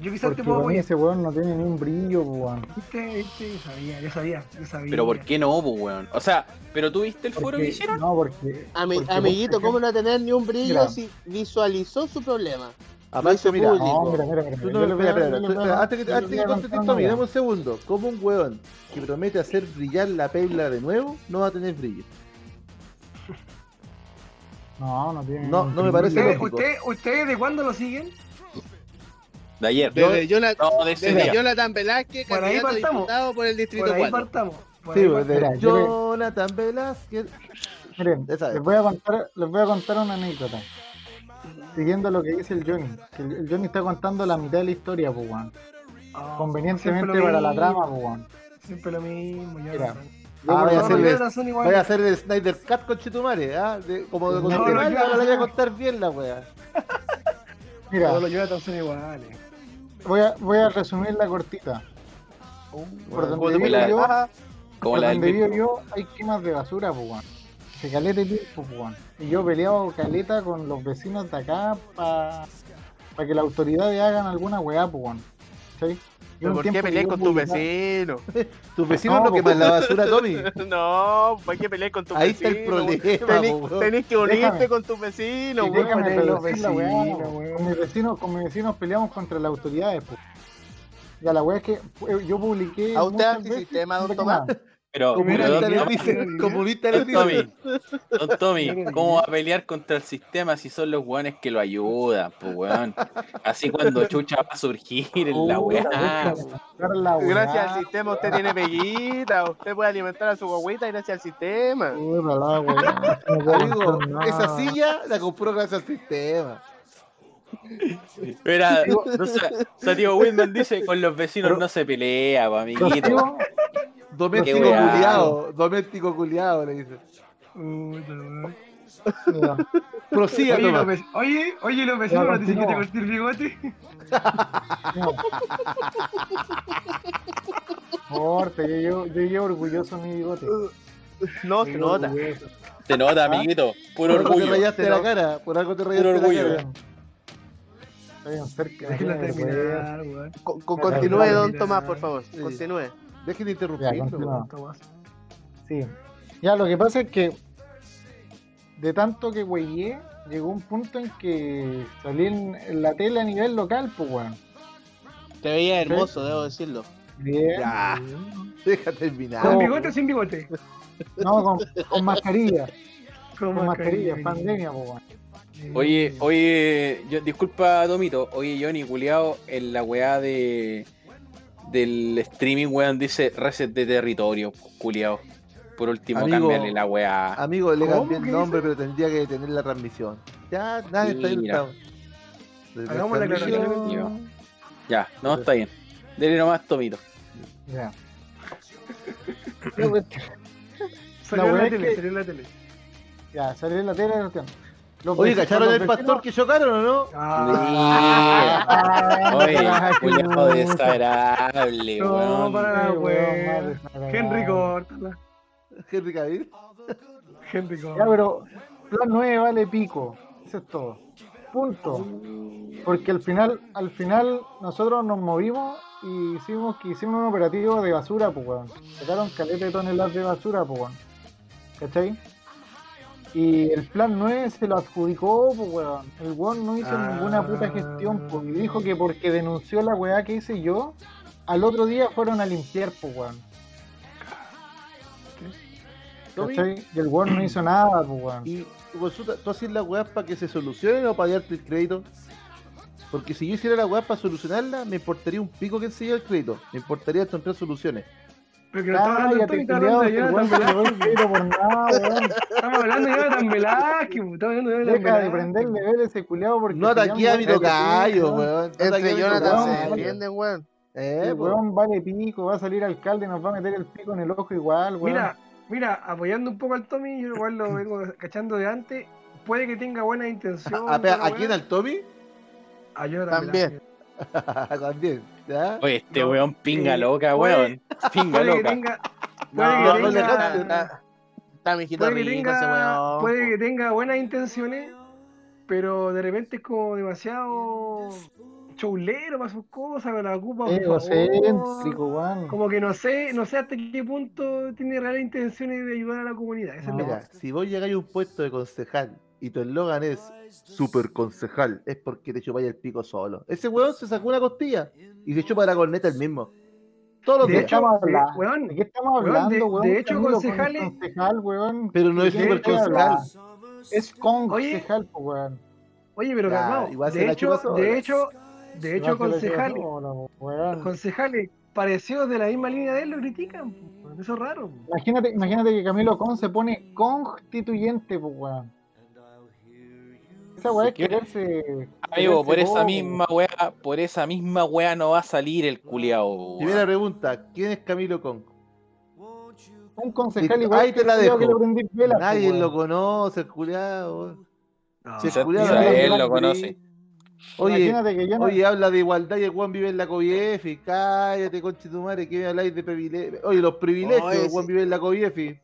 Yo quizás Porque te puedo este, para mí apoyar. ese weón no tiene ni un brillo, po, weón. ¿Viste? ¿Viste? Yo sabía, yo sabía, yo sabía. Pero ¿por qué no, po, weón? O sea, ¿pero tú viste el foro que Porque- hicieron? No, porque. Ami- porque amiguito, vos- ¿cómo no tener ni un brillo Mira. si visualizó su problema? Aparte, Hizo mira, bullying. No, mira, mira, mira. Tú yo no, le voy espera, a- espera, yo le tú- voy a- espera, antes yo que, le antes voy que a contestes, contar Tommy, una dame un segundo. Como un hueón que promete hacer brillar la perla de nuevo, no va a tener brillo. weá. No, no tiene. No, ni un no me parece brillo. ¿Ustedes lógico. usted, usted, de cuándo lo siguen? De ayer. Yo- Desde, Eh, Jonathan, No, de ese desde día. Jonathan Velázquez, Por ahí candidato a partamos. diputado por el Distrito Por ahí 4. partamos. por Sí, ahí pues, de Espera, yo le- Jonathan Velázquez. Miren, Esa es. les voy, a contar, les voy a contar una anécdota. Siguiendo lo que dice el Johnny. que el, el Johnny está contando la mitad de la historia, po, weón. Ah, siempre Convenientemente lo para la mismo, trama, po, weón. Siempre lo mismo, ya Mira, saben. Yo Ah, voy por a eso- Todos los hacerle- días son Voy a iguales. hacer el Snyder Cut con Chetumare, ¿ah? De- como de No, contar no, mal, yo- ahora la voy a contar bien la wea. Mira, Todos los Jonathan son iguales. voy a, voy a resumir la cortita. Oh, Por Bueno, donde ¿cómo te vivo la- yo, Ah, Como por la del donde vivo Mirko. yo hay quemas de basura, po, weón. Se caleta el tiempo, po, weón. Y yo he peleado caleta con los vecinos de acá para que las autoridades hagan alguna weá, po, weón. ¿Sí? Y ¿Pero un ¿Por qué tiempo peleas yo con tu publicaba- vecino? Tus vecinos No, lo queman po. Ah, pues, la basura, Tommy. No, ¿por qué peleas con tu Ahí está vecino? el problema, po, Tenés, weón. tenés que unirte Déjame. con tu vecino, Sí, weón. déjame, poner pero los decir la weá, vecinos, weón. weón. Con mis vecinos, con mis vecinos peleamos contra las autoridades, po. Y a la weá es que eh, yo publiqué. ¿A usted muchas antisistema, veces- don Tomás? Pero, Mira, Comunista pero don, le mira, dice, mira. comunista le don dice. Tommy, don Tommy, ¿cómo va a pelear contra el sistema si son los weones que lo ayudan, po, weón? Así cuando chucha va a surgir en la weá. Ah, Claro, la weá, Gracias al sistema usted tiene peguita, usted puede alimentar a su guagüita gracias al sistema. puta, la weá. No puedo Amigo, hacer nada. esa silla la compró gracias al sistema. Mira, no sé, Santiago Whitman dice, con los vecinos no se pelea, po, amiguito. Rocío, Doméstico Qué weá. culiado, doméstico culiado, le dice. Puta, weón. mira, Prosiga, Oye, los Tomás. vec- Oye, oye, los vecinos Ya, no te dicen que te continúa. corté el bigote. no. Corte, yo llevo, yo llevo orgulloso mi bigote. No se nota. Orgulloso. Te nota, amiguito. Puro Por algo te orgullo. rayaste la cara, por algo te rayaste la orgullo. cara. Estoy en cerca. Déjala de terminar, weón. Co- co- Claro, continúe, claro. don Tomás, por favor. Sí. Continúe. Dejen de pues, Ya, interrumpirlo. continúa. weón. Tomás. Sí. Ya, lo que pasa es que de tanto que güeyé, llegó un punto en que salí en, en la tele a nivel local, pues, weón. Te veía hermoso, debo decirlo. Bien. Ya, deja terminar. ¿Con No. bigote o sin bigote? No, con, con mascarilla. Con Con mascarilla, mascarilla, pandemia, pues, weón. Oye, oye, yo- disculpa Tomito, oye Johnny Culeado en la weá de del streaming weón dice reset de territorio, culiao. Por último, Amigo, cambiarle la weá. Amigo, le ¿Cómo? cambié el ¿Qué nombre, pero tendría que detener la transmisión. Ya, nadie está Mira. invitado. Desde Hagamos la transmisión- aclaración. Ya, no está bien. Dele nomás Tomito. Ya. La cuestión- Salió La en la weá tele, que- salió en la tele. Ya, salí en la tele la cuestión. Los Oye, vecinos- ¿cacharon los el pastor que chocaron o no? Ah, vecinos- Oye, Ah, culiao chuta. desagradable, No, weón. para- Qué Ah, weón más weón. desagradable. Henry, córtala. Henry Cavill. Henry, Ya, córtala. pero plan 9 vale pico. Eso es todo. punto. Porque al final, al final nosotros nos movimos y hicimos que hicimos un operativo de basura, pues weón. Sacaron caleta de toneladas de basura, pues weón. ¿Cachai? Y el plan 9 se lo adjudicó, pues weón. El weón no hizo Ah. ninguna puta gestión, pues. Y dijo que porque denunció la weá que hice yo, al otro día fueron a limpiar, pues weón. ¿Cachai? Y el weón no hizo nada, pues weón. Y consulta, ¿tú haces las weas para que se solucionen o para darte el crédito? Porque si yo hiciera la weas para solucionarla, me importaría un pico que enseñara el crédito. Me importaría encontrar soluciones. Pero que no estaba hablando Cállate, Antonio, estaba culiao, que hablando de el weón no le Jonathan doy crédito por nada, weón. Estamos hablando de Jonathan Velázquez, po, estamos hablando de Jonathan Deja de Velázquez. prenderle ver ese culiao porque. No se ataqué llama- a mi tocayo, weón. No ataqué a Entre mi Jonathan tocayo. se defienden, weón. Eh, El weón. weón vale pico, va a salir alcalde, nos va a meter el pico en el ojo igual, weón. Mira, mira, apoyando un poco al Tommy, yo igual lo vengo cachando de antes. Puede que tenga buena intención. ¿A, a- toda la a quién? weá. ¿Al Tommy? A Jonathan También. Velázquez. También, ¿ya? Oye, este No. weón pinga Eh, loca, oye, weón. Pinga Puede que loca. tenga. no, Puede que no le tenga. dejaste. Está, está mi hijito puede que rico ese tenga, weón. puede que tenga buenas intenciones, pero de repente es como demasiado chulero para sus cosas, me la ocupa. por favor. Egocéntrico, weón. Como que no sé, no sé hasta qué punto tiene reales intenciones de ayudar a la comunidad. Esa es la No. cosa. Mira, si vos llegáis a un puesto de concejal y tu eslogan es super concejal, es porque te chupáis el pico solo. Ese weón se sacó una costilla y se chupa la corneta el mismo. Todos los De días. hecho, Estamos hablando. eh, weón, ¿De qué estamos Weón, de- hablando, weón? de hecho, Camilo, con concejales- concejal, weón. pero no ¿De es qué super estoy hablando? concejal. Es concejal, pues, weón. Oye, pero Ya, calmado. igual se de, la chupa hecho, sola. de hecho, de hecho, No se lo concejales, lleva solo, weón. concejales parecidos de la misma línea de él lo critican. po, weón. Eso es raro. po. Imagínate, imagínate que Camilo Con se pone constituyente, pues, weón. Esa weá es ¿Qué? quererse. Amigo, por quererse esa bobo. misma weá, por esa misma weá no va a salir el culiao. Primera pregunta, ¿quién es Camilo Con? Un concejal Listo, igual. ahí te la creo que dejo. le prendí velas, po, Nadie weón. lo conoce, el culiao. Sí, Quizás culiao, Israel no, lo conoce. Oye, Imagínate que yo no- oye, habla de igualdad y el Juan vive en la COBIEFI. Cállate, conche tu madre, que me habláis de privilegios. Oye, los privilegios, Oye, el Juan sí. vive en la COBIEFI.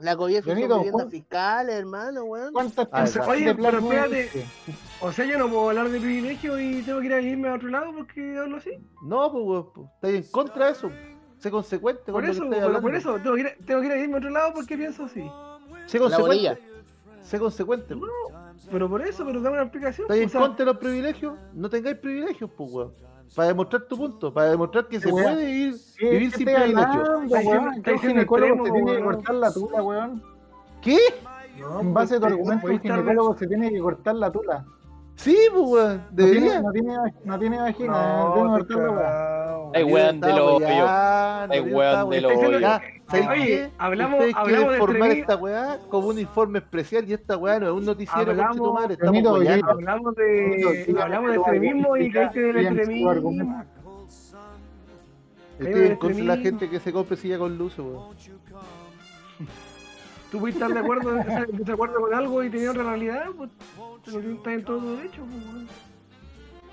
La cobija son Benito, viviendas ¿cu- fiscales, hermano, weón. ¿Cuántas Ah, cosas oye, de plan pero nueve espérate. hice? O sea, yo no puedo hablar de privilegio y tengo que ir a irme a otro lado porque hablo así. No, pues, weón, pues, estáis en contra de eso. Sé consecuente Por con eso, lo que estáis por, hablando. por eso, tengo que, ir, a- tengo que ir a irme a otro lado porque pienso así. Sé La consecuente. bolilla. Sé consecuente. No, pero por eso, pero dame una explicación. ¿Estáis en o sea, contra de los privilegios? No tengáis privilegios, pues, weón. Para demostrar tu punto, para demostrar que se Weón. puede vivir, ¿Qué- vivir qué sin te privilegios. hablando, Está diciendo- weón? está Que un diciendo ginecólogo se extremo, tiene que weón. cortar la tula, weón. ¿Qué? no, En base a tu pues, argumento, un podéis estar- ginecólogo se tiene que cortar la tula. Sí, pues, weón. No tiene, Debería. no tiene, vag- no tiene vagina, No, pues, no, estoy tiene cortar cagao. Ay, weón de los hoyos. Ay, weón de los hoyos. Oye, Ah, Oye, hablamos- Ustedes hablamos quieren de formar entrevista. esta weá como un informe especial y esta weá no es un noticiero Hablamos- conche tu madre, estamos Benito, apoyando. Hablamos de, Benito, hablamos de dígame tu extremismo y que hay que ver el argumento, dígame tu extremismo. Estoy en Benito, contra de la Benito. gente que se compre silla con luces, weón. Tú puedes estar de acuerdo, o sea, en desacuerdo con algo y tener otra realidad, pues no estás en todo tu derecho. Pues, weón.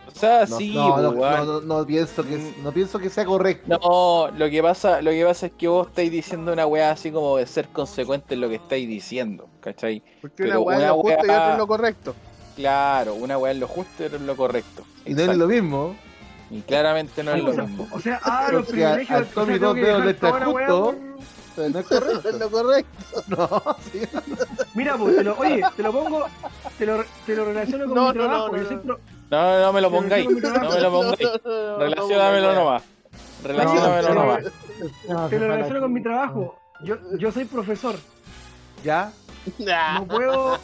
O sea, No, Ah, sí, pues, no, no, weón. Mm. no, no, no pienso que no pienso que sea correcto. No, lo que pasa, lo que pasa es que vos estáis diciendo una weá así como de ser consecuente en lo que estáis diciendo, ¿cachai? Porque una pero weá es una lo justo y otra weá- es lo correcto. Claro, una weá es lo justo y otra es lo correcto. y no es Exacto. lo mismo. Y claramente no es lo mismo. O sea, ah, Pero los que privilegios. al o sea, tengo Tommy dos que dedos dejar le está toda la weá pues. justo. por- Pero no es Es correcto. lo correcto. no, sí. Mira, pues, te lo, oye, te lo pongo, te lo, te lo relaciono con No, mi no, no, trabajo. no, yo no. siempre- No, no, no me lo pongáis. Pero No me lo pongáis. no, no, Relacionamelo no, nomás. Relacionamelo No, nomás. la tula. te lo relaciono con mi trabajo. Yo, yo soy profesor. Ya. Ya, No puedo.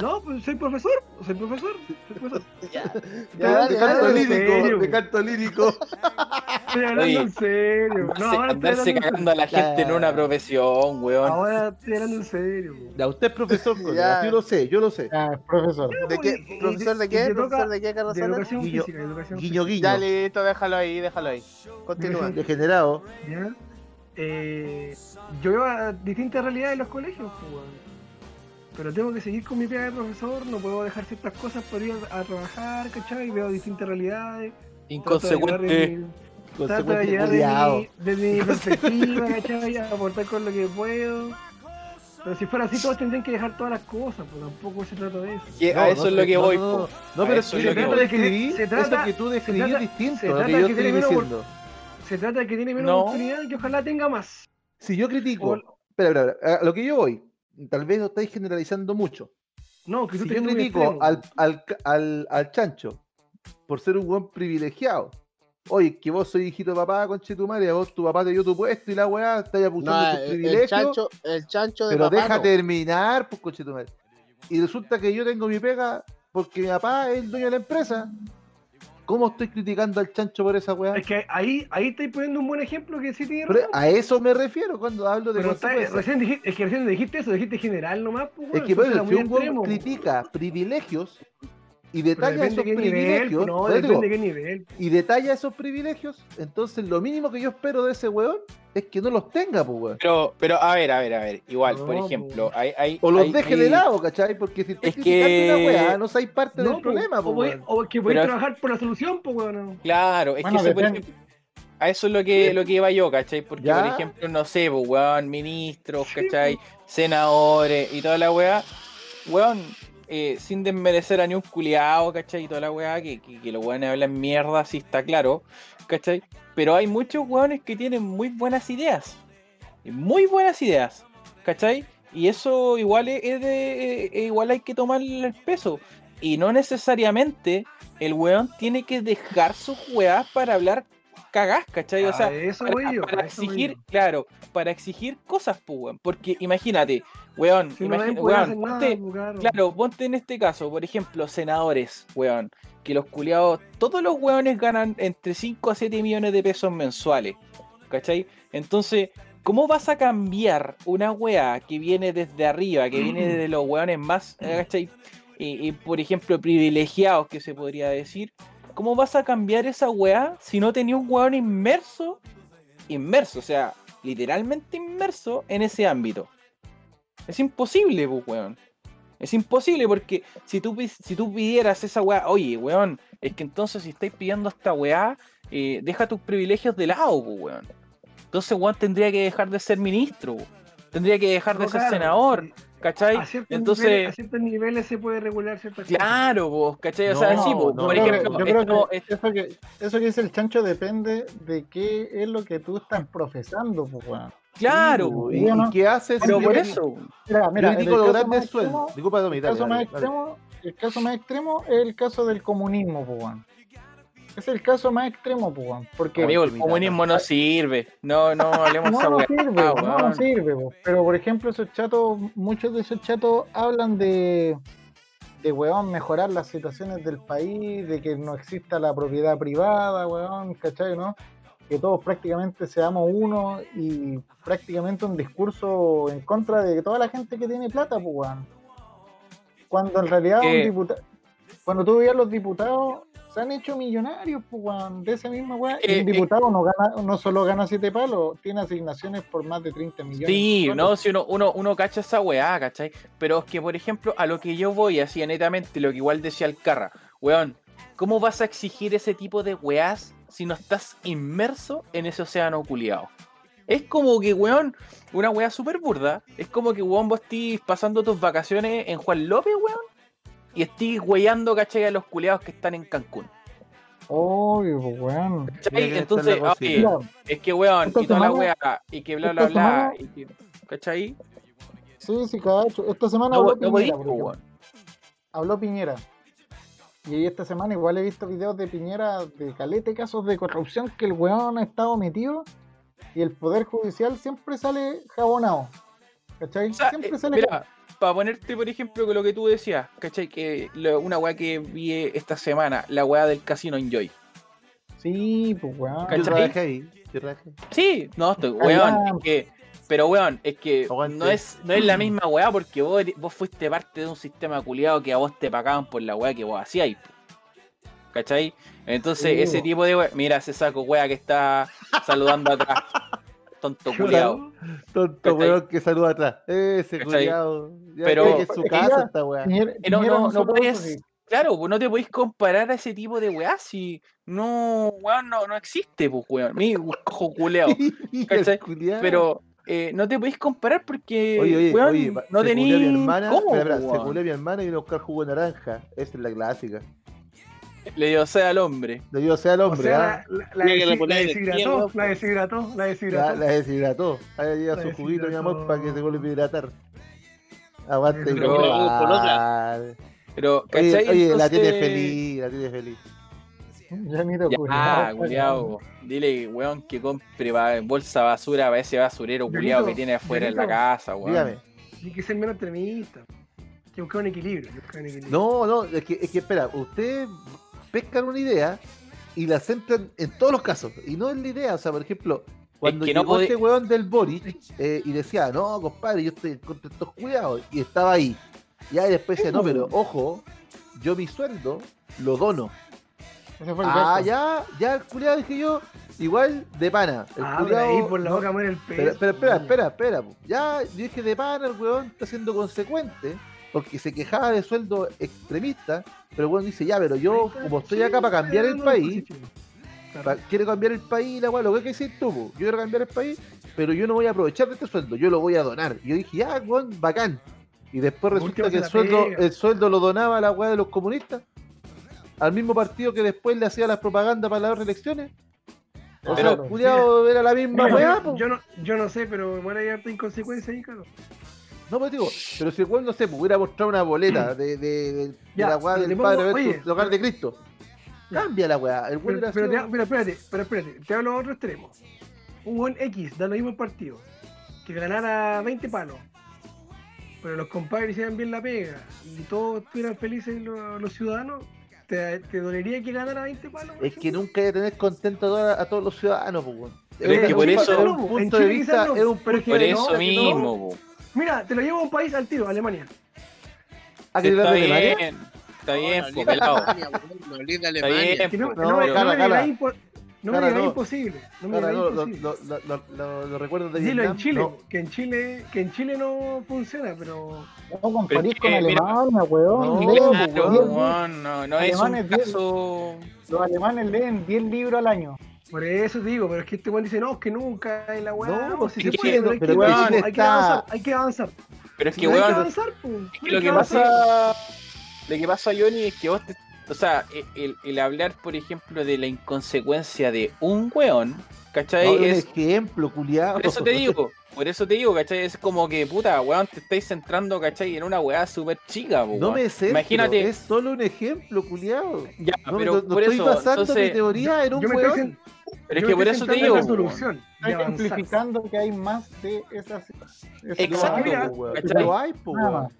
No, pues soy profesor. Soy profesor. Soy profesor. ya. Ya, dale, de canto dale, lírico, serio. de canto lírico. Estoy hablando Oye, en serio. No, ahora Andarse estoy hablando, en serio. cagando a la Ya, gente en ya, una ya. profesión, weón. ahora estoy hablando en serio. weón. Ya, usted es profesor, Colo, Ya. así yo lo sé, yo lo sé. Ah, profesor. ¿De Y- qué? y- ¿Profesor de y qué? te ¿Profesor toca de qué, Carlos de Sala? educación Guillo- física, de educación Guiño, Ya, guiño. listo, déjalo ahí, déjalo ahí. Continúa. Degenerado. ¿ya? Eh, yo veo a distintas realidades en los colegios, pues, weón. pero tengo que seguir con mi pega de profesor, no puedo dejar ciertas cosas por ir a, a trabajar, ¿cachai? Veo distintas realidades. trato de llegar de Inconsecuente. mi- Trato de Consecuente llegar de culiao. mi, de mi perspectiva, ¿cachai? A aportar con lo que puedo. Pero si fuera así, todos tendrían que dejar todas las cosas, pues tampoco se trata de eso. Que No, a eso no, es lo que no, voy. No, no, po. no, A pero eso si es lo lo que que tú voy. describís, Se eso trata- que tú se describís trata- es distinto se a lo que trata yo que estoy tiene menos diciendo. Se trata de que tiene menos No. oportunidad y que ojalá tenga más. Si yo critico, O- espera, espera, espera, a lo que yo voy, tal vez lo estáis generalizando mucho. No, que tú Si te yo muy critico extremo. al, al, ca- al, al chancho por ser un buen privilegiado. Oye, que vos sois hijito de papá, conche tu madre, a vos tu papá te dio tu puesto y la weá, estáis abusando No, eh, de tu el, privilegio. el chancho, el chancho de Pero papá deja no. terminar, pues coche tu madre. Y resulta que yo tengo mi pega porque mi papá es el dueño de la empresa. ¿Cómo estoy criticando al chancho por esa weá? Es que ahí, ahí estáis poniendo un buen ejemplo que sí tiene Pero razón. a eso me refiero cuando hablo de Pero está- consecuencias. recién dijiste, es que recién dijiste eso, dijiste general nomás, pues, Es weón, que entonces bueno, era si muy un weón extremo, pues. critica privilegios y Pero detalla depende esos de qué nivel, privilegios, pues, no, por eso depende de digo, este qué nivel. y detalla esos privilegios, entonces lo mínimo que yo espero de ese weón es que no los tenga, pues weón. Pero, pero, a ver, a ver, a ver. Igual, por No, ejemplo, po. hay, hay- O los hay- deje de lado, ¿cachai? Porque si estás Es que- criticando una weá, no sois parte No, del pues, problema, o, pues voy- weón. o que podéis Pero- trabajar por la solución, pues weón. no. Claro, es Bueno, que eso, por depende. ejemplo, a eso es lo que, lo que iba yo, ¿cachai? Porque, Ya. por ejemplo, no sé, pues, weón, ministros, Sí, ¿cachai? Senadores y toda la weá, weón, eh, sin desmerecer a ni un culiao, ¿cachai? Y toda la weá, que, que, que los weones hablan mierda, sí está claro, ¿cachai? Pero hay muchos weones que tienen muy buenas ideas, eh, muy buenas ideas, ¿cachai? Y eso igual es es de- eh, eh, igual hay que tomarle el peso. Y no necesariamente el weón tiene que dejar sus weas para hablar cagás, ¿cachai? O sea, A eso voy para, yo, para a eso voy exigir, yo. claro, para exigir cosas, pues, weón. Porque imagínate, weón, Si no imagi- ven, pues, weón, hacen nada, ponte, pues, claro. Claro, ponte en este caso, por ejemplo, senadores, weón, que los culiados, todos los weones ganan entre 5 a 7 millones de pesos mensuales, ¿cachai? Entonces, ¿cómo vas a cambiar una weá que viene desde arriba, que viene de los weones más, eh, ¿cachai? Eh, eh, por ejemplo, privilegiados, que se podría decir, ¿cómo vas a cambiar esa weá si no tenías un weón inmerso, inmerso, o sea, literalmente inmerso en ese ámbito? Es imposible, pues, weón. Es imposible porque si tú, pis- si tú pidieras esa weá, oye, weón, es que entonces si estáis pidiendo esta weá, eh, deja tus privilegios de lado, pues, weón. Entonces, weón, tendría que dejar de ser ministro, tendría que dejar de No, ser claro, senador, sí. ¿cachai? A ciertos, Entonces, niveles, a ciertos niveles se puede regular ciertas cosas. claro, pues, ¿cachai? O sea, No, sí, pues, no, por Yo creo que- ejemplo, yo creo esto- que esto- eso, que eso que dice el chancho depende de qué es lo que tú estás profesando, pues, weón. claro, Uh, pues, ¿Y, y qué haces? pero si por yo- eso, Mira, Yo mira, en el critico los caso grandes más extremo- sueldos. Disculpa, Domi, El dale, caso, dale, dale. más extremo, el caso más extremo es el caso del comunismo, pues, weón. Es el caso más extremo, pues, weón, Porque amigo, el mira, comunismo no sirve, no, no hablemos no, esa no weá, sirve, ah, no, no weón. sirve. po. Pero por ejemplo, esos chatos, muchos de esos chatos hablan de, de weón, mejorar las situaciones del país, de que no exista la propiedad privada, weón, ¿cachai? ¿no? Que todos prácticamente seamos uno y prácticamente un discurso en contra de toda la gente que tiene plata, pues, weón. Cuando en realidad un Eh. diputado, cuando tú veías los diputados, se han hecho millonarios, pues, weón, de esa misma weá. Y Eh, eh. un diputado no gana, no solo gana siete palos, tiene asignaciones por más de 30 millones. Sí, de no, dólares. si uno, uno, uno cacha esa weá, ¿cachai? Pero es que, por ejemplo, a lo que yo voy, así netamente, lo que igual decía Alcarra, weón, ¿cómo vas a exigir ese tipo de weás si no estás inmerso en ese océano culiado? Es como que, weón, una weá súper burda, es como que, weón, vos estés pasando tus vacaciones en Juan López, weón, y estés weyando, ¿cachai? A los culiados que están en Cancún. Obvio, pues, weón. Mira, ¿Cachai? mira, Entonces, ah, está la oye, cosita. Mira, es que, weón, Esta y toda la semana- weá, y que bla, bla, esta bla, semana- y que, ¿cachai? sí, sí, cacho. Esta semana No, habló no podéis, Piñera, por ejemplo. weón. habló Piñera. Y ahí esta semana igual he visto videos de Piñera de calete casos de corrupción que el weón ha estado metido y el Poder Judicial siempre sale jabonado. ¿Cachai? O sea, siempre eh, sale mira, para ponerte, por ejemplo, con lo que tú decías, ¿cachai? Que lo- una weá que vi esta semana, la weá del Casino Enjoy. jab- Sí, pues weón. Yo ¿cachai? trabajé ahí. Yo trabajé. Sí, no, estoy, Ah, weón, ya. es que, pero weón, es que Aguante. no es, no es la misma weá porque vos, eri- vos fuiste parte de un sistema culiado que a vos te pagaban por la weá que vos hacíais. po. ¿Cachai? Entonces, Sí, ese bo. tipo de weá, mira ese saco weá que está saludando atrás. Tonto culiado. Tonto ¿Cachai? weón que saluda atrás. Ese ¿Cachai? culiado. Ya Pero- cree que es su Es que casa ya- esta weá. Piñera, Eh, no, Piñera no, no solo puedes. eso, sí. Claro, pues no te podéis comparar a ese tipo de weá si no, weón, no, no existe, pues weón. Mi cojo culeado. Y el ¿Cachai? culiao. Pero, eh, no te podéis comparar porque Oye, oye, weón, oye, va- no se culió a mi tenéis hermana, cómo, espera, espera, se weón. culió a mi hermana y vino a buscar jugo de naranja. Esa es la clásica. Le dio sed al hombre. No yo sea el O hombre, sea, ¿ah? la, la, Tiene que desi- la reponer energía, deshidrató, weón. la deshidrató, la la, deshidrató. la deshidrató. Ahí lleva La su juguito, mi deshidrató. amor, para que se vuelva a hidratar. Aguante, Pero una hubo por igual. Pero, Oye, ¿cachai? oye, la Entonces- tiene feliz, la tiene feliz. Ya ni te Ya, ah, ocurra. culiao. Dile, weón, que compre va- bolsa basura para ese basurero Dieguito, culiao que tiene afuera en la Dieguito, casa, weón. Dígame. Tiene que ser menos extremista. Hay que buscar un equilibrio. hay que buscar un equilibrio. No, no, es que, es que espera, ustedes pescan una idea y la centran en todos los casos. Y no es la idea, o sea, por ejemplo, cuando que no llegó podí- este weón del Boric eh, y decía, no, compadre, yo estoy contra estos cuidados, y estaba ahí. Ya y después decía, no, Uh. pero ojo, yo mi sueldo lo dono. Ese fue el Ah, gasto. ya, ya el culiado dije yo, igual de pana. El Ah, por culiao- ahí por la boca muere el pez. pero, pero espera, espera, espera. po. Ya yo dije de pana el weón está siendo consecuente porque se quejaba de sueldo extremista, pero el weón dice, ya, pero yo como estoy acá para cambiar el pues, país, pa- quiero cambiar el país, la weá, lo que hay que decir tú, po. yo quiero cambiar el país, pero yo no voy a aprovechar de este sueldo, yo lo voy a donar. Y yo dije, ya, weón, bacán. Y después Por resulta último, que el se la sueldo, pega. el sueldo lo donaba la weá de los comunistas, al mismo partido que después le hacía las propagandas para las elecciones. O sea, Claro. el culiao era la misma Ah, Mira, weá, yo, po. yo no, yo no sé, pero bueno, hay harta inconsecuencia ahí, claro. No, pero digo, pero si el weón, no sé, pues, hubiera mostrado una boleta de, de, de- de Mm. Ya, la weá pero del le padre pongo- versus oye, el hogar de Cristo. Ya. Cambia la weá. El weón Pero, hubiera pero, sido- te- pero espérate, pero espérate, te hablo de otro extremo. Un buen X, da lo mismo el partido, que ganara 20 palos. Pero los compadres hicieran bien la pega y todos estuvieran felices los, los ciudadanos, ¿te, te dolería que ganara 20 palos? por Es que ejemplo? nunca hay que tener contento a, toda- a todos los ciudadanos, pues, weón. Pero es Era que un- por era eso- un en punto Chile de quizás vista, no, era un pero punto es que Por de- eso no, que no. mismo, po. Mira, te lo llevo a un país al tiro, Alemania. Ah, que Está era de Alemania. bien, está bien, po, pelado. Está bien, Que no, po. que No, no me- no Jara, me digas Jara. impo- no me Jara, digas no. imposible. No me Ahora, digas no, lo- imposible. lo- lo- lo- lo- Los recuerdos de Dilo Vietnam. en Chile, no. que en Chile, que en Chile no funciona, pero No comparís Pero con es que, mira- Alemania, weón. No, Leen, pues, Claro, weón. weón, no, no es un Alemanes, bien. caso. Los alemanes leen 10 libros al año. por eso te digo, pero es que este weón dice, no, es que nunca es la weá, No, pues si porque se Chile puede, no- pero hay pero que, weón, avanzar, hay que está- avanzar, hay que avanzar, Pero es que, hay que weón, avanzar, pues, Es hay que lo que avanzar. pasa, lo que pasa, Johnny, es que vos, te- o sea, e, el, el hablar, por ejemplo, de la inconsecuencia de un weón, ¿cachai? No, un es, ejemplo, culiado. por eso te digo, por eso te digo, ¿cachai? Es como que, puta, weón, te estáis centrando, ¿cachai? En una weá súper chica, po, No weón. me sé. Imagínate, Es solo un ejemplo, culiado. ya, No, me- pero no- no por estoy eso, basando mi entonces, teoría en un Yo me estoy weón. sen- pero es yo que me por estoy eso te centrando digo, en la po, weón. solución de Hay que avanzar. amplificando que hay más de esas. esas- Exacto, mira, po, weón. ¿cachai? Lo hay, po, Nada weón. más.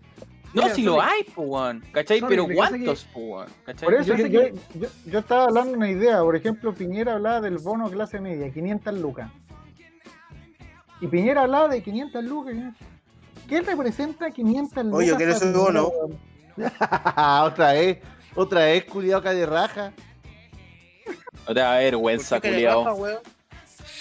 no, Mira, si lo Sonic. hay, po, weón, ¿cachai? Sonic, Pero lo que pasa cuántos, po, weón, ¿cachai? Por eso Yo yo, sé yo, yo- yo estaba hablando una idea. Por ejemplo, Piñera hablaba del bono clase media, 500 lucas. Y Piñera hablaba de 500 lucas. ¿eh? ¿Qué representa 500 lucas? Oye, yo quiero para ese Piñera, bono. weón? otra vez, otra vez, culiado, calle raja. No te da vergüenza, culiao.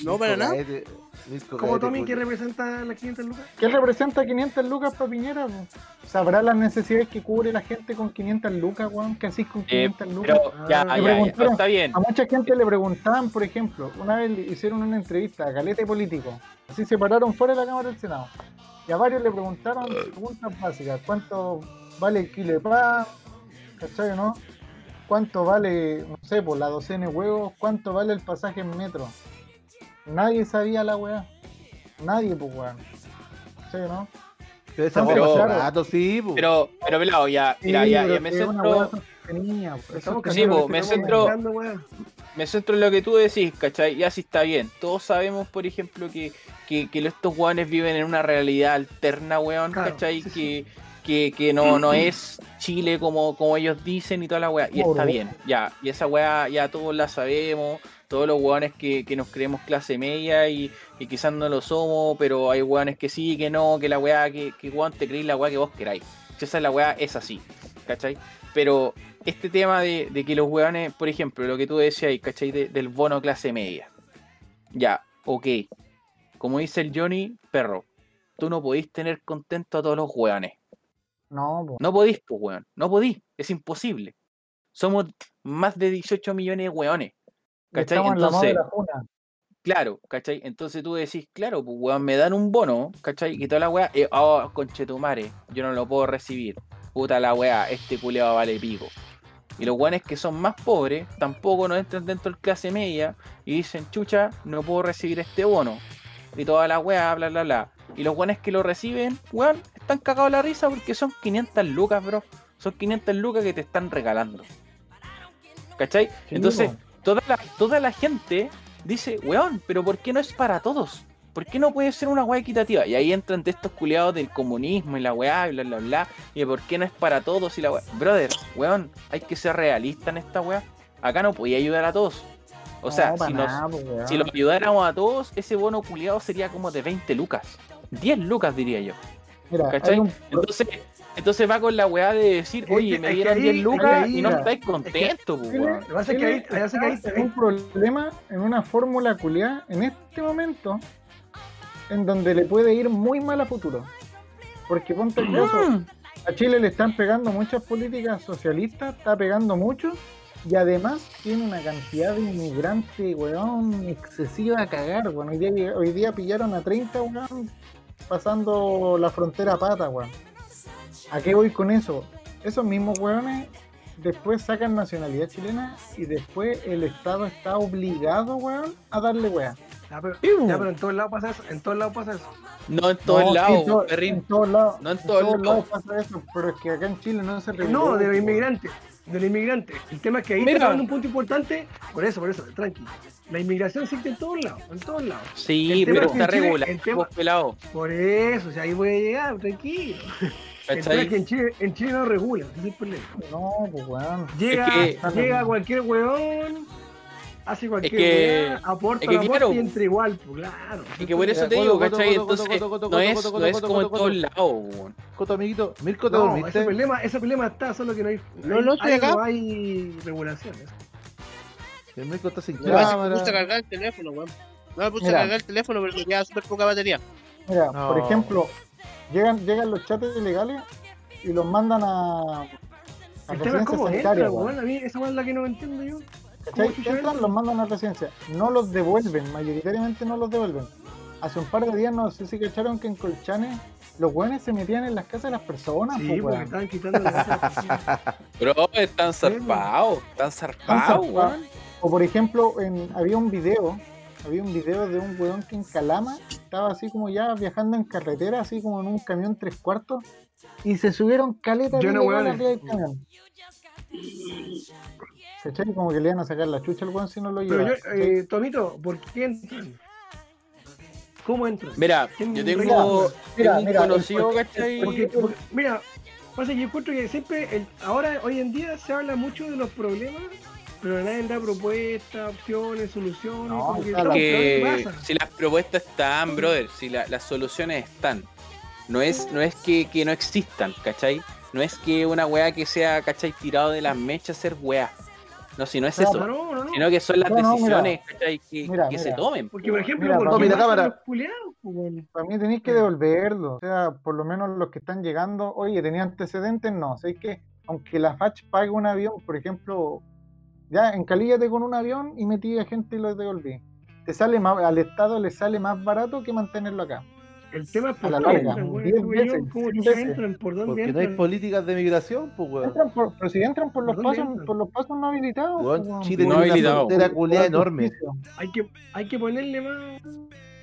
No, para nada. Caete, Mirko Como Caete, Tommy que culiao. representa la 500 lucas. ¿Qué representa 500 lucas para Piñera? weón? ¿Sabrá las necesidades que cubre la gente con 500 lucas, weón? ¿Qué hacís con 500 lucas? Eh, Pero, ya, Ah, ya, me ya, preguntaron. está bien. A mucha gente le preguntaban, por ejemplo, una vez le hicieron una entrevista a Caleta y Político, así se pararon fuera de la Cámara del Senado, y a varios le preguntaron preguntas básicas, ¿cuánto vale el kilo de pan? ¿Cachai, no? ¿Cuánto vale, no sé, por la docena de huevos? ¿Cuánto vale el pasaje en metro? Nadie sabía la weá. Nadie, pues weón. ¿Cachai, no? Pero esa No, weá pero- pasó rato, sí, po. Pero, pero, pelado, ya, mira, Sí, ya, pero ya me es una centro. weá sostenida, pues. Estamos Sí, cachando po, que me estamos centro- mezclando, weón. me centro en lo que tú decís, ¿cachai? Ya sí está bien. Todos sabemos, por ejemplo, que, que, que estos hueones viven en una realidad alterna, weón, Claro, ¿cachai? sí, que, que, que no, no es Chile como, como ellos dicen y toda la weá. Y está Pobre. bien, ya. Y esa weá ya todos la sabemos. Todos los hueones que, que nos creemos clase media y, y quizás no lo somos, pero hay hueones que sí, que no, que la weá, que, que weón te creís la weá que vos queráis. Si esa es la weá, es así, ¿cachai? Pero este tema de, de que los hueones, por ejemplo, lo que tú decías, ahí, ¿cachai? De- del bono clase media. Ya, ok. Como dice el Johnny, perro, tú no podís tener contento a todos los hueones. No, pues. No podís, pues, weón. No podís. Es imposible. Somos más de 18 millones de hueones. ¿Cachai? Estamos en la mano de Entonces, la juna. Claro, ¿cachai? Entonces tú decís, claro, pues weón, me dan un bono, ¿cachai? Y toda la weá, eh, oh, conchetumare, yo no lo puedo recibir. Puta la weá, este culeado vale pico. Y los weones que son más pobres tampoco no entran dentro del clase media y dicen, chucha, no puedo recibir este bono. Y toda la weá, bla, bla, bla. Y los weones que lo reciben, weón, están cagados la risa porque son 500 lucas, bro. Son 500 lucas que te están regalando. ¿Cachai? Entonces, toda la, toda la gente dice, weón, pero ¿por qué no es para todos? ¿Por qué no puede ser una weá equitativa? Y ahí entran de estos culiados del comunismo y la weá, y bla, bla, bla. Y de por qué no es para todos y la weá. Brother, weón, hay que ser realista en esta weá. Acá no podía ayudar a todos. O sea, si, nos, pues, si los ayudáramos a todos, ese bono culiado sería como de 20 lucas. 10 lucas, diría yo. Mira, hay ¿Cachai? un- Entonces, entonces va con la weá de decir, Es que- oye, me es que dieron ahí- 10 lucas ahí- y no mira, estáis es contentos, pues, Chile weón. Lo que pasa es que ahí- Chile lo que pasa es que está ahí- en un problema, en una fórmula culiada en este momento, en donde le puede ir muy mal a futuro. Porque ponte el caso, a Chile le están pegando muchas políticas socialistas, está pegando mucho, y además tiene una cantidad de inmigrantes, weón, excesiva a cagar, weón. Hoy día, hoy día pillaron a 30, weón, pasando la frontera a pata, weón. ¿A qué voy con eso? Esos mismos weones después sacan nacionalidad chilena y después el Estado está obligado, weón, a darle weá. Ya, pero, ya, pero en todos lados pasa eso. En todos lados pasa eso. No en todos No, sí, lados, en todo- perrín. En todos lados. No en todos lados. pasa eso, pero es que acá en Chile no se No, reguló, de los weón. inmigrantes. De los inmigrantes. El tema es que ahí Mira. está dando un punto importante. Por eso, por eso, tranqui. La inmigración existe en todos lados. En todos lados. Sí, El tema pero es que está en Chile- regular, el tema- vos pelado. Por eso, o sea, ahí voy a llegar, tranquilo. El tema es que ¿Cachai? en Chile, en Chile no regula. ese es el problema. No, pues weón. Llega, que- llega cualquier weón, hace cualquier Es que- weá, aporta es que la aporte claro. y entra igual, pues claro. Y que por eso te Coto, digo, coto, ¿cachai? coto, coto, Entonces, coto, coto, no es, coto, no es coto, como en coto, todos coto. lados, weón. Coto, amiguito, Mirko, ¿te No, ese dormiste? problema, ese problema está, solo que no hay, No, no, estoy hay- acá. no hay ¿eh? regulaciones. El Mirko está sin Lo que pasa es que me cámara. puse a cargar el teléfono, weón. No me puse Mira. a cargar el teléfono porque quedaba súper poca batería. Mira, No. por ejemplo, llegan, llegan los chates ilegales y los mandan a. a El tema es residencia cómo sanitaria, entra, weón. weón. A mí esa weá es la que no entiendo yo. ¿Cachai? ¿Cómo chucha Entran, entra? los mandan a residencia. No los devuelven, mayoritariamente no los devuelven. Hace un par de días no sé si cacharon que en Colchane los hueones se metían en las casas de las personas. Sí, pues, porque weón. Ah, estaban quitando la casa. Bro, están zarpados, están zarpados, zarpados. weón. O por ejemplo, en- había un video, había un video de un weón que en Calama estaba así como ya viajando en carretera, así como en un camión tres cuartos, y se subieron caletas Lleno de ilegales hueones. arriba del camión. ¿Cachai? Como que le iban a sacar la chucha al weón si no lo Pero lleva. yo, eh, Tomito, ¿por qué entran? ¿Cómo entran? Mira, yo tengo, Mira, tengo un mira, el- conocido, el- ¿cachai? Porque, porque- mira, pasa que yo encuentro que siempre, el- ahora, hoy en día, se habla mucho de los problemas, pero nadie da propuestas, opciones, soluciones. No, como que está la- estamos que clavados en masa. si las propuestas están, brother, si la- las soluciones están, no es, no es que, que no existan, ¿cachai? No es que una weá que sea, ¿cachai? Tirado de las mechas ser weá. No, si no es Claro, eso, No, no, no. sino que son las No, no, mira. decisiones, ¿cachai? Que, Mira, que se mira. tomen. Porque, por ejemplo, Mira, ¿por no, qué mira, pasan cámara. los culiados, pues, bueno? Para mí tenéis que devolverlo. O sea, por lo menos los que están llegando, oye, ¿tenía antecedentes? No. sé que aunque la FACH pague un avión, por ejemplo, ya encalíllate con un avión y metí a gente y lo devolví. Te sale más, al Estado le sale más barato que mantenerlo acá. El tema es A por la qué larga, entran, güey, diez digo yo, veces, ¿Cómo diez chucha veces. entran? ¿Por dónde Porque no hay entran? políticas de migración, pues, weón. Entran por- pero si entran por los ¿Dónde pasos, entran? por los pasos no habilitados. pues, Weón, weón. Chile No tiene una habilitado. frontera culiada enorme. Hay que, hay que ponerle más.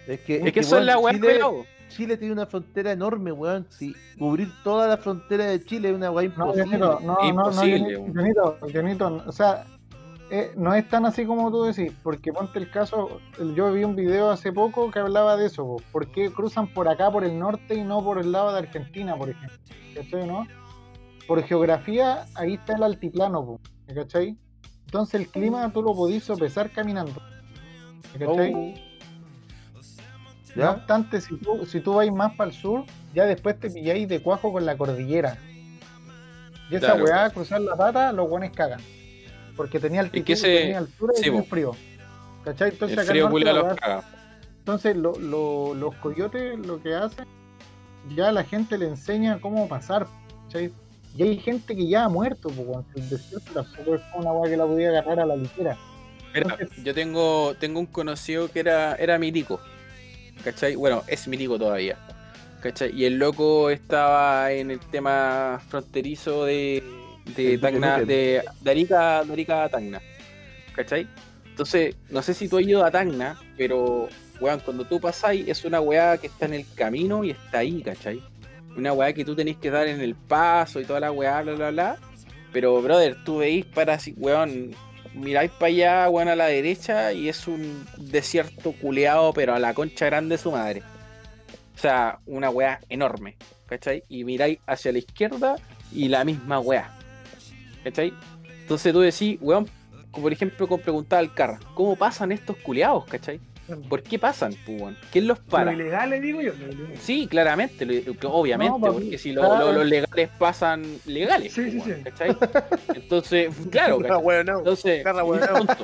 Es que, Es que eso es weón, la weá, Chile, pelado. Chile tiene una frontera enorme, weón. Si cubrir toda la frontera de Chile es una weá No, imposible. Dionito, no, no, no, Imposible, Dionito, weón. Dionito, Dionito, o sea, eh, no es tan así como tú decís, porque ponte el caso, el- yo vi un video hace poco que hablaba de eso, po, ¿por qué cruzan por acá, por el norte y no por el lado de Argentina, por ejemplo? ¿Cachai, no? Por geografía, ahí está el altiplano, po, ¿me ¿cachai? Entonces el clima tú lo podís sopesar caminando, ¿me Oh. ¿cachai? No ¿Ya? obstante, si tú, si tú vas más para el sur, ya después te pilláis de cuajo con la cordillera. Y esa Claro. weá, cruzar la pata, los guanes cagan. Porque tenía altitud, que ese- tenía altura y sí, tenía po. frío. ¿Cachai? Entonces El acá al frío norte culiao la los weá- caga. entonces lo- lo- los coyotes lo que hacen, ya la gente le enseña cómo pasar. ¿cachai? Y hay gente que ya ha muerto, po, weón. el desierto tampoco es una weá que la podía agarrar a la ligera. Mira, yo tengo, tengo un conocido que era, era milico. ¿Cachai? Bueno, es milico todavía. ¿Cachai? Y el loco estaba en el tema fronterizo de, de El Tacna, Duque Nukem. de, de Arica, de Arica a Tacna. ¿Cachai? Entonces, no sé si tú has ido a Tacna, pero, weón, cuando tú pasáis, es una weá que está en el camino y está ahí, ¿cachai? Una weá que tú tenés que dar en el paso y toda la weá, bla, bla, bla. Pero, brother, tú veis para así, weón, miráis para allá, weón, a la derecha y es un desierto culeado, pero a la concha grande de su madre. O sea, una weá enorme, ¿cachai? Y miráis hacia la izquierda y la misma weá, ¿cachai? Entonces tú decís, weón, como por ejemplo, como preguntaba al Carra, ¿cómo pasan estos culeados, cachai? ¿Por qué pasan, pues, weón? ¿Quién los para? Lo ilegal, le digo yo. lo ilegal. Sí, claramente, lo- lo- obviamente, No, papi, porque si lo- claro. lo- los legales pasan legales, Sí, sí, weón, sí. ¿cachai? Entonces, claro, No, ¿cachai? weón, no. Entonces, Carra, weón, no. tonto,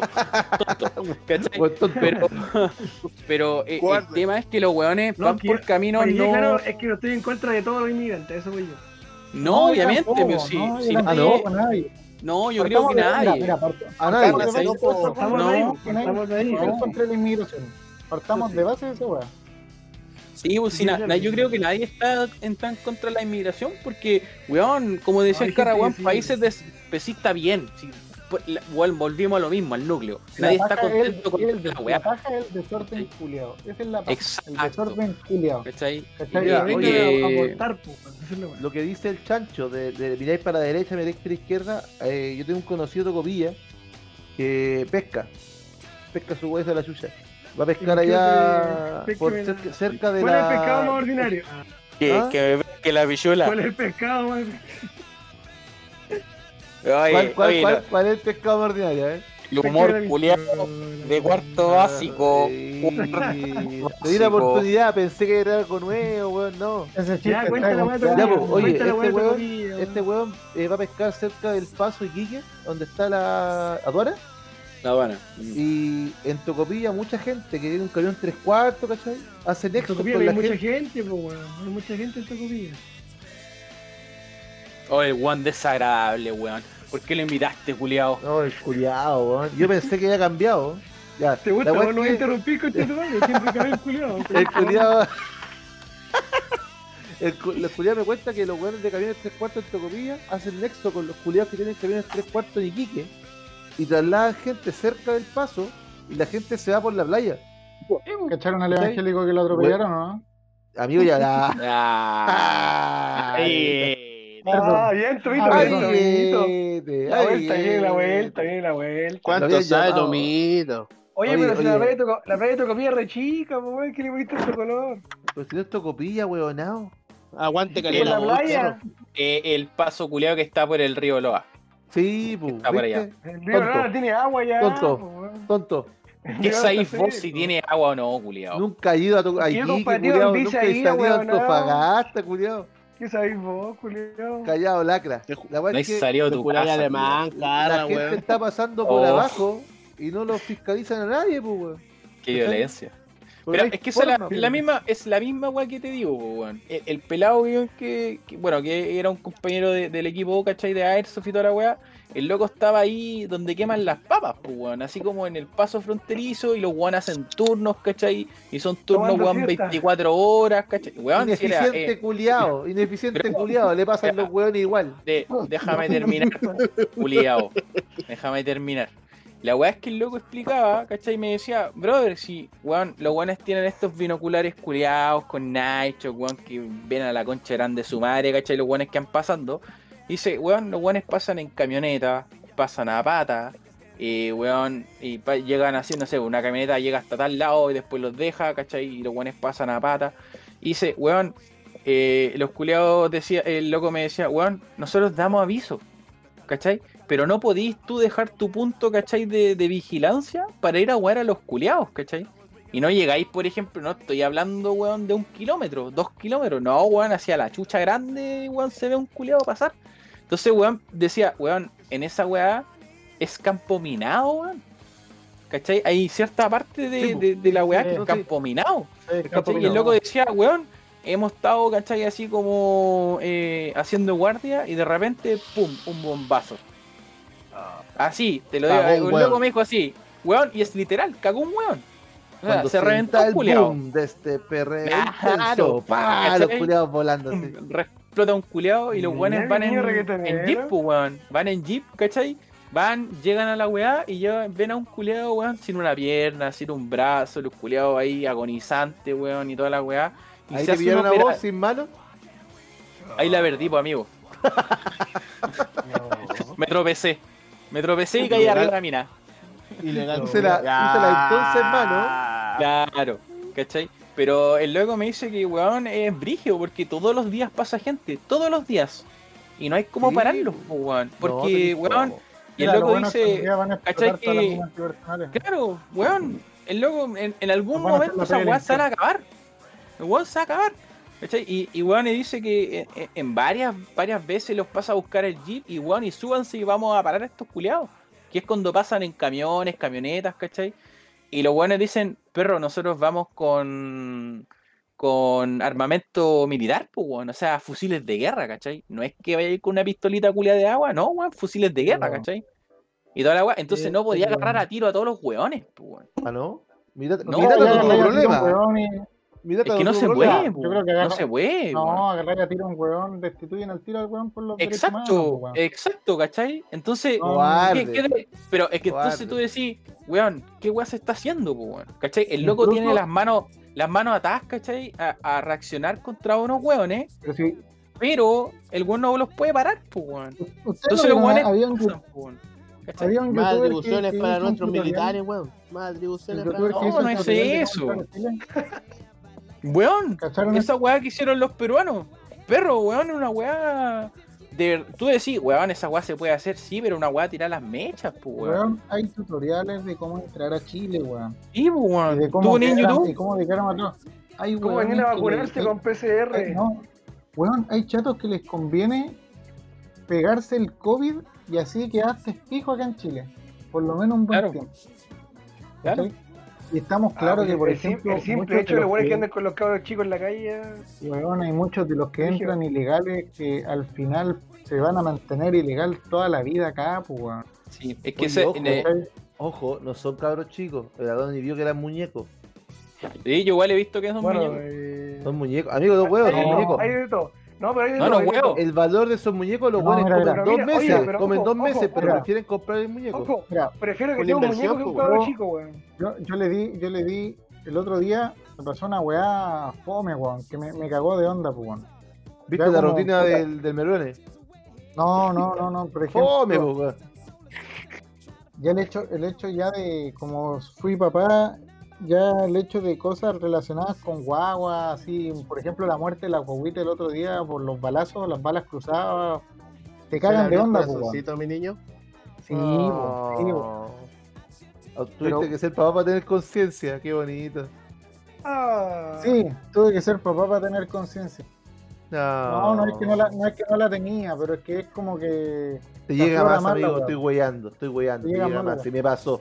tonto, ¿cachai? Weón, tonto. Pero, pero eh, el Cobarde. tema es que los weones No, van que- por caminos Porque yo, no, claro, es que no estoy en contra de todos los inmigrantes, eso voy yo. no, obviamente, tampoco, pero si, no, yo si tampoco, nadie- nadie. no, yo creo Partamos que de- mira, nadie. mira, part- A nadie. partamos de- Sí. Estamos No, ahí, pues, que nadie- estamos ahí. Yo encontré la inmigración. Partamos de base de esa weá. Sí, pues, si Yo na- creo na- que yo sí. creo que nadie está en tan contra la inmigración porque, weón, como decía hay el cara, gente weón, que sí. países de pues sí está bien. sí, pues, la- weón, volvimos a lo mismo, al núcleo. Nadie La está paja es el- contento con el- la La weá. paja es el desorden culiao. Esa es la paja. El Exacto. desorden culiao. ¿Cachai? ¿Cachai? Ya, Vengan oye. a- pues, a votar, po, weón, eso es lo bueno. Lo que dice el chancho, de, de miráis para la derecha, miráis para la izquierda, eh, yo tengo un conocido de Copilla que pesca, pesca su hueso de la chucha. Va a pescar Y creo allá que- por que- cerca, cerca de ¿Cuál es la... el pescado más ordinario? Que- ¿Ah? la bichula. ¿Cuál es el pescado más ordinario? ¿Cuál, cuál, cuál- cuál es el pescado más ordinario, eh? el Pescado humor de- culiado de cuarto Ah, básico. Sí. un- Le di la oportunidad, pensé que era algo nuevo, weón, no. Ese chiste Ya, está cuenta la golpeado. mata. Ya, pues, po, oye, Cuenta la este weá de weón- Tocopilla, weón. Este weón eh, va a pescar cerca del Paso Iquique, donde está la aduana. La Habana. Y Mm. en Tocopilla mucha gente que tiene un camión tres cuartos, ¿cachai? Hace En nexo con Tocopilla la hay gente. mucha gente, po, weón. Hay mucha gente en Tocopilla. Oh, el weón desagradable, weón. ¿Por qué lo invitaste, culiado? No, el culiado, weón. Yo pensé que había cambiado. Ya, ¿Te gusta? la weón? weá No voy a es que interrumpir con este tamaño, siempre cae el culiao. pues. El culiado. El, cu- el culiao me cuenta que los weones de camiones tres cuartos en Tocopilla hacen nexo con los culiados que tienen camiones tres cuartos en Iquique y trasladan gente cerca del paso y la gente se va por la playa. ¿Cacharon al evangélico que lo atropellaron o no? Amigo, ya la. Ah, ay. Ah, bien, tuviste, Ah, bien, amiguito. eh, Amiguete, La vuelta, amiguete. viene la vuelta, viene la vuelta. habían ¿Cuánto sabe, llamado. Tomito? Oye, Oye, pero si oye. la playa de Toco- la playa de Tocopilla es re chica, po, weón, que le pusiste otro color. Pero si no es Tocopilla, weonao. Aguante Por caleta. la no, playa, Eh, el paso culiado que está por el río Loa. Sí, pues. Está para allá. el río Tonto. Rana tiene agua ya. Tonto. po, weón. Tonto. El ¿Qué río sabéis está vos seco. si tiene agua o no, culiado? Nunca ha ido a tu a Y yo Iquique, compartido culiao, en nunca Villa he ahí, salido a weonao. Antofagasta, culiao. ¿Qué sabéis vos, culiao? Callado, lacra. Te ju- La weá No es has que salido de tu Circular casa. alemán, la cara, gente weón. está pasando por Oh. abajo y no lo fiscalizan a nadie, pues, weón. culiao. Qué violencia. Pero es que esa es la, la misma, es la misma weá que te digo, po, weón. El, el pelado weón, que, que- bueno, que era un compañero de- del equipo, ¿cachai? De Airsoft y toda la weá. El loco estaba ahí donde queman las papas, po, weón. Así como en el paso fronterizo y los weón hacen turnos, ¿cachai? Y son turnos, Tomando weón, siesta. 24 horas, ¿cachai? Weón, si era, Ineficiente eh, culiao, ineficiente Pero- culiao, le pasan Mira. los weones igual. De- déjame terminar, Juliao. Déjame terminar. La weá es que el loco explicaba, ¿cachai? Y me decía, brother, si weón, los weones tienen estos binoculares culiados con Nacho, weón, que ven a la concha grande de su madre, ¿cachai? Los weones que han pasando. Dice, weón, los weones pasan en camioneta, pasan a pata, eh, weón, y pa- llegan así, no sé, una camioneta llega hasta tal lado y después los deja, ¿cachai? Y los weones pasan a pata. Y dice, weón, eh, los culiados decía, el loco me decía, weón, nosotros damos aviso, ¿cachai? Pero no podís tú dejar tu punto, ¿cachai? De, de vigilancia para ir a jugar a los culiados, ¿cachai? Y no llegáis, por ejemplo, no estoy hablando, weón, de un kilómetro, dos kilómetros, no, weón, hacia la chucha grande, weón, se ve un culiado pasar. Entonces, weón, decía, weón, en esa weá es campo minado, weón. ¿Cachai? Hay cierta parte de, Sí, po. de- de la weá Sí, que no, es sí. campo minado. Eh, ¿Cachai? Y el loco decía, weón, hemos estado, ¿cachai? Así como eh, haciendo guardia y de repente, ¡pum! Un bombazo. Así, te lo digo. Cagón, un weón. loco me dijo así, Weón, y es literal, cagó un weón. O sea, Cuando se reventó sienta un culiao. boom de este perreo Claro, intenso, pa, los ¿cachai? culiados volando así. re- explota un culeado y los weones Mira, van en, niño reggaetonero. en jeep, pues, weón. Van en jeep, ¿cachai? Van, llegan a la weá y llevan- ven a un culeado, weón, sin una pierna, sin un brazo, los culeados ahí agonizantes, weón, y toda la weá. Y Ahí se te hace un pillaron a opera- vos sin malo. Ahí la perdí, pues, amigo. Me tropecé. Me tropecé y caí arriba de la mina. Ilegal. Se la, se la entonces malo. Claro, ¿cachai? Pero el loco me dice que, weón, es brigio porque todos los días pasa gente, todos los días. Y no hay cómo Sí. pararlos, pues, weón. Porque, No, weón, tenés- y el Mira, lo loco bueno es que hoy dice, día van a explotar ¿cachai todas las que- minas antipersonales. Claro, weón. El loco, en, en algún Nos van a hacer momento la esa pelea weá del se van a acabar. El weón se va a acabar. ¿Cachai? Y, y weón y dice que en, en varias, varias veces los pasa a buscar el jeep y weón y súbanse y vamos a parar a estos culiados. Que es cuando pasan en camiones, camionetas, ¿cachai? Y los weones dicen, perro, nosotros vamos con con armamento militar, pues weón, o sea, fusiles de guerra, ¿cachai? No es que vaya a ir con una pistolita culia de agua, no, weón, fusiles de guerra, No. Eh, ¿cachai? Y toda la weá, entonces Sí, no podía sí, agarrar weón. a tiro a todos los weones, pues weón. ¿Ah, no? Mira, No, mira ya, todo ya, tu ya, ya, problema. weón y- Mira Es que no se problema. puede, Yo po, creo que no agarra- se puede. weón. No, agarrar y a tiro a un weón, destituyen al tiro al weón por los derechos humanos, pues, Exacto, Eh, weón. exacto, ¿cachai? Entonces, No, ¿qué- qué Cobarde. de- pero es que entonces tú Cobarde. decís, weón, ¿qué weá se está haciendo, po, weón? ¿Cachai? El loco Incluso- tiene las manos, las manos atadas, ¿cachai? A, a reaccionar contra unos weones, Pero si, pero el weón no los puede parar, po, weón. ustedes Entonces lo los que weones había un, pasan, po, weón. ¿Cachai? había un Más youtuber que- atribuciones que para hizo un nuestros tutorial, militares, weón. Más atribuciones un para youtuber que No, hizo un no es tutorial de eso. cómo usar el Chile. Weón, ¿Cacharon eso? esa weá que hicieron los peruanos. Perro, weón, una weá. De, tú decís, weón, esa weá se puede hacer, sí, pero una weá tirar las mechas, pues, weón. Weón, hay tutoriales de cómo entrar a Chile, weón. Sí, pues, Y weón. de cómo Tú ni en llegaron- YouTube. y cómo llegaron a todos. Hay ¿Cómo weones venían a que le- vacunarse hay- con PCR? No, weón, hay chatos que les conviene pegarse el COVID y así quedaste fijo acá en Chile. Por lo menos un buen Claro. tiempo. Claro. ¿Cachai? Y estamos Ah, claros porque que, por el, sim- ejemplo, el muchos simple de hecho de los los weones que- que andan con los cabros chicos en la calle. weón, hay muchos de los que Brígido. entran ilegales que al final se van a mantener ilegal toda la vida acá, pues, weón. Sí, es que Oye, ese, ojo, en el- ¿Cachai? Ojo, no son cabros chicos. El Adonis vio que eran muñecos. sí, yo igual he visto que son Bueno, muñecos. eh, Son muñecos. Amigos, los huevos, hay, son de todo, muñecos. hay de todo. No, pero hay de No, todo, no, hay de huevo. todo. El valor de esos muñecos los No, huevos mira, comen mira. dos Mira, oye, meses. pero comen ojo, dos ojo, meses, pero mira. prefieren comprar el muñeco. Ojo, Mira, prefiero que Una sea un inversión, muñeco que un po, cabro weón. chico, weón. yo, yo le di, yo le di el otro día, me pasó una weá fome, weón, que me, me cagó de onda, pues, weón. ¿Viste Ya la como- rutina puta. del, del Melone? No, no, no, no, por ejemplo. ¡Fome, po, weón! ya el hecho, el hecho ya de como fui papá, ya el hecho de cosas relacionadas con guagua, así, por ejemplo la muerte de la guaguita el otro día por los balazos, las balas cruzadas, te cagan de onda, po, weón. mi niño? Sí, po, sí, po. Oh. Tuviste Pero- que ser papá para tener conciencia. Qué bonito. Ah, sí, tuve que ser papá para tener conciencia. No, No, no es que no la, no es que no la tenía, pero es que es como que, Te la llega flora más, mata, amigo. weón. Estoy hueando, estoy hueando. Te Te llega llega, más, más. weón. Se me pasó.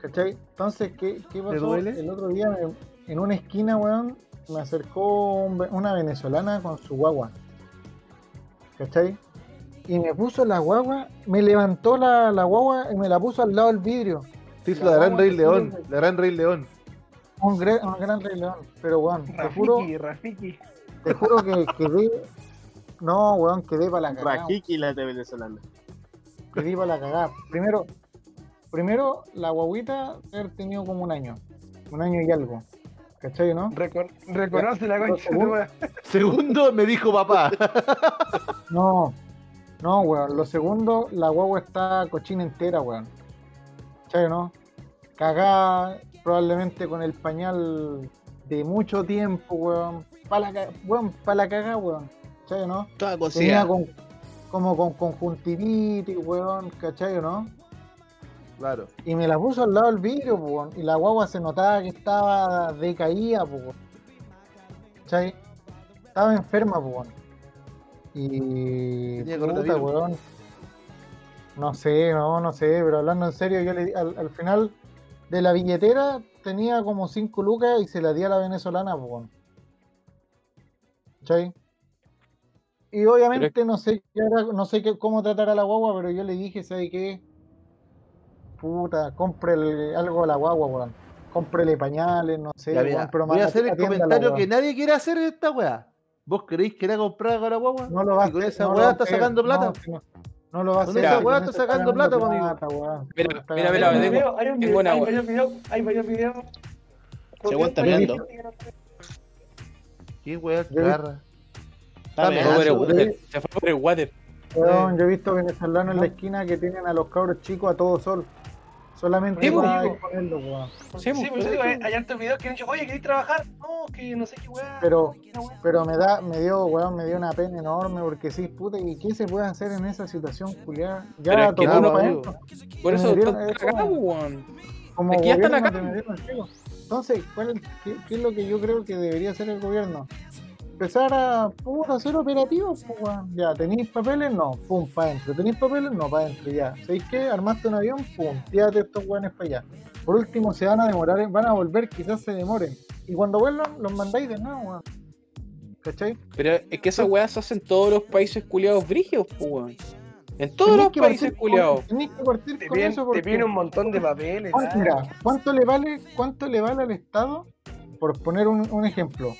¿cachai? Entonces, ¿qué, qué pasó? duele? El otro día me- en una esquina, weón, me acercó un ve- una venezolana con su guagua. ¿Cachai? Y me puso la guagua, me levantó la, la guagua y me la puso al lado del vidrio. Te hizo La la, gran guagua Rey que León. sirve. La gran Rey León. Un, gre- un gran rey león. Pero, weón, te juro, Rafiki, Rafiki. te juro que quedé. No, weón, quedé para la cagada. Rajiki la de venezolana. Quedé para la cagada. Primero, primero, la guaguita haber tenido como un año. Un año y algo. ¿Cachai, no? Recon- reconoce la concha de Segundo. tu weón. Segundo, me dijo papá. No, no, weón. Lo segundo, la guagua está cochina entera, weón. ¿Cachai, no? Cagada, probablemente con el pañal de mucho tiempo, weón. Para la, ca- weón, pa' la cagada, weón. ¿Cachai, no? Toda Tenía cocida. con, como con conjuntivitis, weón. ¿Cachai, no? Claro. Y me la puso al lado del vidrio, po, weón. Y la guagua se notaba que estaba decaída, po, weón. ¿Cachai? Estaba enferma, po, weón. Y. Tenía puta, coronavirus. weón. No sé, no, no sé, pero hablando en serio, yo le di- al, al final de la billetera tenía como 5 lucas y se la di a la venezolana, po, weón. ¿Cachai? Y obviamente no sé, qué hará- no sé qué- cómo tratar a la guagua, pero yo le dije, ¿sabes qué? puta, cómprele algo a la guagua, weón. Cómprele pañales, no sé, Ya, weón, mira, pero voy a más- hacer el atiéndala, comentario weón. que nadie quiere hacer en esta weá. ¿Vos creéis que la comprar con la guagua? No lo va a Y con hacer, esa no lo weá va a está hacer, sacando no, plata. si No, no lo va a Con hacer. esa si weá con está eso sacando ganando plata, amigo. plata, weón. Mira, Bueno, está mira, mira, ganando mira, tengo- plata. Hay, un tengo video, una hay hueá. varios videos, hay varios videos. aguanta Hay mirando. varios videos. ¿Qué weá, Yo- carra? Está Dame, Se fue por el meando, dame, weón. water, Se fue por el water. Weón, yo he visto venezolanos en la esquina que tienen a los cabros chicos a todo sol. Solamente Sí, para pues. exponerlos, weón. Sí, Sí, pues. pues, digo, hay, hay hartos videos que han dicho, oye, ¿querés trabajar? No, que no sé qué weá. Pero- qué weá". Pero me da, me dio, weón, me dio una pena enorme porque sí, puta, ¿y qué se puede hacer en esa situación, Julián? Pero es Ya que tocó no, para amigo. esto. Por eso Me están dieron eso, acá, weón. weón. Como Es que ya están gobierno acá. te metieron al tiro. Entonces, ¿cuál, qué, qué es lo que yo creo que debería hacer el gobierno? Empezar a, pum, a hacer operativos, pues, weón. Ya, ¿tenéis papeles? No, pum, para adentro. ¿Tenéis papeles? No, para adentro, ya. ¿Sabéis qué? Armaste un avión, pum, tírate estos weones para allá. Por último, se van a demorar, en- van a volver, quizás se demoren. Y cuando vuelvan, los mandáis de nuevo, weón. ¿Cachai? Pero es que esas weas se hacen en todos los países culiados brígidos, pues, weón. En todos Tenéis los que países partir con- culiados. Tenéis que partir Te con piden, eso te porque- piden un montón de papeles. ¿Cuánto, nada. Ah, mira, ¿cuánto le vale, cuánto le vale al Estado? Por poner un, un ejemplo.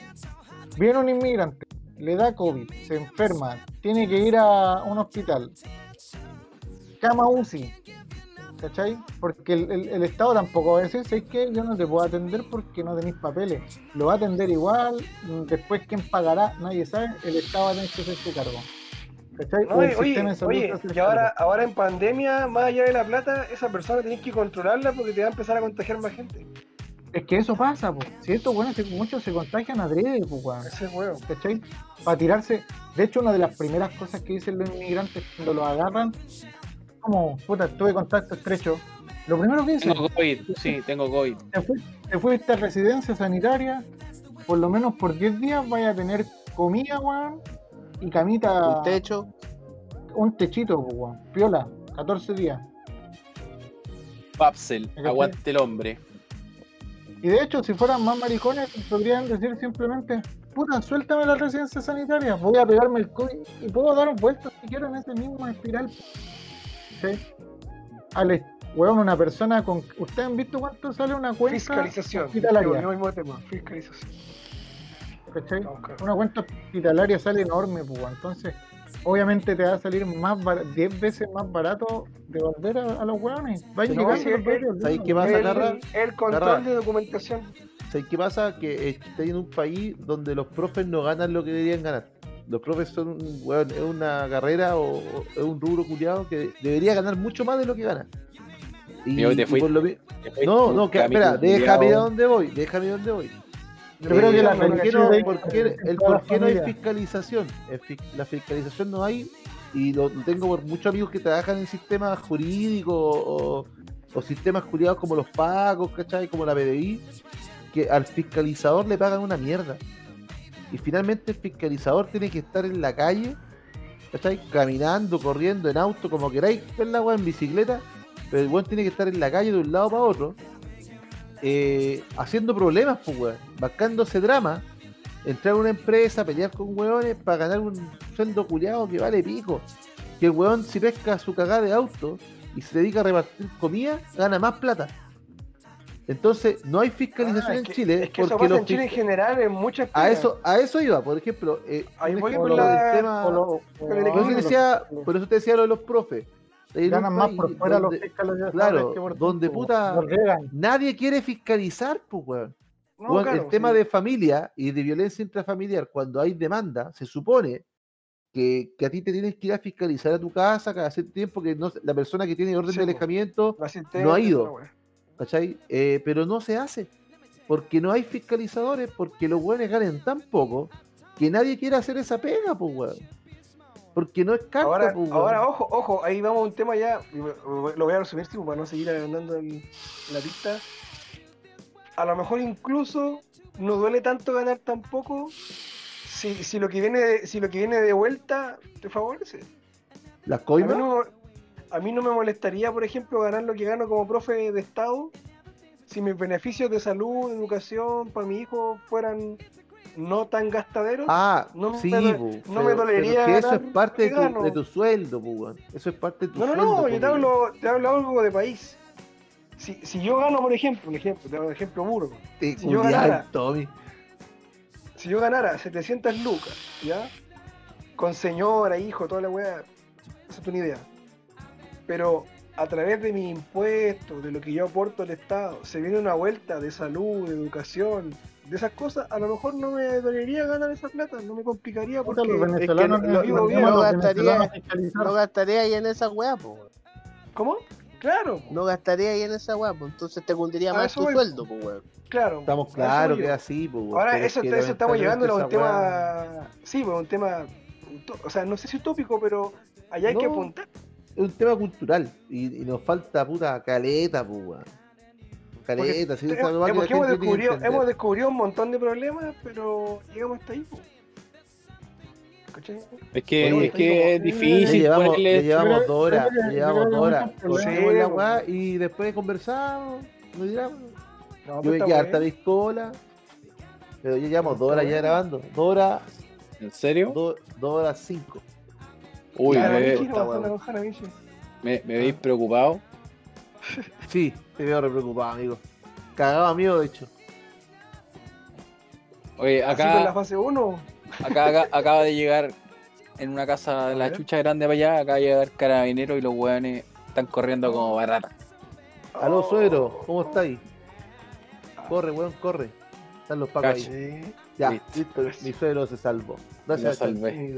Viene un inmigrante, le da COVID, se enferma, tiene que ir a un hospital. Cama UCI. ¿Cachai? Porque el, el- el Estado tampoco va a decir, es que yo no te puedo atender porque no tenéis papeles. Lo va a atender igual, mm, después quién pagará, nadie sabe, el Estado va a tener que hacerse cargo. ¿Cachai? No, O el oye, oye, sistema de salud se oye, hace y cargo. ahora, ahora en pandemia, más allá de la plata, esa persona tenés que controlarla porque te va a empezar a contagiar más gente. Es que eso pasa, po. Si estos buenos muchos se contagian adrede, po, weón. Ese huevo. ¿cachai? Para tirarse. De hecho, una de las primeras cosas que dicen los inmigrantes cuando los agarran, como, puta, tuve contacto estrecho. Lo primero que dicen, Tengo COVID, sí, tengo COVID. te, fui- te fuiste a residencia sanitaria, por lo menos por 10 días vaya a tener comida, weón, y camita, Un techo. un techito, po, weón. Piola, 14 días. Papsel, aguante el hombre. Y de hecho, si fueran más maricones, podrían decir simplemente, puta, suéltame la residencia sanitaria, voy a pegarme el COVID y puedo dar vueltas si quiero en ese mismo espiral. ¿Sí? Alex, weón, una persona con... ¿Ustedes han visto cuánto sale una cuenta Fiscalización. hospitalaria. Volvió al mismo tema. Fiscalización. ¿Cachai? Vamos, claro. Una cuenta hospitalaria sale enorme, pues, weón. entonces obviamente te va a salir más bar- 10 veces más barato de volver a, a los hueones. Va a Pero llegar sí, los pero- hueones, ¿sabes qué weón. pasa, el, Carra? el control Carra. de documentación. ¿Sabes qué pasa? Que eh, está en un país donde los profes no ganan lo que deberían ganar. Los profes son un- weón, es una carrera o, o es un rubro culiado que debería ganar mucho más de lo que gana. Y, Yo te y fui- por lo mi- No, Este, no, que, espera, déjame a dónde voy, déjame a dónde voy. Yo creo que la ¿por qué no, felicidad- por qué- el en toda la por qué no hay familia. fiscalización? El fi- La fiscalización no hay y lo lo tengo por muchos amigos que trabajan en sistemas jurídicos o, o sistemas jurídicos como los pagos, ¿cachai? Como la PDI, que al fiscalizador le pagan una mierda. Y finalmente el fiscalizador tiene que estar en la calle, ¿cachai? Caminando, corriendo, en auto, como queráis, ver la weá en bicicleta, pero el weón tiene que estar en la calle de un lado para otro, eh, haciendo problemas, pues weón, bancándose drama, entrar a una empresa, pelear con weones para ganar un sueldo culiado que vale pico. Que el weón si pesca su cagada de auto y se dedica a repartir comida, gana más plata. Entonces, no hay fiscalización Ah, es en que- Chile Es que eso porque pasa los en Chile en fis- general, en muchas a pegas. eso, a eso iba, por ejemplo, eh, Ahí un voy ejemplo con la- del tema- O lo- por Pero el eso, equipo- te decía, por eso te decía lo de los profes. Hay ganan un más país por fuera donde los fiscales de claro, Sales que por donde dentro, puta- los riegan. Nadie quiere fiscalizar, pues, weón. No, Bueno, claro, el tema sí. de familia y de violencia intrafamiliar, cuando hay demanda, se supone que, que a ti te tienes que ir a fiscalizar a tu casa cada cierto tiempo que no, la persona que tiene orden Sí, de po. alejamiento, La asistencia, no ha ido. esa weá. ¿cachai? Eh, pero no se hace, porque no hay fiscalizadores, porque los hueones ganan tan poco que nadie quiere hacer esa pega, pues, weón. Porque no es carta, Ahora, pues, weón. ahora, ojo, ojo, ahí vamos a un tema ya, y lo lo voy a resumir tipo, para no seguir agrandando el- la pista. A lo mejor incluso no duele tanto ganar tampoco si, si lo que viene de, si lo que viene de vuelta te favorece. Las A mí, coimas, no, me- a mí no me molestaría, por ejemplo, ganar lo que gano como profe de Estado si mis beneficios de salud, educación para mi hijo fueran no tan gastaderos. Ah, No me sí, dole- po, no me dolería que eso es ganar parte de tu, vegano. de tu sueldo, po, weón. Eso es parte de tu No, no, sueldo. pues, no, po, yo te weón. hablo, te hablo algo de país. si, si yo gano, por ejemplo, un ejemplo, te doy un ejemplo puro, Te Si culiao, yo ganara. Tommy. si yo ganara 700 lucas, ¿ya? Con señora, hijo, toda la weá, esa es una idea. Pero a través de mis impuestos, de lo que yo aporto al Estado, se viene una vuelta de salud, de educación, de esas cosas, a lo mejor no me dolería ganar esa plata, no me complicaría porque... Puta, los que venezolanos lo- no- lo no- digo bien, no, no los gastaría- venezolanos fiscalizar. No gastaría ahí en esa weá, po. weón. ¿Cómo? Claro, No gastaría ahí en esa weá, po. Entonces te cundiría A más eso tu voy. sueldo, po, weón. claro. Estamos Eso claros yo. que es así, po, weón, Ahora, pero es eso, que eso estamos lamentablemente llegando a un esa weá- tema... Sí, pues, un tema... utó- O sea, no sé si utópico, pero allá hay que No. apuntar. Es un tema cultural y, y nos falta puta caleta, po, weón. Caleta, sí, esa weá que la Eh, porque hemos gente tiene que descubrido, entender. hemos descubrido un montón de problemas, pero llegamos hasta ahí. po. ¿Cachai? Es que, Oye, es, que es estoy como- Ya difícil llevamos, ya ponerle. llevamos creo- dos horas, creo que- ya yo llevamos creo que dos horas. muchos problemas. Cortemos la weá Sí, y después conversamos, nos dirán. No, Yo pues, me está quedé bueno. harta piscola. Pero ya llevamos dos horas ya grabando. Dos horas, ¿En serio? do- dos horas cinco. Uy, Claro, me, Vinci, no está va a estar bueno. la hoja, la Vinci. me, me veis preocupado. Sí, te veo re preocupado, amigo. Cagado amigo, de hecho. Oye, Así con la acá, fase 1. acá, acá- acaba de llegar en una casa de la ver. chucha grande para allá. Acaba de llegar carabinero y los weones están corriendo como barata. Oh. Aló, suegro, ¿cómo estáis? Corre, weón, corre. Están los pacos Cacha. ahí. Ya, Listo. listo, mi suegro se salvó. Me Gracias. Chacho. salvé.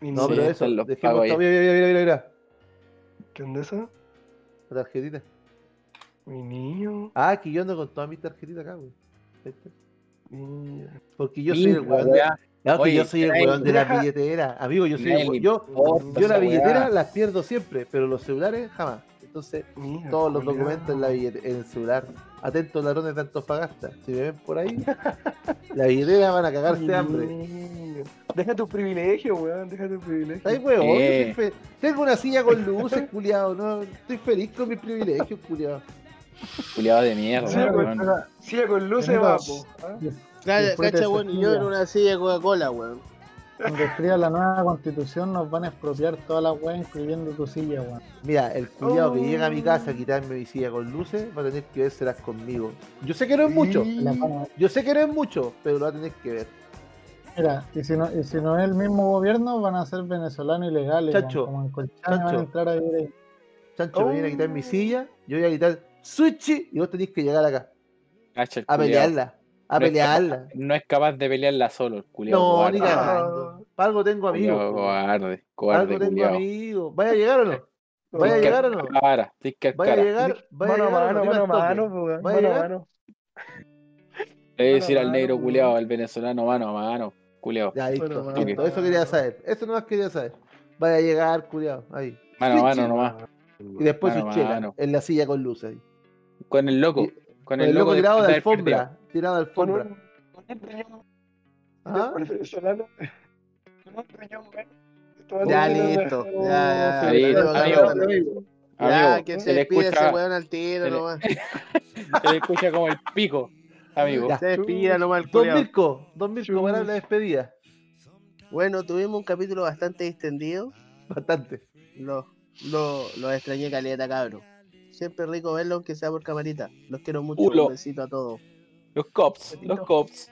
No, Sí, pero eso, están los dejemos pacos esta- ahí. Mira, mira, mira, mira, mira. ¿Qué onda eso? La tarjetita. Mi niño. Ah, que yo ando con todas mis tarjetitas acá, weón. Ahí está. mi- Porque yo soy el Pinta, weón de, weá. no, que Oye, yo soy el trae- weón de la deja- billetera. Amigo, yo soy el Nadie weón. le Yo, importa Yo la esa billetera weá. las pierdo siempre, pero los celulares jamás. Entonces, mira, todos los culiao. documentos en, la billete- en el celular. Atentos ladrones de Antofagasta. Si me ven por ahí, la billetera van a cagarse Mi de hambre. niño. Deja tu privilegio, weón. Deja tu privilegio. Ay, huevón, yo Eh. soy fe- tengo una silla con luces, culiado. No, estoy feliz con mis privilegios, culiado. Culeado de mierda, Sí, weón. Sigue con luces, Menudo. papo. ¿ah? Claro, Después de cacha, weón, y yo Cecilia. en una silla de Coca-Cola, weón. Cuando escriba la nueva constitución nos van a expropiar todas las weas, incluyendo tu silla, weón. Mira, el culiado que Oh. llega a mi casa a quitarme mi silla con luces va a tener que vérselas conmigo. Yo sé que no es mucho. Mm. Las van a- Yo sé que no es mucho, pero lo va a tener que ver. Mira, y si, no, y si no es el mismo gobierno, van a ser venezolanos ilegales. weón, Chacho, como en Colchane van chacho. a entrar a vivir ahí. Chancho Oh. me viene a quitar mi silla, yo voy a quitar Switchy y vos tenés que llegar acá Cacha, el a culiao. pelearla. A No es pelearla. No es capaz de pelearla solo, el culiado. No, ni cobarde. Ah, cagada. cagando. Para algo tengo amigos. Culiao po. Cobarde, Para cobarde, algo tengo culiao. amigos. ¿Vaya a llegar o no? ¿Vaya a Tienes que llegar o no? arcar la vara, tienes que ¿Vaya a arcarla. llegar? ¿Vaya a Mano llegar? a o mano, no? Dime mano a al toque. mano, weón. ¿Vaya a Mano a llegar? mano. Le voy a decir al mano, negro weón. culiao, al venezolano mano a mano, culiao. Ya, listo. Bueno, listo. mano. Eso quería saber. Eso nomás quería saber. Vaya a llegar, cuidado. Ahí. Mano a mano Switchy. nomás. Y después Mano, su chela mano. en la silla con luces. ahí. Con el loco. Y- Con Con el loco de tirado de espalda desperdido. alfombra. Tirado de Con alfombra. un- con un riñón, ¿Ah? con el venezolano, con un riñón menos. Esto va a Ya, ser una- listo. Oh, Ya, Sí, ya, ya, amigo, amigo. ya, Amigo, Ya, que se se le despide escucha- ese weón al tiro se le- nomás. Se le escucha como el pico, amigo. Ya. Se despida nomás el Don culiao. Mirko, Don Mirko, para la despedida. Bueno, tuvimos un capítulo bastante distendido. Bastante. Los lo, los extrañé caleta, cabro. Siempre rico verlos, aunque sea por camarita. Los quiero mucho. Ulo. Un besito a todos. Los cops, los cops.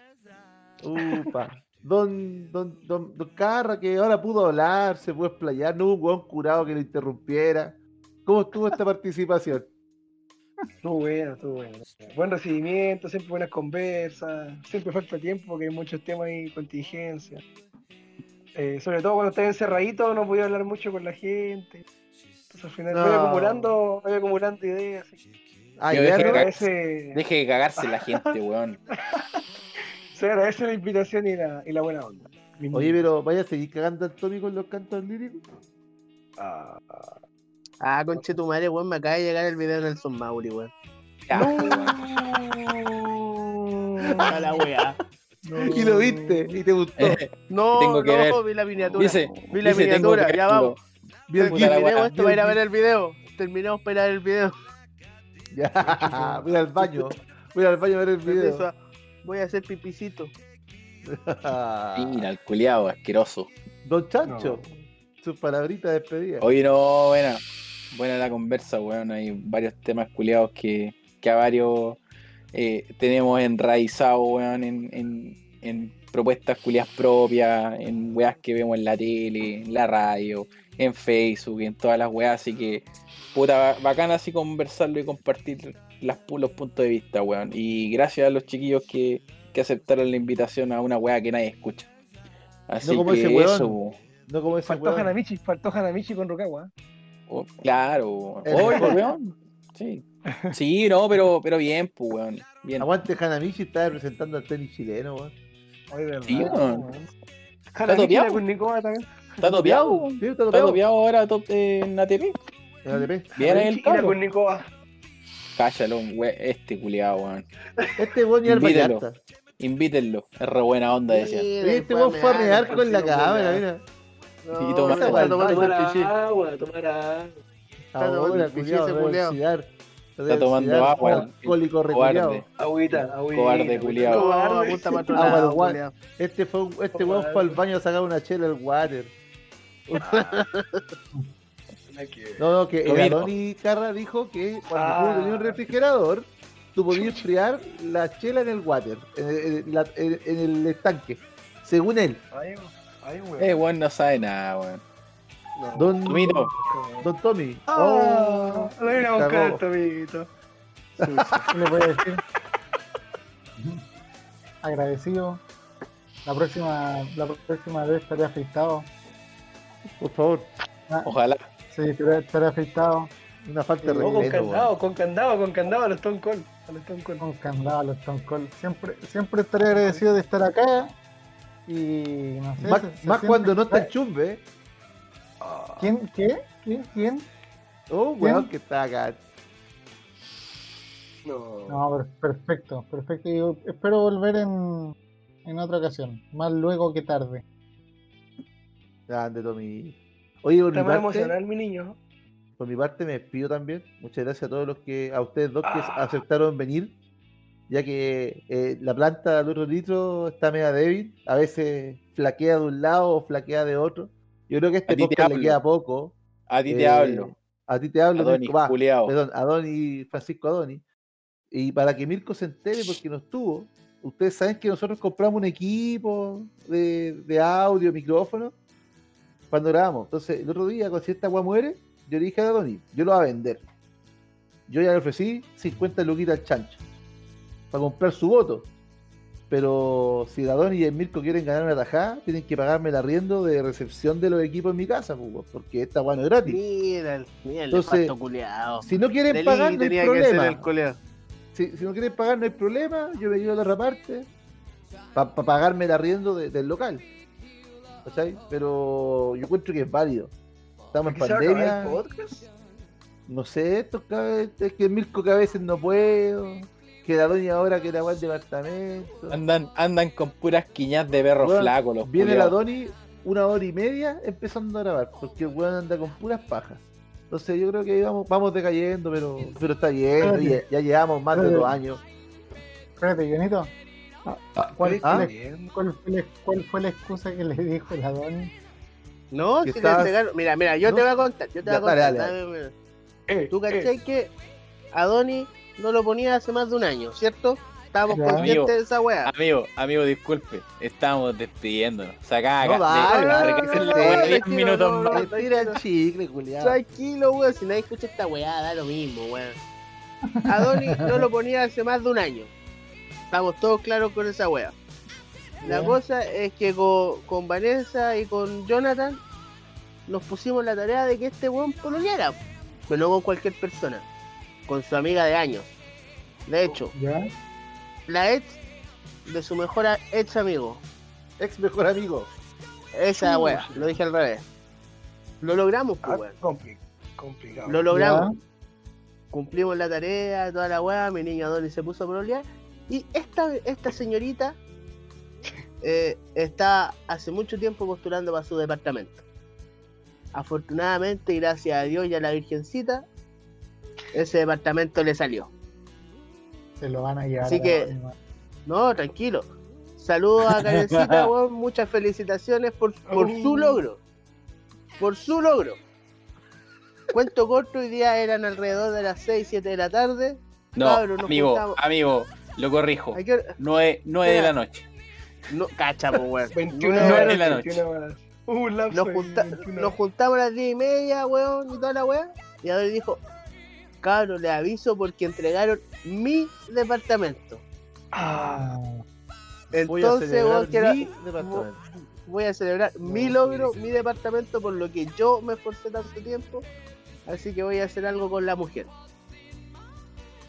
Upa. Don, don, don, don Carra, que ahora pudo hablar, se pudo explayar, no hubo un hueón curado que lo interrumpiera. ¿Cómo estuvo esta participación? Estuvo bueno, estuvo bueno. Buen recibimiento, siempre buenas conversas. Siempre falta tiempo porque hay muchos temas y contingencia. Eh, sobre todo cuando estás encerradito, no podía hablar mucho con la gente. Entonces al final voy No. acumulando, voy acumulando ideas. Ah, Yo ya dejé Se no- cagar. agradece, Deje de cagarse la gente, weón. se agradece la invitación y la, y la buena onda. Oye, pero vaya a seguir cagando al Tommy con los cantos líricos. Ah, Ah, conche tu madre, weón. Me acaba de llegar el video de Nelson Mauri, weón. Ya, weón. A la weá. Y lo viste, y te gustó. No, Tengo que no, vi ver. la miniatura. Dice, vi la dice, tengo miniatura, que ya verlo. vamos. Vi el Terminemos puta la video, weá. vi esto para el ir a ver video. el video. Terminemos para ir a ver el video. Ya, voy al baño. Voy al baño a ver el Permiso, video. Voy a hacer pipicito. Mira, el culiao, asqueroso. Don Chancho, sus palabritas de despedida. Oye, no, buena. Buena la conversa, weón. Hay varios temas culiados que, que a varios eh, tenemos enraizados, weón, en, en- en propuestas culiadas propias, en weas que vemos en la tele, en la radio, en Facebook, en todas las weas. Así que, puta, ba- bacán así conversarlo y compartir las, pu- los puntos de vista, weón. Y gracias a los chiquillos que, que aceptaron la invitación a una wea que nadie escucha. Así como que ese weón. eso, weón. No como ese Faltó weón. Hanamichi, faltó Hanamichi con Rukawa. Oh, claro, weón. El Oye, mejor. weón. Sí. Sí, no, pero, pero bien, pues, weón. Bien. Aguante Hanamichi está representando al tenis chileno, weón. Oye, verdad. Sí, weón. Cara, topiado? Nikita con Nicoba también. Está topeado, weón. Sí, está Está topeado. Ah, topeado ahora top, eh, en ATP. En ATP. Bien ahí el Chiquita carro. con Nicoba. Cállalo, weón. Este culiado, weón. Este weón y al Invítenlo. Vallarta. Invítenlo. Es re buena onda, decía. Oye, Este weón fue a mear con la cámara, mira. Y toma- Esa weá, tomando el Tomar el pichí. agua, tomar agua. tomando Ahora, el pichí culiao, ese no culiao. oxigar. No Está tomando oxigar, agua, un Alcohólico reculiao. Cobarde. Eh, Agüita, agüita. Cobarde, culiao. Oh, Cobarde. puta Ah, patronada, bueno, guay. culiao. Este fue un- este weón fue al baño a sacar una chela al water. No, no, que Lo el mismo. Adoni Carra dijo que cuando Ah. tú tenías un refrigerador, tú podías enfriar la chela en el water, en el, en la- en- en el estanque. Según él, Ay, weón. Ay, weón. Eh, weón, no sabe nada, weón. don, Miro, don Tommy. Ah, lo voy a ir a buscar Ah. Cagó. esto, amiguito. ¿Qué le voy a decir? Agradecido. La próxima, la próxima vez estaré afeitado. Por favor, ojalá. Sí, estaré estaré afeitado una falta de No, Oh, con respeto. weón. candado, con candado, con candado a los Stone Cold. A los Stone Cold. con candado, los Stone Cold. Siempre, siempre estaré agradecido de estar acá. Y no sé. Más, se- se más siente- cuando no está el chumbe. eh. ¿Quién? ¿Qué? ¿Quién? ¿Quién? Oh, weón, que está acá. No, per- perfecto, perfecto. Y yo espero volver en, en otra ocasión. Más luego que tarde. Grande, Tommy. Oye, por mi, Está más parte, emocional, mi niño. por mi parte me despido también. Muchas gracias a todos los que, a ustedes dos que Ah. aceptaron venir, ya que eh, la planta del otro litro está media débil. A veces flaquea de un lado o flaquea de otro. Yo creo que a este A ti te podcast le hablo. queda poco. A ti te Eh, hablo. A ti te hablo, Adonis, Mirko. Va, culiao. perdón, Adoni, Francisco Adoni. Y para que Mirko se entere, porque no estuvo, ustedes saben que nosotros compramos un equipo de, de audio, micrófono, cuando grabamos. Entonces, el otro día, cuando si esta agua muere, yo le dije a Adoni, yo lo voy a vender. Yo ya le ofrecí 50 luquitas al chancho para comprar su voto. Pero si Adoni y el Mirko quieren ganar una tajada, tienen que pagarme el arriendo de recepción de los equipos en mi casa, pues, weón, porque esta agua no es gratis. Mira, el- mira el Entonces, pato culiao. Si no quieren Delhi pagar, no hay tenía que ser problema. el culiao. Si, si no quieren pagar, no hay problema. Yo me llevo a la otra parte para pagarme el arriendo de- del local. ¿Cachai? Pero yo encuentro que es válido. Estamos en ¿Aquí se va a acabar el pandemia. podcast? No sé, esto cada vez- es que Mirko que a veces no puedo. Que la doña ahora que la va al departamento. Andan, andan con puras quiñas de perro Weón, flaco los Viene culiaos. la Doni una hora y media empezando a grabar, porque el weón anda con puras pajas. Entonces yo creo que ahí vamos, vamos decayendo, pero, pero está bien, Espérate. oye, ya llevamos más de Espérate. dos años. Espérate, Jonito. ¿Cuál es Ah. tu bien? ¿Cuál fue, la, cuál fue la excusa que le dijo el Adoni? No, Que si estás- le entregaron. Mira, mira, yo No. te voy a contar. Yo te Ya, voy a contar. dale, dale, dame, mira. Eh, Tú eh, cachai que Adoni no lo ponía hace más de un año, ¿cierto? Estábamos Ya. conscientes de esa weá. Amigo, amigo, disculpe. Estábamos despidiéndonos. Sacá No, acá. dale, dale, de- de- dale, de- de- dale, diez tranquilo, minutos no, más. no. Le tira el chicle, culiado. Tranquilo, weón, si nadie escucha esta weá, da lo mismo, weón. Adoni no lo ponía hace más de un año. Estamos todos claros con esa weá. La Ya. cosa es que co- con, Vanessa y con Jonathan nos pusimos la tarea de que este weón pololeara, pero no con cualquier persona, con su amiga de años. De hecho, ¿Ya? la ex de su mejor a- ex amigo, Ex mejor amigo. esa weá, lo dije al revés. Lo logramos, pues, Ah, weón. compli- complicado. Lo logramos. cumplimos la tarea, toda la weá, mi niño Adonis se puso a prolear. Y esta, esta señorita eh, está hace mucho tiempo postulando para su departamento. Afortunadamente, y gracias a Dios y a la Virgencita, ese departamento le salió. Se lo van a llevar. Así a la que- próxima. No, tranquilo. Saludos a Karencita, weón, muchas felicitaciones por, por su logro. Por su logro. Cuento corto, hoy día eran alrededor de las 6, 7 de la tarde. No, Cabrón, nos amigo, juntamos. amigo, lo corrijo. ¿A qué hora? 9, de Mira. la noche. No, cacha, po, weón. 21 Nueve horas. de la noche. 21 horas. Uh, un lapso Nos, de junta- 21 nos horas. juntamos a las 10 y media, weón, y toda la weá. Y ahora dijo, cabrón, le aviso porque entregaron mi departamento. Ah, Voy a Entonces, weón, celebrar quiero- mi departamento. voy a celebrar mi logro, mi departamento, por lo que yo me esforcé tanto tiempo. Así que voy a hacer algo con la mujer.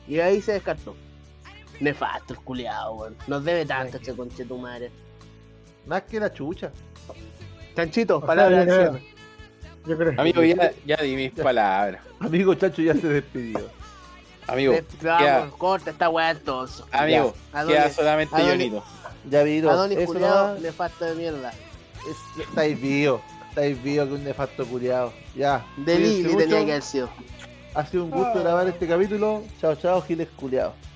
Y ahí se descartó. Nefasto el culiado, weón. Nos debe tanto este conche tu madre. Más que la chucha. Chanchito, O sea, palabras de yo, cierre. creo, yo creo- Amigo, ya, ya di mis palabras. Amigo Chacho ya se despidió. Amigo, Des- Vamos, corta esta weá entonces. amigo, Ya. Adonis- queda solamente Adonis- Yolito. Ya viro. Adonis Eso culiado, no, nefasto de mierda. es- estáis vivos. Estáis vivos que un nefasto culiado. Ya. De cuídense Lili mucho. tenía que haber sido. Ah. Ha sido un gusto grabar este capítulo. Chao, chao, Giles culiados.